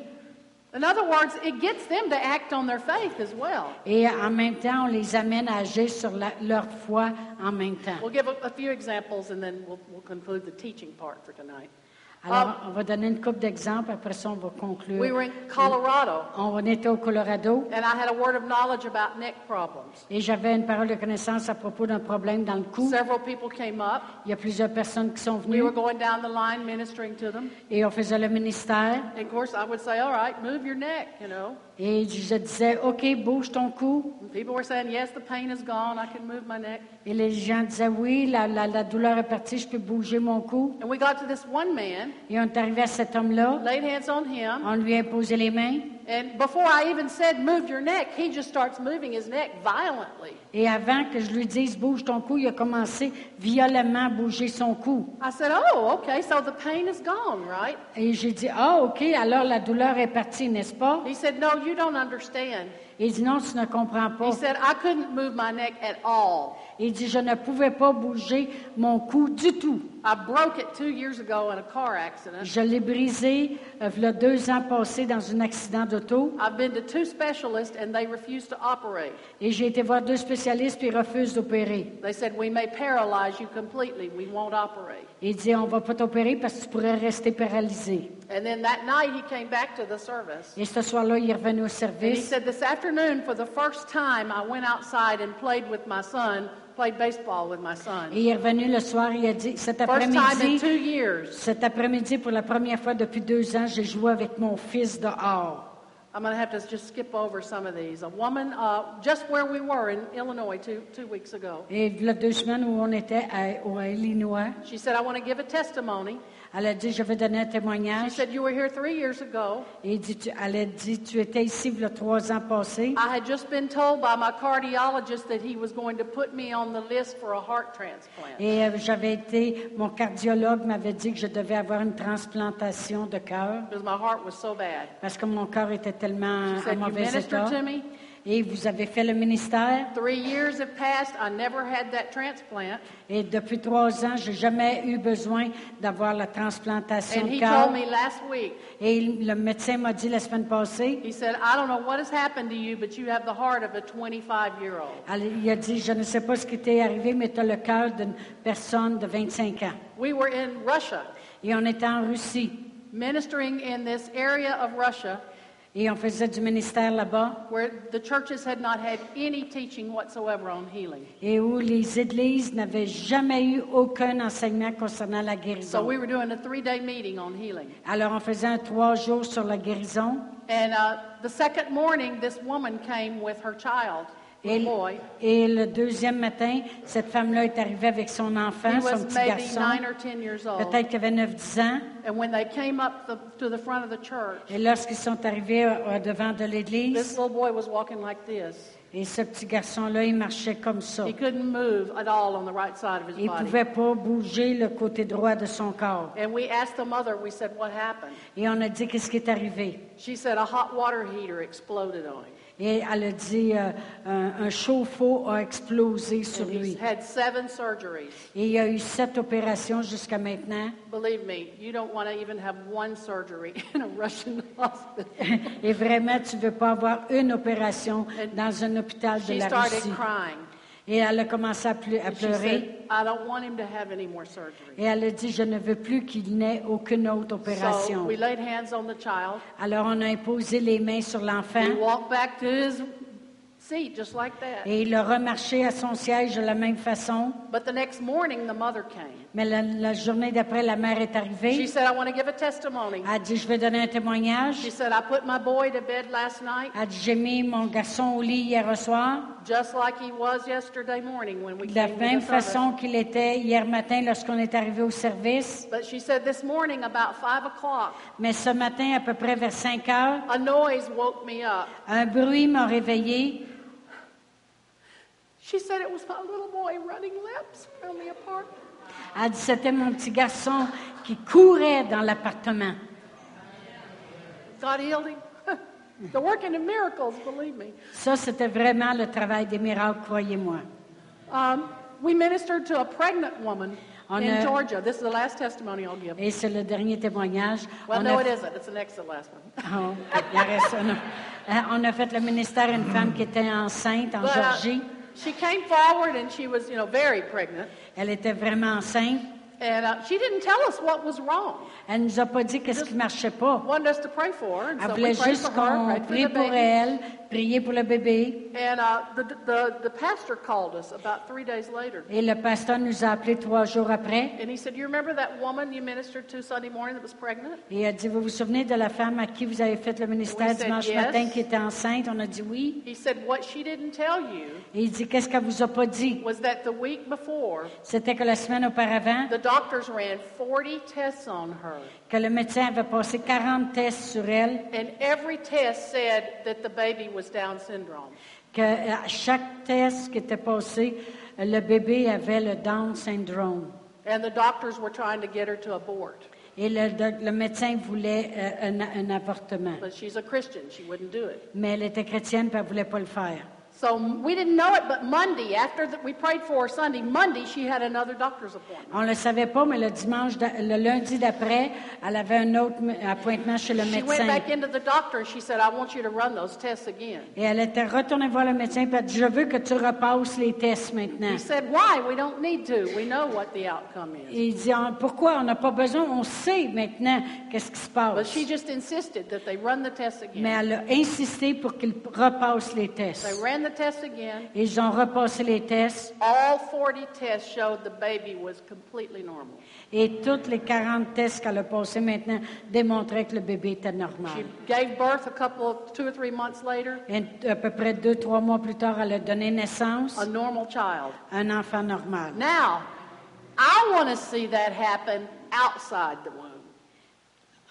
[SPEAKER 2] In other words, it gets them to act on their faith as well.
[SPEAKER 1] Et en même temps, on les amène à agir sur la- leur foi en même temps.
[SPEAKER 2] We'll give a, a few examples and then we'll, we'll conclude the teaching part for tonight.
[SPEAKER 1] Alors, on va donner une couple d'exemples, après ça, on va
[SPEAKER 2] We
[SPEAKER 1] conclure.
[SPEAKER 2] were in Colorado
[SPEAKER 1] On était au Colorado
[SPEAKER 2] and I had a word of knowledge about neck problems.
[SPEAKER 1] et j'avais une parole de connaissance à propos d'un problème dans le cou.
[SPEAKER 2] Several people came up.
[SPEAKER 1] Il y a plusieurs personnes qui sont
[SPEAKER 2] We
[SPEAKER 1] venues
[SPEAKER 2] were going down the line ministering to them.
[SPEAKER 1] et on faisait le ministère.
[SPEAKER 2] And of course, I would say, all right, move your neck, you know.
[SPEAKER 1] Et je disais, OK, bouge ton cou.
[SPEAKER 2] And people were saying, yes, the pain is gone. I can move my neck.
[SPEAKER 1] Et les gens disaient, oui, la, la- la douleur est partie, je peux bouger mon cou.
[SPEAKER 2] And we got to this one man,
[SPEAKER 1] Et on est arrivé à cet homme-là.
[SPEAKER 2] laid hands on him.
[SPEAKER 1] On lui a imposé les mains.
[SPEAKER 2] And before I even said, move your neck, he just starts moving his neck violently.
[SPEAKER 1] Et avant que je lui dise bouge ton cou, il a commencé violemment à bouger son cou.
[SPEAKER 2] I said, oh, okay, so the pain is gone, right?
[SPEAKER 1] Et j'ai dit Ah, OK, alors la douleur est partie, n'est-ce pas?
[SPEAKER 2] He said, no, you don't understand.
[SPEAKER 1] Il dit Non, tu ne comprends
[SPEAKER 2] He
[SPEAKER 1] pas.
[SPEAKER 2] said, I couldn't move my neck at all.
[SPEAKER 1] Il dit Je ne pouvais pas bouger mon cou du tout.
[SPEAKER 2] I broke it two years ago in a car accident.
[SPEAKER 1] Je l'ai brisé euh, v'là deux ans passés dans un accident d'auto
[SPEAKER 2] I've been to two specialists and they refused to operate.
[SPEAKER 1] et j'ai été voir deux spécialistes puis ils refusent d'opérer.
[SPEAKER 2] They said, we may paralyze you completely. We won't operate.
[SPEAKER 1] Il dit On va pas t'opérer parce que tu pourrais rester paralysé.
[SPEAKER 2] And then that night he came back to the service.
[SPEAKER 1] Et ce soir-là, il est revenu au
[SPEAKER 2] And he
[SPEAKER 1] service.
[SPEAKER 2] said, This afternoon, for the first time, I went outside and played with my son, played baseball with my
[SPEAKER 1] Et
[SPEAKER 2] son.
[SPEAKER 1] il est revenu le soir, il a dit Cet
[SPEAKER 2] First time in
[SPEAKER 1] après-midi,
[SPEAKER 2] two years.
[SPEAKER 1] cet après-midi, pour la première fois depuis deux ans, j'ai joué avec mon fils dehors.
[SPEAKER 2] I'm going to have to just skip over some of these. A woman, uh, just where we were in Illinois two, two weeks ago,
[SPEAKER 1] Et il y a deux semaines où on était à, au- à Illinois,
[SPEAKER 2] she said, I want to give a testimony.
[SPEAKER 1] elle a dit Je vais donner un
[SPEAKER 2] She
[SPEAKER 1] témoignage.
[SPEAKER 2] said, You were here three years ago.
[SPEAKER 1] Et il dit, tu- elle a dit Tu étais ici il y a trois ans passés.
[SPEAKER 2] I had just been told by my cardiologist that he was going to put me on the list for a heart transplant.
[SPEAKER 1] Et euh, j'avais été, mon cardiologue m'avait dit que je devais avoir une transplantation de cœur
[SPEAKER 2] Because my heart was so bad.
[SPEAKER 1] parce que mon cœur était tellement
[SPEAKER 2] She
[SPEAKER 1] en
[SPEAKER 2] said, You
[SPEAKER 1] mauvais
[SPEAKER 2] ministered
[SPEAKER 1] état.
[SPEAKER 2] to me.
[SPEAKER 1] Et vous avez fait le ministère.
[SPEAKER 2] Three years have passed. I never had that transplant.
[SPEAKER 1] Et depuis trois ans, j'ai jamais eu besoin d'avoir la transplantation
[SPEAKER 2] And
[SPEAKER 1] de
[SPEAKER 2] he
[SPEAKER 1] cœur.
[SPEAKER 2] told me last week,
[SPEAKER 1] Et il- le médecin m'a dit la semaine passée,
[SPEAKER 2] he said, I don't know what has happened to you, but you have the heart of a 25 year old.
[SPEAKER 1] elle- il a dit, je ne sais pas ce qui t'est arrivé, mais tu as le cœur d'une personne de 25 ans.
[SPEAKER 2] We were in Russia,
[SPEAKER 1] Et on était en Russie.
[SPEAKER 2] ministering in this area of Russia
[SPEAKER 1] Et on faisait du ministère là-bas.
[SPEAKER 2] where the churches had not had any teaching whatsoever on healing.
[SPEAKER 1] Et où les églises n'avaient jamais eu aucun enseignement concernant la
[SPEAKER 2] So
[SPEAKER 1] guérison.
[SPEAKER 2] we were doing a three day meeting on healing.
[SPEAKER 1] Alors on faisait un trois jours sur la guérison.
[SPEAKER 2] And uh, the second morning, this woman came with her child,
[SPEAKER 1] Et,
[SPEAKER 2] little boy.
[SPEAKER 1] et le deuxième matin, cette femme-là est arrivée avec son
[SPEAKER 2] He
[SPEAKER 1] enfant, son
[SPEAKER 2] was
[SPEAKER 1] petit
[SPEAKER 2] maybe
[SPEAKER 1] garçon,
[SPEAKER 2] nine or 10 years old.
[SPEAKER 1] peut-être qu'il avait 9-10 ans.
[SPEAKER 2] And when they came up the, to the front of the church,
[SPEAKER 1] Et lorsqu'ils sont arrivés au- au devant de
[SPEAKER 2] this
[SPEAKER 1] l'église,
[SPEAKER 2] little boy was walking like this.
[SPEAKER 1] et ce petit garçon-là, il marchait comme ça.
[SPEAKER 2] He couldn't move at all on the right side of his
[SPEAKER 1] Il ne
[SPEAKER 2] body.
[SPEAKER 1] pouvait pas bouger le côté droit de son corps.
[SPEAKER 2] And we asked the mother, we said, What happened?
[SPEAKER 1] Et on a dit qu'est-ce qui est arrivé.
[SPEAKER 2] She said, A hot water heater exploded on him.
[SPEAKER 1] Et elle a dit euh, un, un chauffe-eau a explosé sur
[SPEAKER 2] And he's
[SPEAKER 1] lui.
[SPEAKER 2] had seven surgeries.
[SPEAKER 1] Et il y a eu sept opérations jusqu'à maintenant.
[SPEAKER 2] Believe me, you don't want to even have one surgery in a Russian hospital.
[SPEAKER 1] Et vraiment, tu ne veux pas avoir une opération dans un hôpital de
[SPEAKER 2] She
[SPEAKER 1] la
[SPEAKER 2] started
[SPEAKER 1] Russie.
[SPEAKER 2] crying.
[SPEAKER 1] Et elle a commencé à, pleu- à
[SPEAKER 2] And she
[SPEAKER 1] pleurer.
[SPEAKER 2] said, I don't want him to have any more surgery.
[SPEAKER 1] Et elle a dit, je ne veux plus qu'il n'ait aucune autre
[SPEAKER 2] So
[SPEAKER 1] opération.
[SPEAKER 2] we laid hands on the child.
[SPEAKER 1] Alors on a imposé les mains sur l'enfant
[SPEAKER 2] He walked back to his seat just like that.
[SPEAKER 1] et il a remarché à son siège de la même façon.
[SPEAKER 2] But the next morning, the mother came.
[SPEAKER 1] Mais la, la journée d'après, la mère est
[SPEAKER 2] She
[SPEAKER 1] arrivée.
[SPEAKER 2] said, I want to give a testimony.
[SPEAKER 1] Elle a dit, je vais donner un témoignage.
[SPEAKER 2] She said, I put my boy to bed last night
[SPEAKER 1] Elle a dit, j'ai mis mon garçon au lit hier au soir,
[SPEAKER 2] just like he was yesterday morning when we
[SPEAKER 1] de la
[SPEAKER 2] came to
[SPEAKER 1] même
[SPEAKER 2] the service.
[SPEAKER 1] façon qu'il était hier matin lorsqu'on est arrivé au service.
[SPEAKER 2] But she said this morning about five o'clock,
[SPEAKER 1] Mais ce matin, à peu près vers 5 heures,
[SPEAKER 2] a noise woke me up.
[SPEAKER 1] un bruit m'a réveillée.
[SPEAKER 2] She said it was my little boy running laps around the apartment.
[SPEAKER 1] Elle a dit, c'était mon petit garçon qui courait dans l'appartement.
[SPEAKER 2] God healed him. They're working in miracles, believe me.
[SPEAKER 1] Ça, c'était vraiment le travail des miracles, croyez-moi.
[SPEAKER 2] Um, we ministered to a pregnant woman
[SPEAKER 1] On
[SPEAKER 2] in
[SPEAKER 1] a-
[SPEAKER 2] Georgia. This is the last testimony I'll give.
[SPEAKER 1] Et c'est le dernier témoignage.
[SPEAKER 2] Well,
[SPEAKER 1] on,
[SPEAKER 2] no,
[SPEAKER 1] a...
[SPEAKER 2] it isn't. It's the next to the last one.
[SPEAKER 1] Oh, il en reste un autre. Euh, on a fait le ministère à une femme qui était enceinte en
[SPEAKER 2] But, uh,
[SPEAKER 1] Georgie.
[SPEAKER 2] she came forward and she was, you know, very pregnant.
[SPEAKER 1] Elle était vraiment enceinte.
[SPEAKER 2] And uh, she didn't tell us what was wrong.
[SPEAKER 1] Elle nous a pas dit qu'est-ce qui marchait pas.
[SPEAKER 2] Wanted us to pray for her, and
[SPEAKER 1] Elle
[SPEAKER 2] so
[SPEAKER 1] voulait
[SPEAKER 2] we prayed
[SPEAKER 1] Ah, juste
[SPEAKER 2] for her,
[SPEAKER 1] qu'on
[SPEAKER 2] prayed for the
[SPEAKER 1] prie pour
[SPEAKER 2] baby.
[SPEAKER 1] elle, prier pour le bébé.
[SPEAKER 2] And uh, the, the the pastor called us about three days later,
[SPEAKER 1] Et le pasteur nous a appelés trois jours après.
[SPEAKER 2] and he said, "You remember that woman you ministered to Sunday morning that was pregnant?"
[SPEAKER 1] Et elle a dit, vous vous souvenez de la femme à qui vous avez fait le ministère
[SPEAKER 2] We said
[SPEAKER 1] dimanche
[SPEAKER 2] yes.
[SPEAKER 1] matin qui était enceinte? On a dit oui.
[SPEAKER 2] He said, "What she didn't tell you
[SPEAKER 1] Et il dit, qu'est-ce qu'elle vous a pas dit?
[SPEAKER 2] was that the week before,
[SPEAKER 1] C'était que la semaine auparavant,
[SPEAKER 2] the doctors ran 40 tests on her,
[SPEAKER 1] que le médecin avait passé 40 tests sur elle,
[SPEAKER 2] and every test said that the baby was Down syndrome.
[SPEAKER 1] que euh, à chaque test qui était passé, euh, le bébé avait le Down syndrome.
[SPEAKER 2] And the doctors were trying to get her to abort.
[SPEAKER 1] Et le, doc- le médecin voulait euh, un, un avortement.
[SPEAKER 2] But she's a Christian. She wouldn't do it.
[SPEAKER 1] Mais elle était chrétienne et elle ne voulait pas le faire.
[SPEAKER 2] So we didn't know it, but Monday, after that we prayed for her Sunday, Monday she had another doctor's appointment.
[SPEAKER 1] On ne le savait pas, mais le dimanche, d'a- le lundi d'après, elle avait un autre m- appointement chez le
[SPEAKER 2] She went
[SPEAKER 1] médecin.
[SPEAKER 2] back into the doctor and she said, I want you to run those tests again.
[SPEAKER 1] Et elle était retournée voir le médecin et elle a dit, je veux que tu repasses les tests maintenant.
[SPEAKER 2] He said, Why? We don't need to. We know what the outcome is.
[SPEAKER 1] Et il dit, Ah, pourquoi on n'a pas besoin, on sait maintenant qu'est-ce qui se
[SPEAKER 2] But
[SPEAKER 1] passe.
[SPEAKER 2] she just insisted that they run the tests
[SPEAKER 1] Mais
[SPEAKER 2] again.
[SPEAKER 1] elle a insisté pour qu'ils repassent les tests.
[SPEAKER 2] They ran the tests again.
[SPEAKER 1] Ils ont repassé les tests
[SPEAKER 2] All 40 tests showed the baby was completely normal.
[SPEAKER 1] et toutes les 40 tests qu'elle a passés maintenant démontraient que le bébé était
[SPEAKER 2] She
[SPEAKER 1] normal.
[SPEAKER 2] gave birth a couple of two or three months later,
[SPEAKER 1] Et à peu près deux, trois mois plus tard, elle a donné naissance
[SPEAKER 2] a
[SPEAKER 3] Ah.
[SPEAKER 2] normal child.
[SPEAKER 1] à un enfant normal.
[SPEAKER 2] Now, I want to see that happen outside the womb.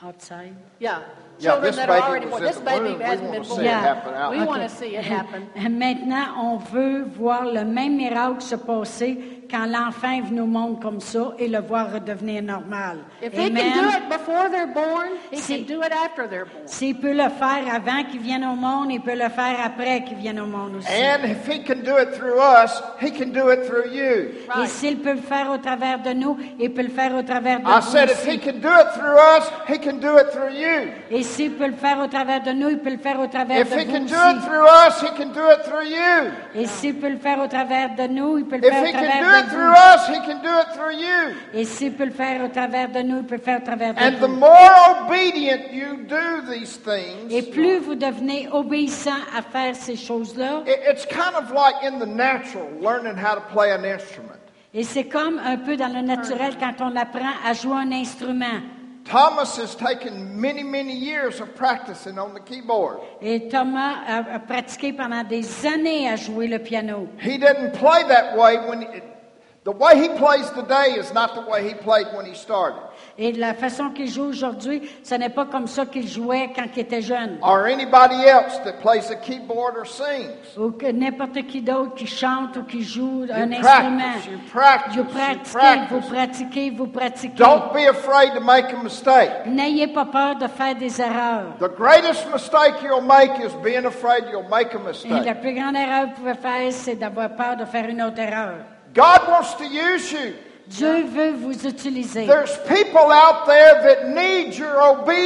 [SPEAKER 1] Outside.
[SPEAKER 2] Yeah.
[SPEAKER 3] Yeah,
[SPEAKER 2] Children
[SPEAKER 3] this
[SPEAKER 2] that are
[SPEAKER 3] baby
[SPEAKER 2] already
[SPEAKER 3] was
[SPEAKER 2] born.
[SPEAKER 3] in
[SPEAKER 2] This
[SPEAKER 3] the
[SPEAKER 2] baby
[SPEAKER 3] womb. We
[SPEAKER 2] hasn't
[SPEAKER 3] wanna
[SPEAKER 2] been
[SPEAKER 3] see
[SPEAKER 2] born.
[SPEAKER 3] it happen out.
[SPEAKER 2] We
[SPEAKER 1] OK.
[SPEAKER 2] want to see it happen.
[SPEAKER 1] Maintenant, on veut voir le même miracle se passer quand l'enfant est venu au monde comme ça et le voir redevenir normal.
[SPEAKER 2] If he
[SPEAKER 1] Amen.
[SPEAKER 2] can do it before they're born, he
[SPEAKER 1] See-
[SPEAKER 2] can do it after they're born.
[SPEAKER 1] S'il peut le faire avant qu'il vienne au monde, il peut le faire après qu'il vienne au monde aussi.
[SPEAKER 3] And if he can do it through us, he can do it through you.
[SPEAKER 1] Et
[SPEAKER 2] Right.
[SPEAKER 1] s'il peut le faire au travers de nous, il peut le faire au travers de
[SPEAKER 3] I
[SPEAKER 1] vous
[SPEAKER 3] said, if
[SPEAKER 1] aussi.
[SPEAKER 3] he can do it through us, he can do it through you.
[SPEAKER 1] Et s'il peut le faire au travers de nous, il peut le faire au travers
[SPEAKER 3] If
[SPEAKER 1] de
[SPEAKER 3] he
[SPEAKER 1] vous
[SPEAKER 3] can do
[SPEAKER 1] aussi.
[SPEAKER 3] it through us, he can do it through you.
[SPEAKER 1] Et s'il peut le faire au travers de nous, il peut le
[SPEAKER 3] If
[SPEAKER 1] faire au
[SPEAKER 3] he can do
[SPEAKER 1] travers
[SPEAKER 3] it
[SPEAKER 1] de
[SPEAKER 3] through
[SPEAKER 1] vous.
[SPEAKER 3] us, he can do it through you.
[SPEAKER 1] Et s'il peut le faire au travers de nous, il peut le faire au travers de
[SPEAKER 3] And the
[SPEAKER 1] vous.
[SPEAKER 3] more obedient you do these things,
[SPEAKER 1] Et
[SPEAKER 3] it,
[SPEAKER 1] plus vous devenez obéissant à faire ces choses-là,
[SPEAKER 3] it's kind of like in the natural, learning how to play an instrument.
[SPEAKER 1] et c'est comme un peu dans le naturel quand on apprend à jouer un instrument.
[SPEAKER 3] Thomas has taken many, many years of practicing on the keyboard.
[SPEAKER 1] Et Thomas a, a pratiqué pendant des années à jouer le piano.
[SPEAKER 3] He didn't play that way when it, the way he plays today is not the way he played when he started,
[SPEAKER 1] Et la façon qu'il joue aujourd'hui, ce n'est pas comme ça qu'il jouait quand il était jeune.
[SPEAKER 3] or anybody else that plays a keyboard or sings.
[SPEAKER 1] Ou que n'importe qui d'autre qui chante ou qui joue un
[SPEAKER 3] practice, you
[SPEAKER 1] instrument.
[SPEAKER 3] practice,
[SPEAKER 1] vous
[SPEAKER 3] you
[SPEAKER 1] pratiquez,
[SPEAKER 3] practice.
[SPEAKER 1] vous pratiquez, vous pratiquez.
[SPEAKER 3] Don't be afraid to make a mistake.
[SPEAKER 1] N'ayez pas peur de faire des erreurs.
[SPEAKER 3] The greatest mistake you'll make is being afraid you'll make a
[SPEAKER 1] Et la
[SPEAKER 3] mistake.
[SPEAKER 1] plus grande erreur que vous pouvez faire, c'est d'avoir peur de faire une autre erreur.
[SPEAKER 3] God wants to use you.
[SPEAKER 1] Dieu veut vous utiliser.
[SPEAKER 3] There's people out there that need your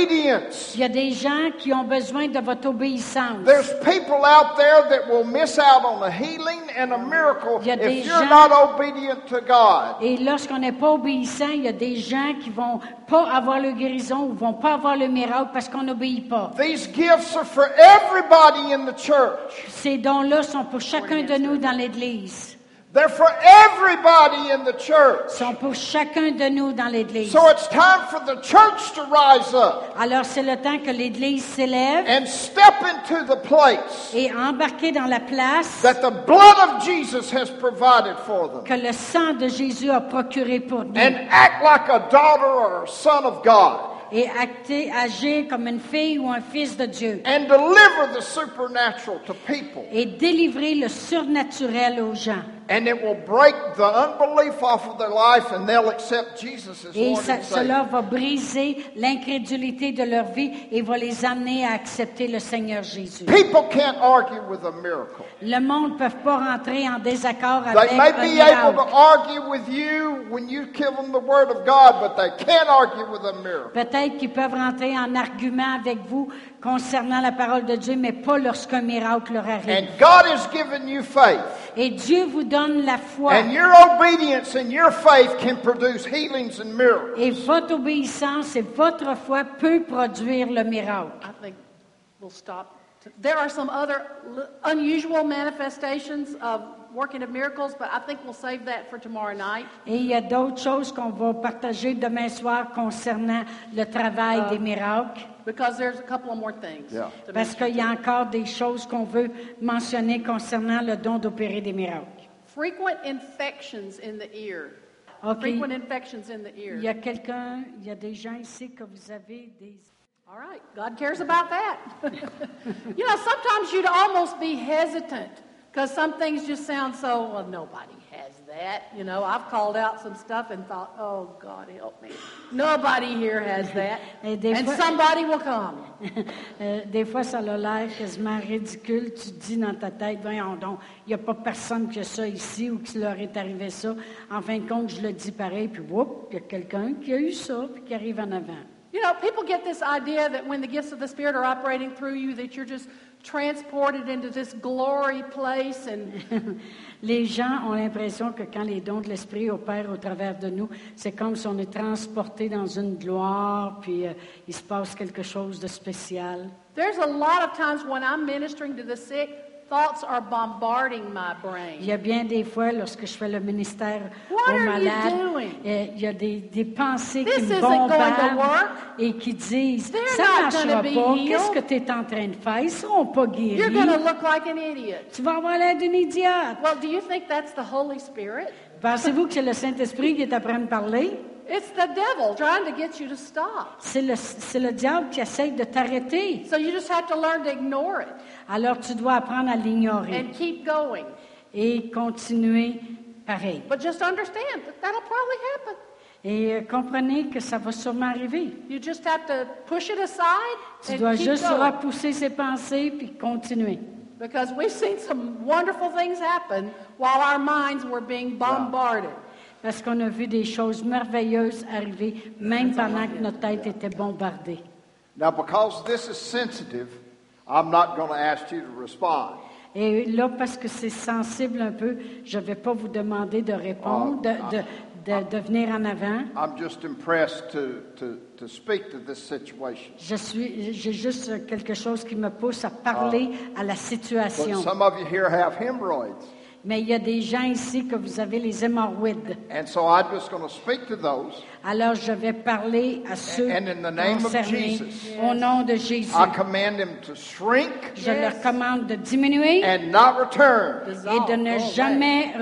[SPEAKER 3] obedience.
[SPEAKER 1] Il y a des gens qui ont besoin de votre obéissance.
[SPEAKER 3] There's people out there that will miss out on a healing and a miracle
[SPEAKER 1] Il y a des
[SPEAKER 3] if you're
[SPEAKER 1] gens-
[SPEAKER 3] not obedient to God.
[SPEAKER 1] Et lorsqu'on n'est pas obéissant, il y a des gens qui vont pas avoir le guérison ou vont pas avoir le miracle parce qu'on n'obéit pas.
[SPEAKER 3] These gifts are for everybody in the church.
[SPEAKER 1] Ces dons-là sont pour chacun de nous dans l'Église.
[SPEAKER 3] They're for everybody in the church.
[SPEAKER 1] Sont pour chacun de nous dans l'Église.
[SPEAKER 3] So it's time for the church to rise up
[SPEAKER 1] Alors c'est le temps que l'Église s'élève
[SPEAKER 3] and step into the place
[SPEAKER 1] et embarquer dans la place
[SPEAKER 3] that the blood of Jesus has provided for them.
[SPEAKER 1] que le sang de Jésus a procuré pour nous
[SPEAKER 3] and act like a daughter or a son of God
[SPEAKER 1] et acter, agir comme une fille ou un fils de Dieu
[SPEAKER 3] and deliver the supernatural to people.
[SPEAKER 1] et délivrer le surnaturel aux gens.
[SPEAKER 3] And it will break the unbelief off of their life and they'll accept Jesus as
[SPEAKER 1] Et
[SPEAKER 3] Lord
[SPEAKER 1] ça-
[SPEAKER 3] and
[SPEAKER 1] cela
[SPEAKER 3] Savior.
[SPEAKER 1] va briser l'incrédulité de leur vie et va les amener à accepter le Seigneur Jésus.
[SPEAKER 3] People can't argue with a miracle.
[SPEAKER 1] Le monde ne peut pas rentrer en désaccord avec
[SPEAKER 3] They may
[SPEAKER 1] un
[SPEAKER 3] be able to
[SPEAKER 1] miracle.
[SPEAKER 3] argue with you when you give them the Word of God, but they can't argue with a miracle.
[SPEAKER 1] Peut-être qu'ils peuvent rentrer en argument avec vous concernant la parole de Dieu, mais pas lorsqu'un miracle leur
[SPEAKER 3] And
[SPEAKER 1] arrive.
[SPEAKER 3] God has given you faith.
[SPEAKER 1] Et Dieu vous donne la foi.
[SPEAKER 3] And your obedience and your faith can produce healings and miracles.
[SPEAKER 1] Et votre obéissance et votre foi peut produire le miracle.
[SPEAKER 2] I think we'll stop. There are some other l- unusual manifestations of working of miracles, but I think we'll save that for tomorrow night.
[SPEAKER 1] Et il y a d'autres choses qu'on va partager demain soir concernant le travail des miracles.
[SPEAKER 2] Because there's a couple of more things.
[SPEAKER 3] Yeah.
[SPEAKER 2] to
[SPEAKER 1] Parce qu'il y a encore des choses qu'on veut mentionner concernant le don d'opérer des miracles.
[SPEAKER 2] mention. Frequent infections in the ear
[SPEAKER 1] OK.
[SPEAKER 2] Frequent infections in the ear.
[SPEAKER 1] Il y a quelqu'un, il y a des gens ici que vous avez des...
[SPEAKER 2] All right, God cares about that. you know, sometimes you'd almost be hesitant because some things just sound so, well, nobody has that. You know, I've called out some stuff and thought, oh, God help me. Nobody here has that.
[SPEAKER 1] Eh, des
[SPEAKER 2] and
[SPEAKER 1] fois-
[SPEAKER 2] somebody will come.
[SPEAKER 1] Euh, des fois, ça a l'air quasiment ridicule. Tu te dis dans ta tête, voyons donc, il n'y a pas personne qui a ça ici ou qui leur est arrivé ça. En fin de compte, je le dis pareil, puis whoop, il y a quelqu'un qui a eu ça, puis qui arrive en avant.
[SPEAKER 2] You know, people get this idea that when the gifts of the Spirit are operating through you, that you're just transported into this glory place and
[SPEAKER 1] Les gens ont l'impression que quand les dons de l'esprit opèrent au travers de nous, c'est comme si on est transporté dans une gloire, puis euh, il se passe quelque chose de spécial.
[SPEAKER 2] There's a lot of times when I'm ministering to the sick, thoughts are bombarding my brain.
[SPEAKER 1] Il y a bien des fois, lorsque je fais le ministère
[SPEAKER 2] What
[SPEAKER 1] aux
[SPEAKER 2] are you
[SPEAKER 1] malades,
[SPEAKER 2] doing?
[SPEAKER 1] euh, il y a des, des pensées
[SPEAKER 2] This
[SPEAKER 1] qui me
[SPEAKER 2] isn't going to
[SPEAKER 1] bombardent
[SPEAKER 2] work.
[SPEAKER 1] et qui disent
[SPEAKER 2] They're
[SPEAKER 1] Ça
[SPEAKER 2] not
[SPEAKER 1] ne marchera
[SPEAKER 2] gonna be
[SPEAKER 1] pas.
[SPEAKER 2] healed.
[SPEAKER 1] Qu'est-ce que tu es en train de faire Ils ne seront pas guéris.
[SPEAKER 2] You're going to look like an idiot.
[SPEAKER 1] Tu vas avoir l'air d'une idiote.
[SPEAKER 2] Well, do you think that's the Holy Spirit?
[SPEAKER 1] Pensez-vous que c'est le Saint-Esprit qui est en train de parler
[SPEAKER 2] It's the devil trying to get you to stop.
[SPEAKER 1] C'est le, c'est le diable qui essaye de t'arrêter.
[SPEAKER 2] So you just have to learn to ignore it
[SPEAKER 1] Alors tu dois apprendre à l'ignorer
[SPEAKER 2] and keep going.
[SPEAKER 1] et continuer pareil.
[SPEAKER 2] But just understand that that'll probably happen.
[SPEAKER 1] Et euh, comprenez que ça va sûrement arriver.
[SPEAKER 2] You just have to push it aside
[SPEAKER 1] Tu
[SPEAKER 2] and
[SPEAKER 1] dois
[SPEAKER 2] keep
[SPEAKER 1] juste
[SPEAKER 2] going.
[SPEAKER 1] repousser ses pensées puis continuer.
[SPEAKER 2] Because we've seen some wonderful things happen while our minds were being bombarded.
[SPEAKER 1] Parce qu'on a vu des choses merveilleuses arriver, même pendant que notre tête était bombardée.
[SPEAKER 3] Now, because this is sensitive, I'm not going to ask you to respond.
[SPEAKER 1] Et là, parce que c'est sensible un peu, je ne vais pas vous demander de répondre,
[SPEAKER 3] Ah,
[SPEAKER 1] de, de- de- de venir en avant.
[SPEAKER 3] I'm just impressed to, to, to speak to this situation.
[SPEAKER 1] Je suis, j'ai juste quelque chose qui me pousse à parler
[SPEAKER 3] Ah.
[SPEAKER 1] à la
[SPEAKER 3] But
[SPEAKER 1] situation.
[SPEAKER 3] some of you here have hemorrhoids.
[SPEAKER 1] Mais il y a des gens ici que vous avez les hémorroïdes.
[SPEAKER 3] And so I'm just going to speak to those.
[SPEAKER 1] Alors, je vais parler à ceux
[SPEAKER 3] And in the name of
[SPEAKER 1] concernés
[SPEAKER 3] Jesus. Ah,
[SPEAKER 1] au nom de Jésus.
[SPEAKER 3] I command them to shrink
[SPEAKER 1] Je leur commande de diminuer.
[SPEAKER 3] and not return
[SPEAKER 1] et de
[SPEAKER 3] Oh,
[SPEAKER 1] ne jamais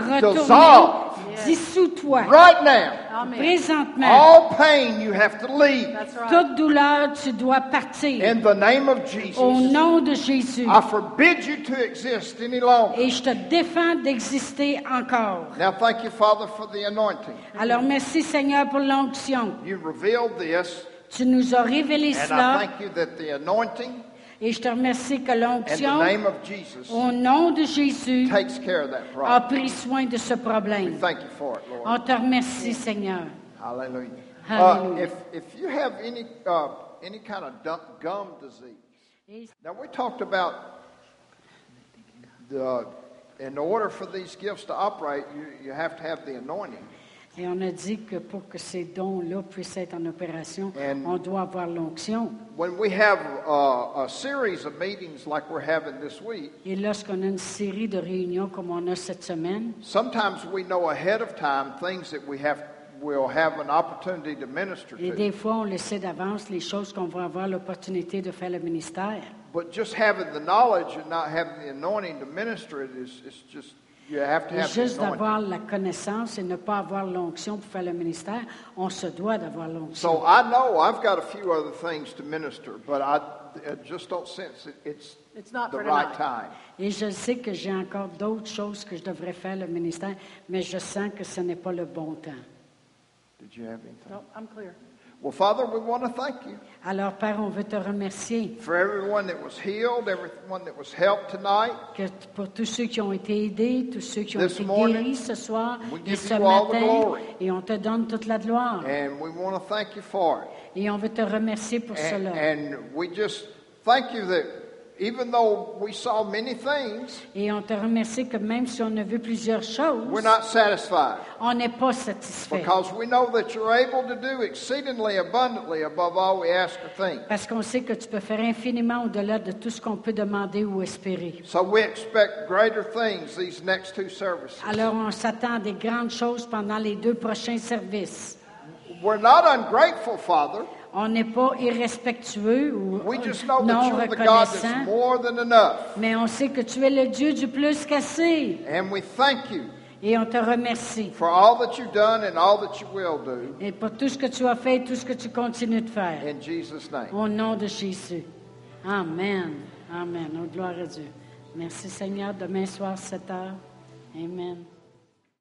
[SPEAKER 3] Dissolve.
[SPEAKER 1] retourner. Dissous-toi.
[SPEAKER 3] right now.
[SPEAKER 2] Amen.
[SPEAKER 1] Présentement,
[SPEAKER 3] All pain you have to leave
[SPEAKER 2] That's right.
[SPEAKER 1] toute douleur, tu dois partir.
[SPEAKER 3] in the name of
[SPEAKER 1] Au
[SPEAKER 3] Jesus.
[SPEAKER 1] nom de Jésus.
[SPEAKER 3] I forbid you to exist any longer.
[SPEAKER 1] Et je te défends d'exister encore.
[SPEAKER 3] Now, thank you, Father, for the anointing.
[SPEAKER 1] Alors merci Seigneur pour l'onction.
[SPEAKER 3] You revealed this,
[SPEAKER 1] Tu nous as révélé
[SPEAKER 3] and I
[SPEAKER 1] cela
[SPEAKER 3] thank you that the anointing
[SPEAKER 1] et je te remercie que
[SPEAKER 3] and the
[SPEAKER 1] l'onction
[SPEAKER 3] name of Jesus
[SPEAKER 1] au nom de Jésus
[SPEAKER 3] takes care of that
[SPEAKER 1] a
[SPEAKER 3] problem.
[SPEAKER 1] pris soin de ce
[SPEAKER 3] We
[SPEAKER 1] problème.
[SPEAKER 3] thank you for it, Lord.
[SPEAKER 1] On te remercie Seigneur.
[SPEAKER 3] Hallelujah.
[SPEAKER 1] Hallelujah.
[SPEAKER 3] Uh, if, if you have any, uh, any kind of dump, gum disease,
[SPEAKER 1] Et
[SPEAKER 3] now we talked about the, in order for these gifts to operate, you, you have to have the anointing.
[SPEAKER 1] Et on a dit que pour que ces dons-là puissent être en opération,
[SPEAKER 3] And-
[SPEAKER 1] on doit avoir l'onction.
[SPEAKER 3] When we have uh, a series of meetings like we're having this week,
[SPEAKER 1] Et lorsqu'on a une série de réunions comme on a cette semaine,
[SPEAKER 3] sometimes we know ahead of time things that we have, will have an opportunity to minister
[SPEAKER 1] et
[SPEAKER 3] to.
[SPEAKER 1] des fois on le sait d'avance, les choses qu'on va avoir l'opportunité de faire le ministère.
[SPEAKER 3] But just having the knowledge and not having the anointing to minister it is it's just, you have to
[SPEAKER 1] Et
[SPEAKER 3] have the
[SPEAKER 1] juste
[SPEAKER 3] anointing.
[SPEAKER 1] d'avoir la connaissance et ne pas avoir l'onction pour faire le ministère, on se doit d'avoir l'onction.
[SPEAKER 3] So I know I've got a few other things to minister, but I, I just don't sense it, it's,
[SPEAKER 2] It's not
[SPEAKER 3] the
[SPEAKER 2] for
[SPEAKER 3] right
[SPEAKER 2] tonight.
[SPEAKER 3] time.
[SPEAKER 1] Et je sais que j'ai encore d'autres choses que je devrais faire le ministère, mais je sens que ce n'est pas le bon temps.
[SPEAKER 3] Did you have anything?
[SPEAKER 2] No, I'm clear.
[SPEAKER 3] Well, Father, we want to thank you
[SPEAKER 1] Alors Père, on veut te remercier
[SPEAKER 3] for everyone that was healed, everyone that was helped tonight.
[SPEAKER 1] que t- pour tous ceux qui ont été aidés, tous ceux qui ont
[SPEAKER 3] This
[SPEAKER 1] été
[SPEAKER 3] morning,
[SPEAKER 1] guéris ce soir
[SPEAKER 3] we
[SPEAKER 1] et
[SPEAKER 3] give
[SPEAKER 1] ce
[SPEAKER 3] you all the
[SPEAKER 1] matin,
[SPEAKER 3] glory.
[SPEAKER 1] et on te donne toute la gloire.
[SPEAKER 3] And we want to thank you for it.
[SPEAKER 1] Et on veut te remercier pour
[SPEAKER 3] And,
[SPEAKER 1] cela.
[SPEAKER 3] and we just thank you that even though we saw many things,
[SPEAKER 1] Et on te remercie que même si on a vu plusieurs
[SPEAKER 3] we're
[SPEAKER 1] choses,
[SPEAKER 3] not satisfied
[SPEAKER 1] on n'est pas satisfait.
[SPEAKER 3] because we know that you're able to do exceedingly abundantly above all we ask or think.
[SPEAKER 1] Parce qu'on sait que tu peux faire infiniment au-delà de tout ce qu'on peut demander ou espérer.
[SPEAKER 3] So we expect greater things these next two services.
[SPEAKER 1] Alors on s'attend à des grandes choses pendant les deux prochains services.
[SPEAKER 3] We're not ungrateful, Father.
[SPEAKER 1] On n'est pas irrespectueux ou
[SPEAKER 3] We just know that
[SPEAKER 1] non
[SPEAKER 3] you're the God
[SPEAKER 1] reconnaissant,
[SPEAKER 3] that's more than enough.
[SPEAKER 1] mais on sait que tu es le Dieu du plus qu'assez.
[SPEAKER 3] And we thank you
[SPEAKER 1] Et on te remercie
[SPEAKER 3] for all that you've done and all that you will do.
[SPEAKER 1] et pour tout ce que tu as fait et tout ce que tu continues de faire.
[SPEAKER 3] In Jesus' name.
[SPEAKER 1] Au nom de Jésus. Amen. Oh, Amen. Au gloire à Dieu. Merci Seigneur. Demain soir, 7 heures. Amen.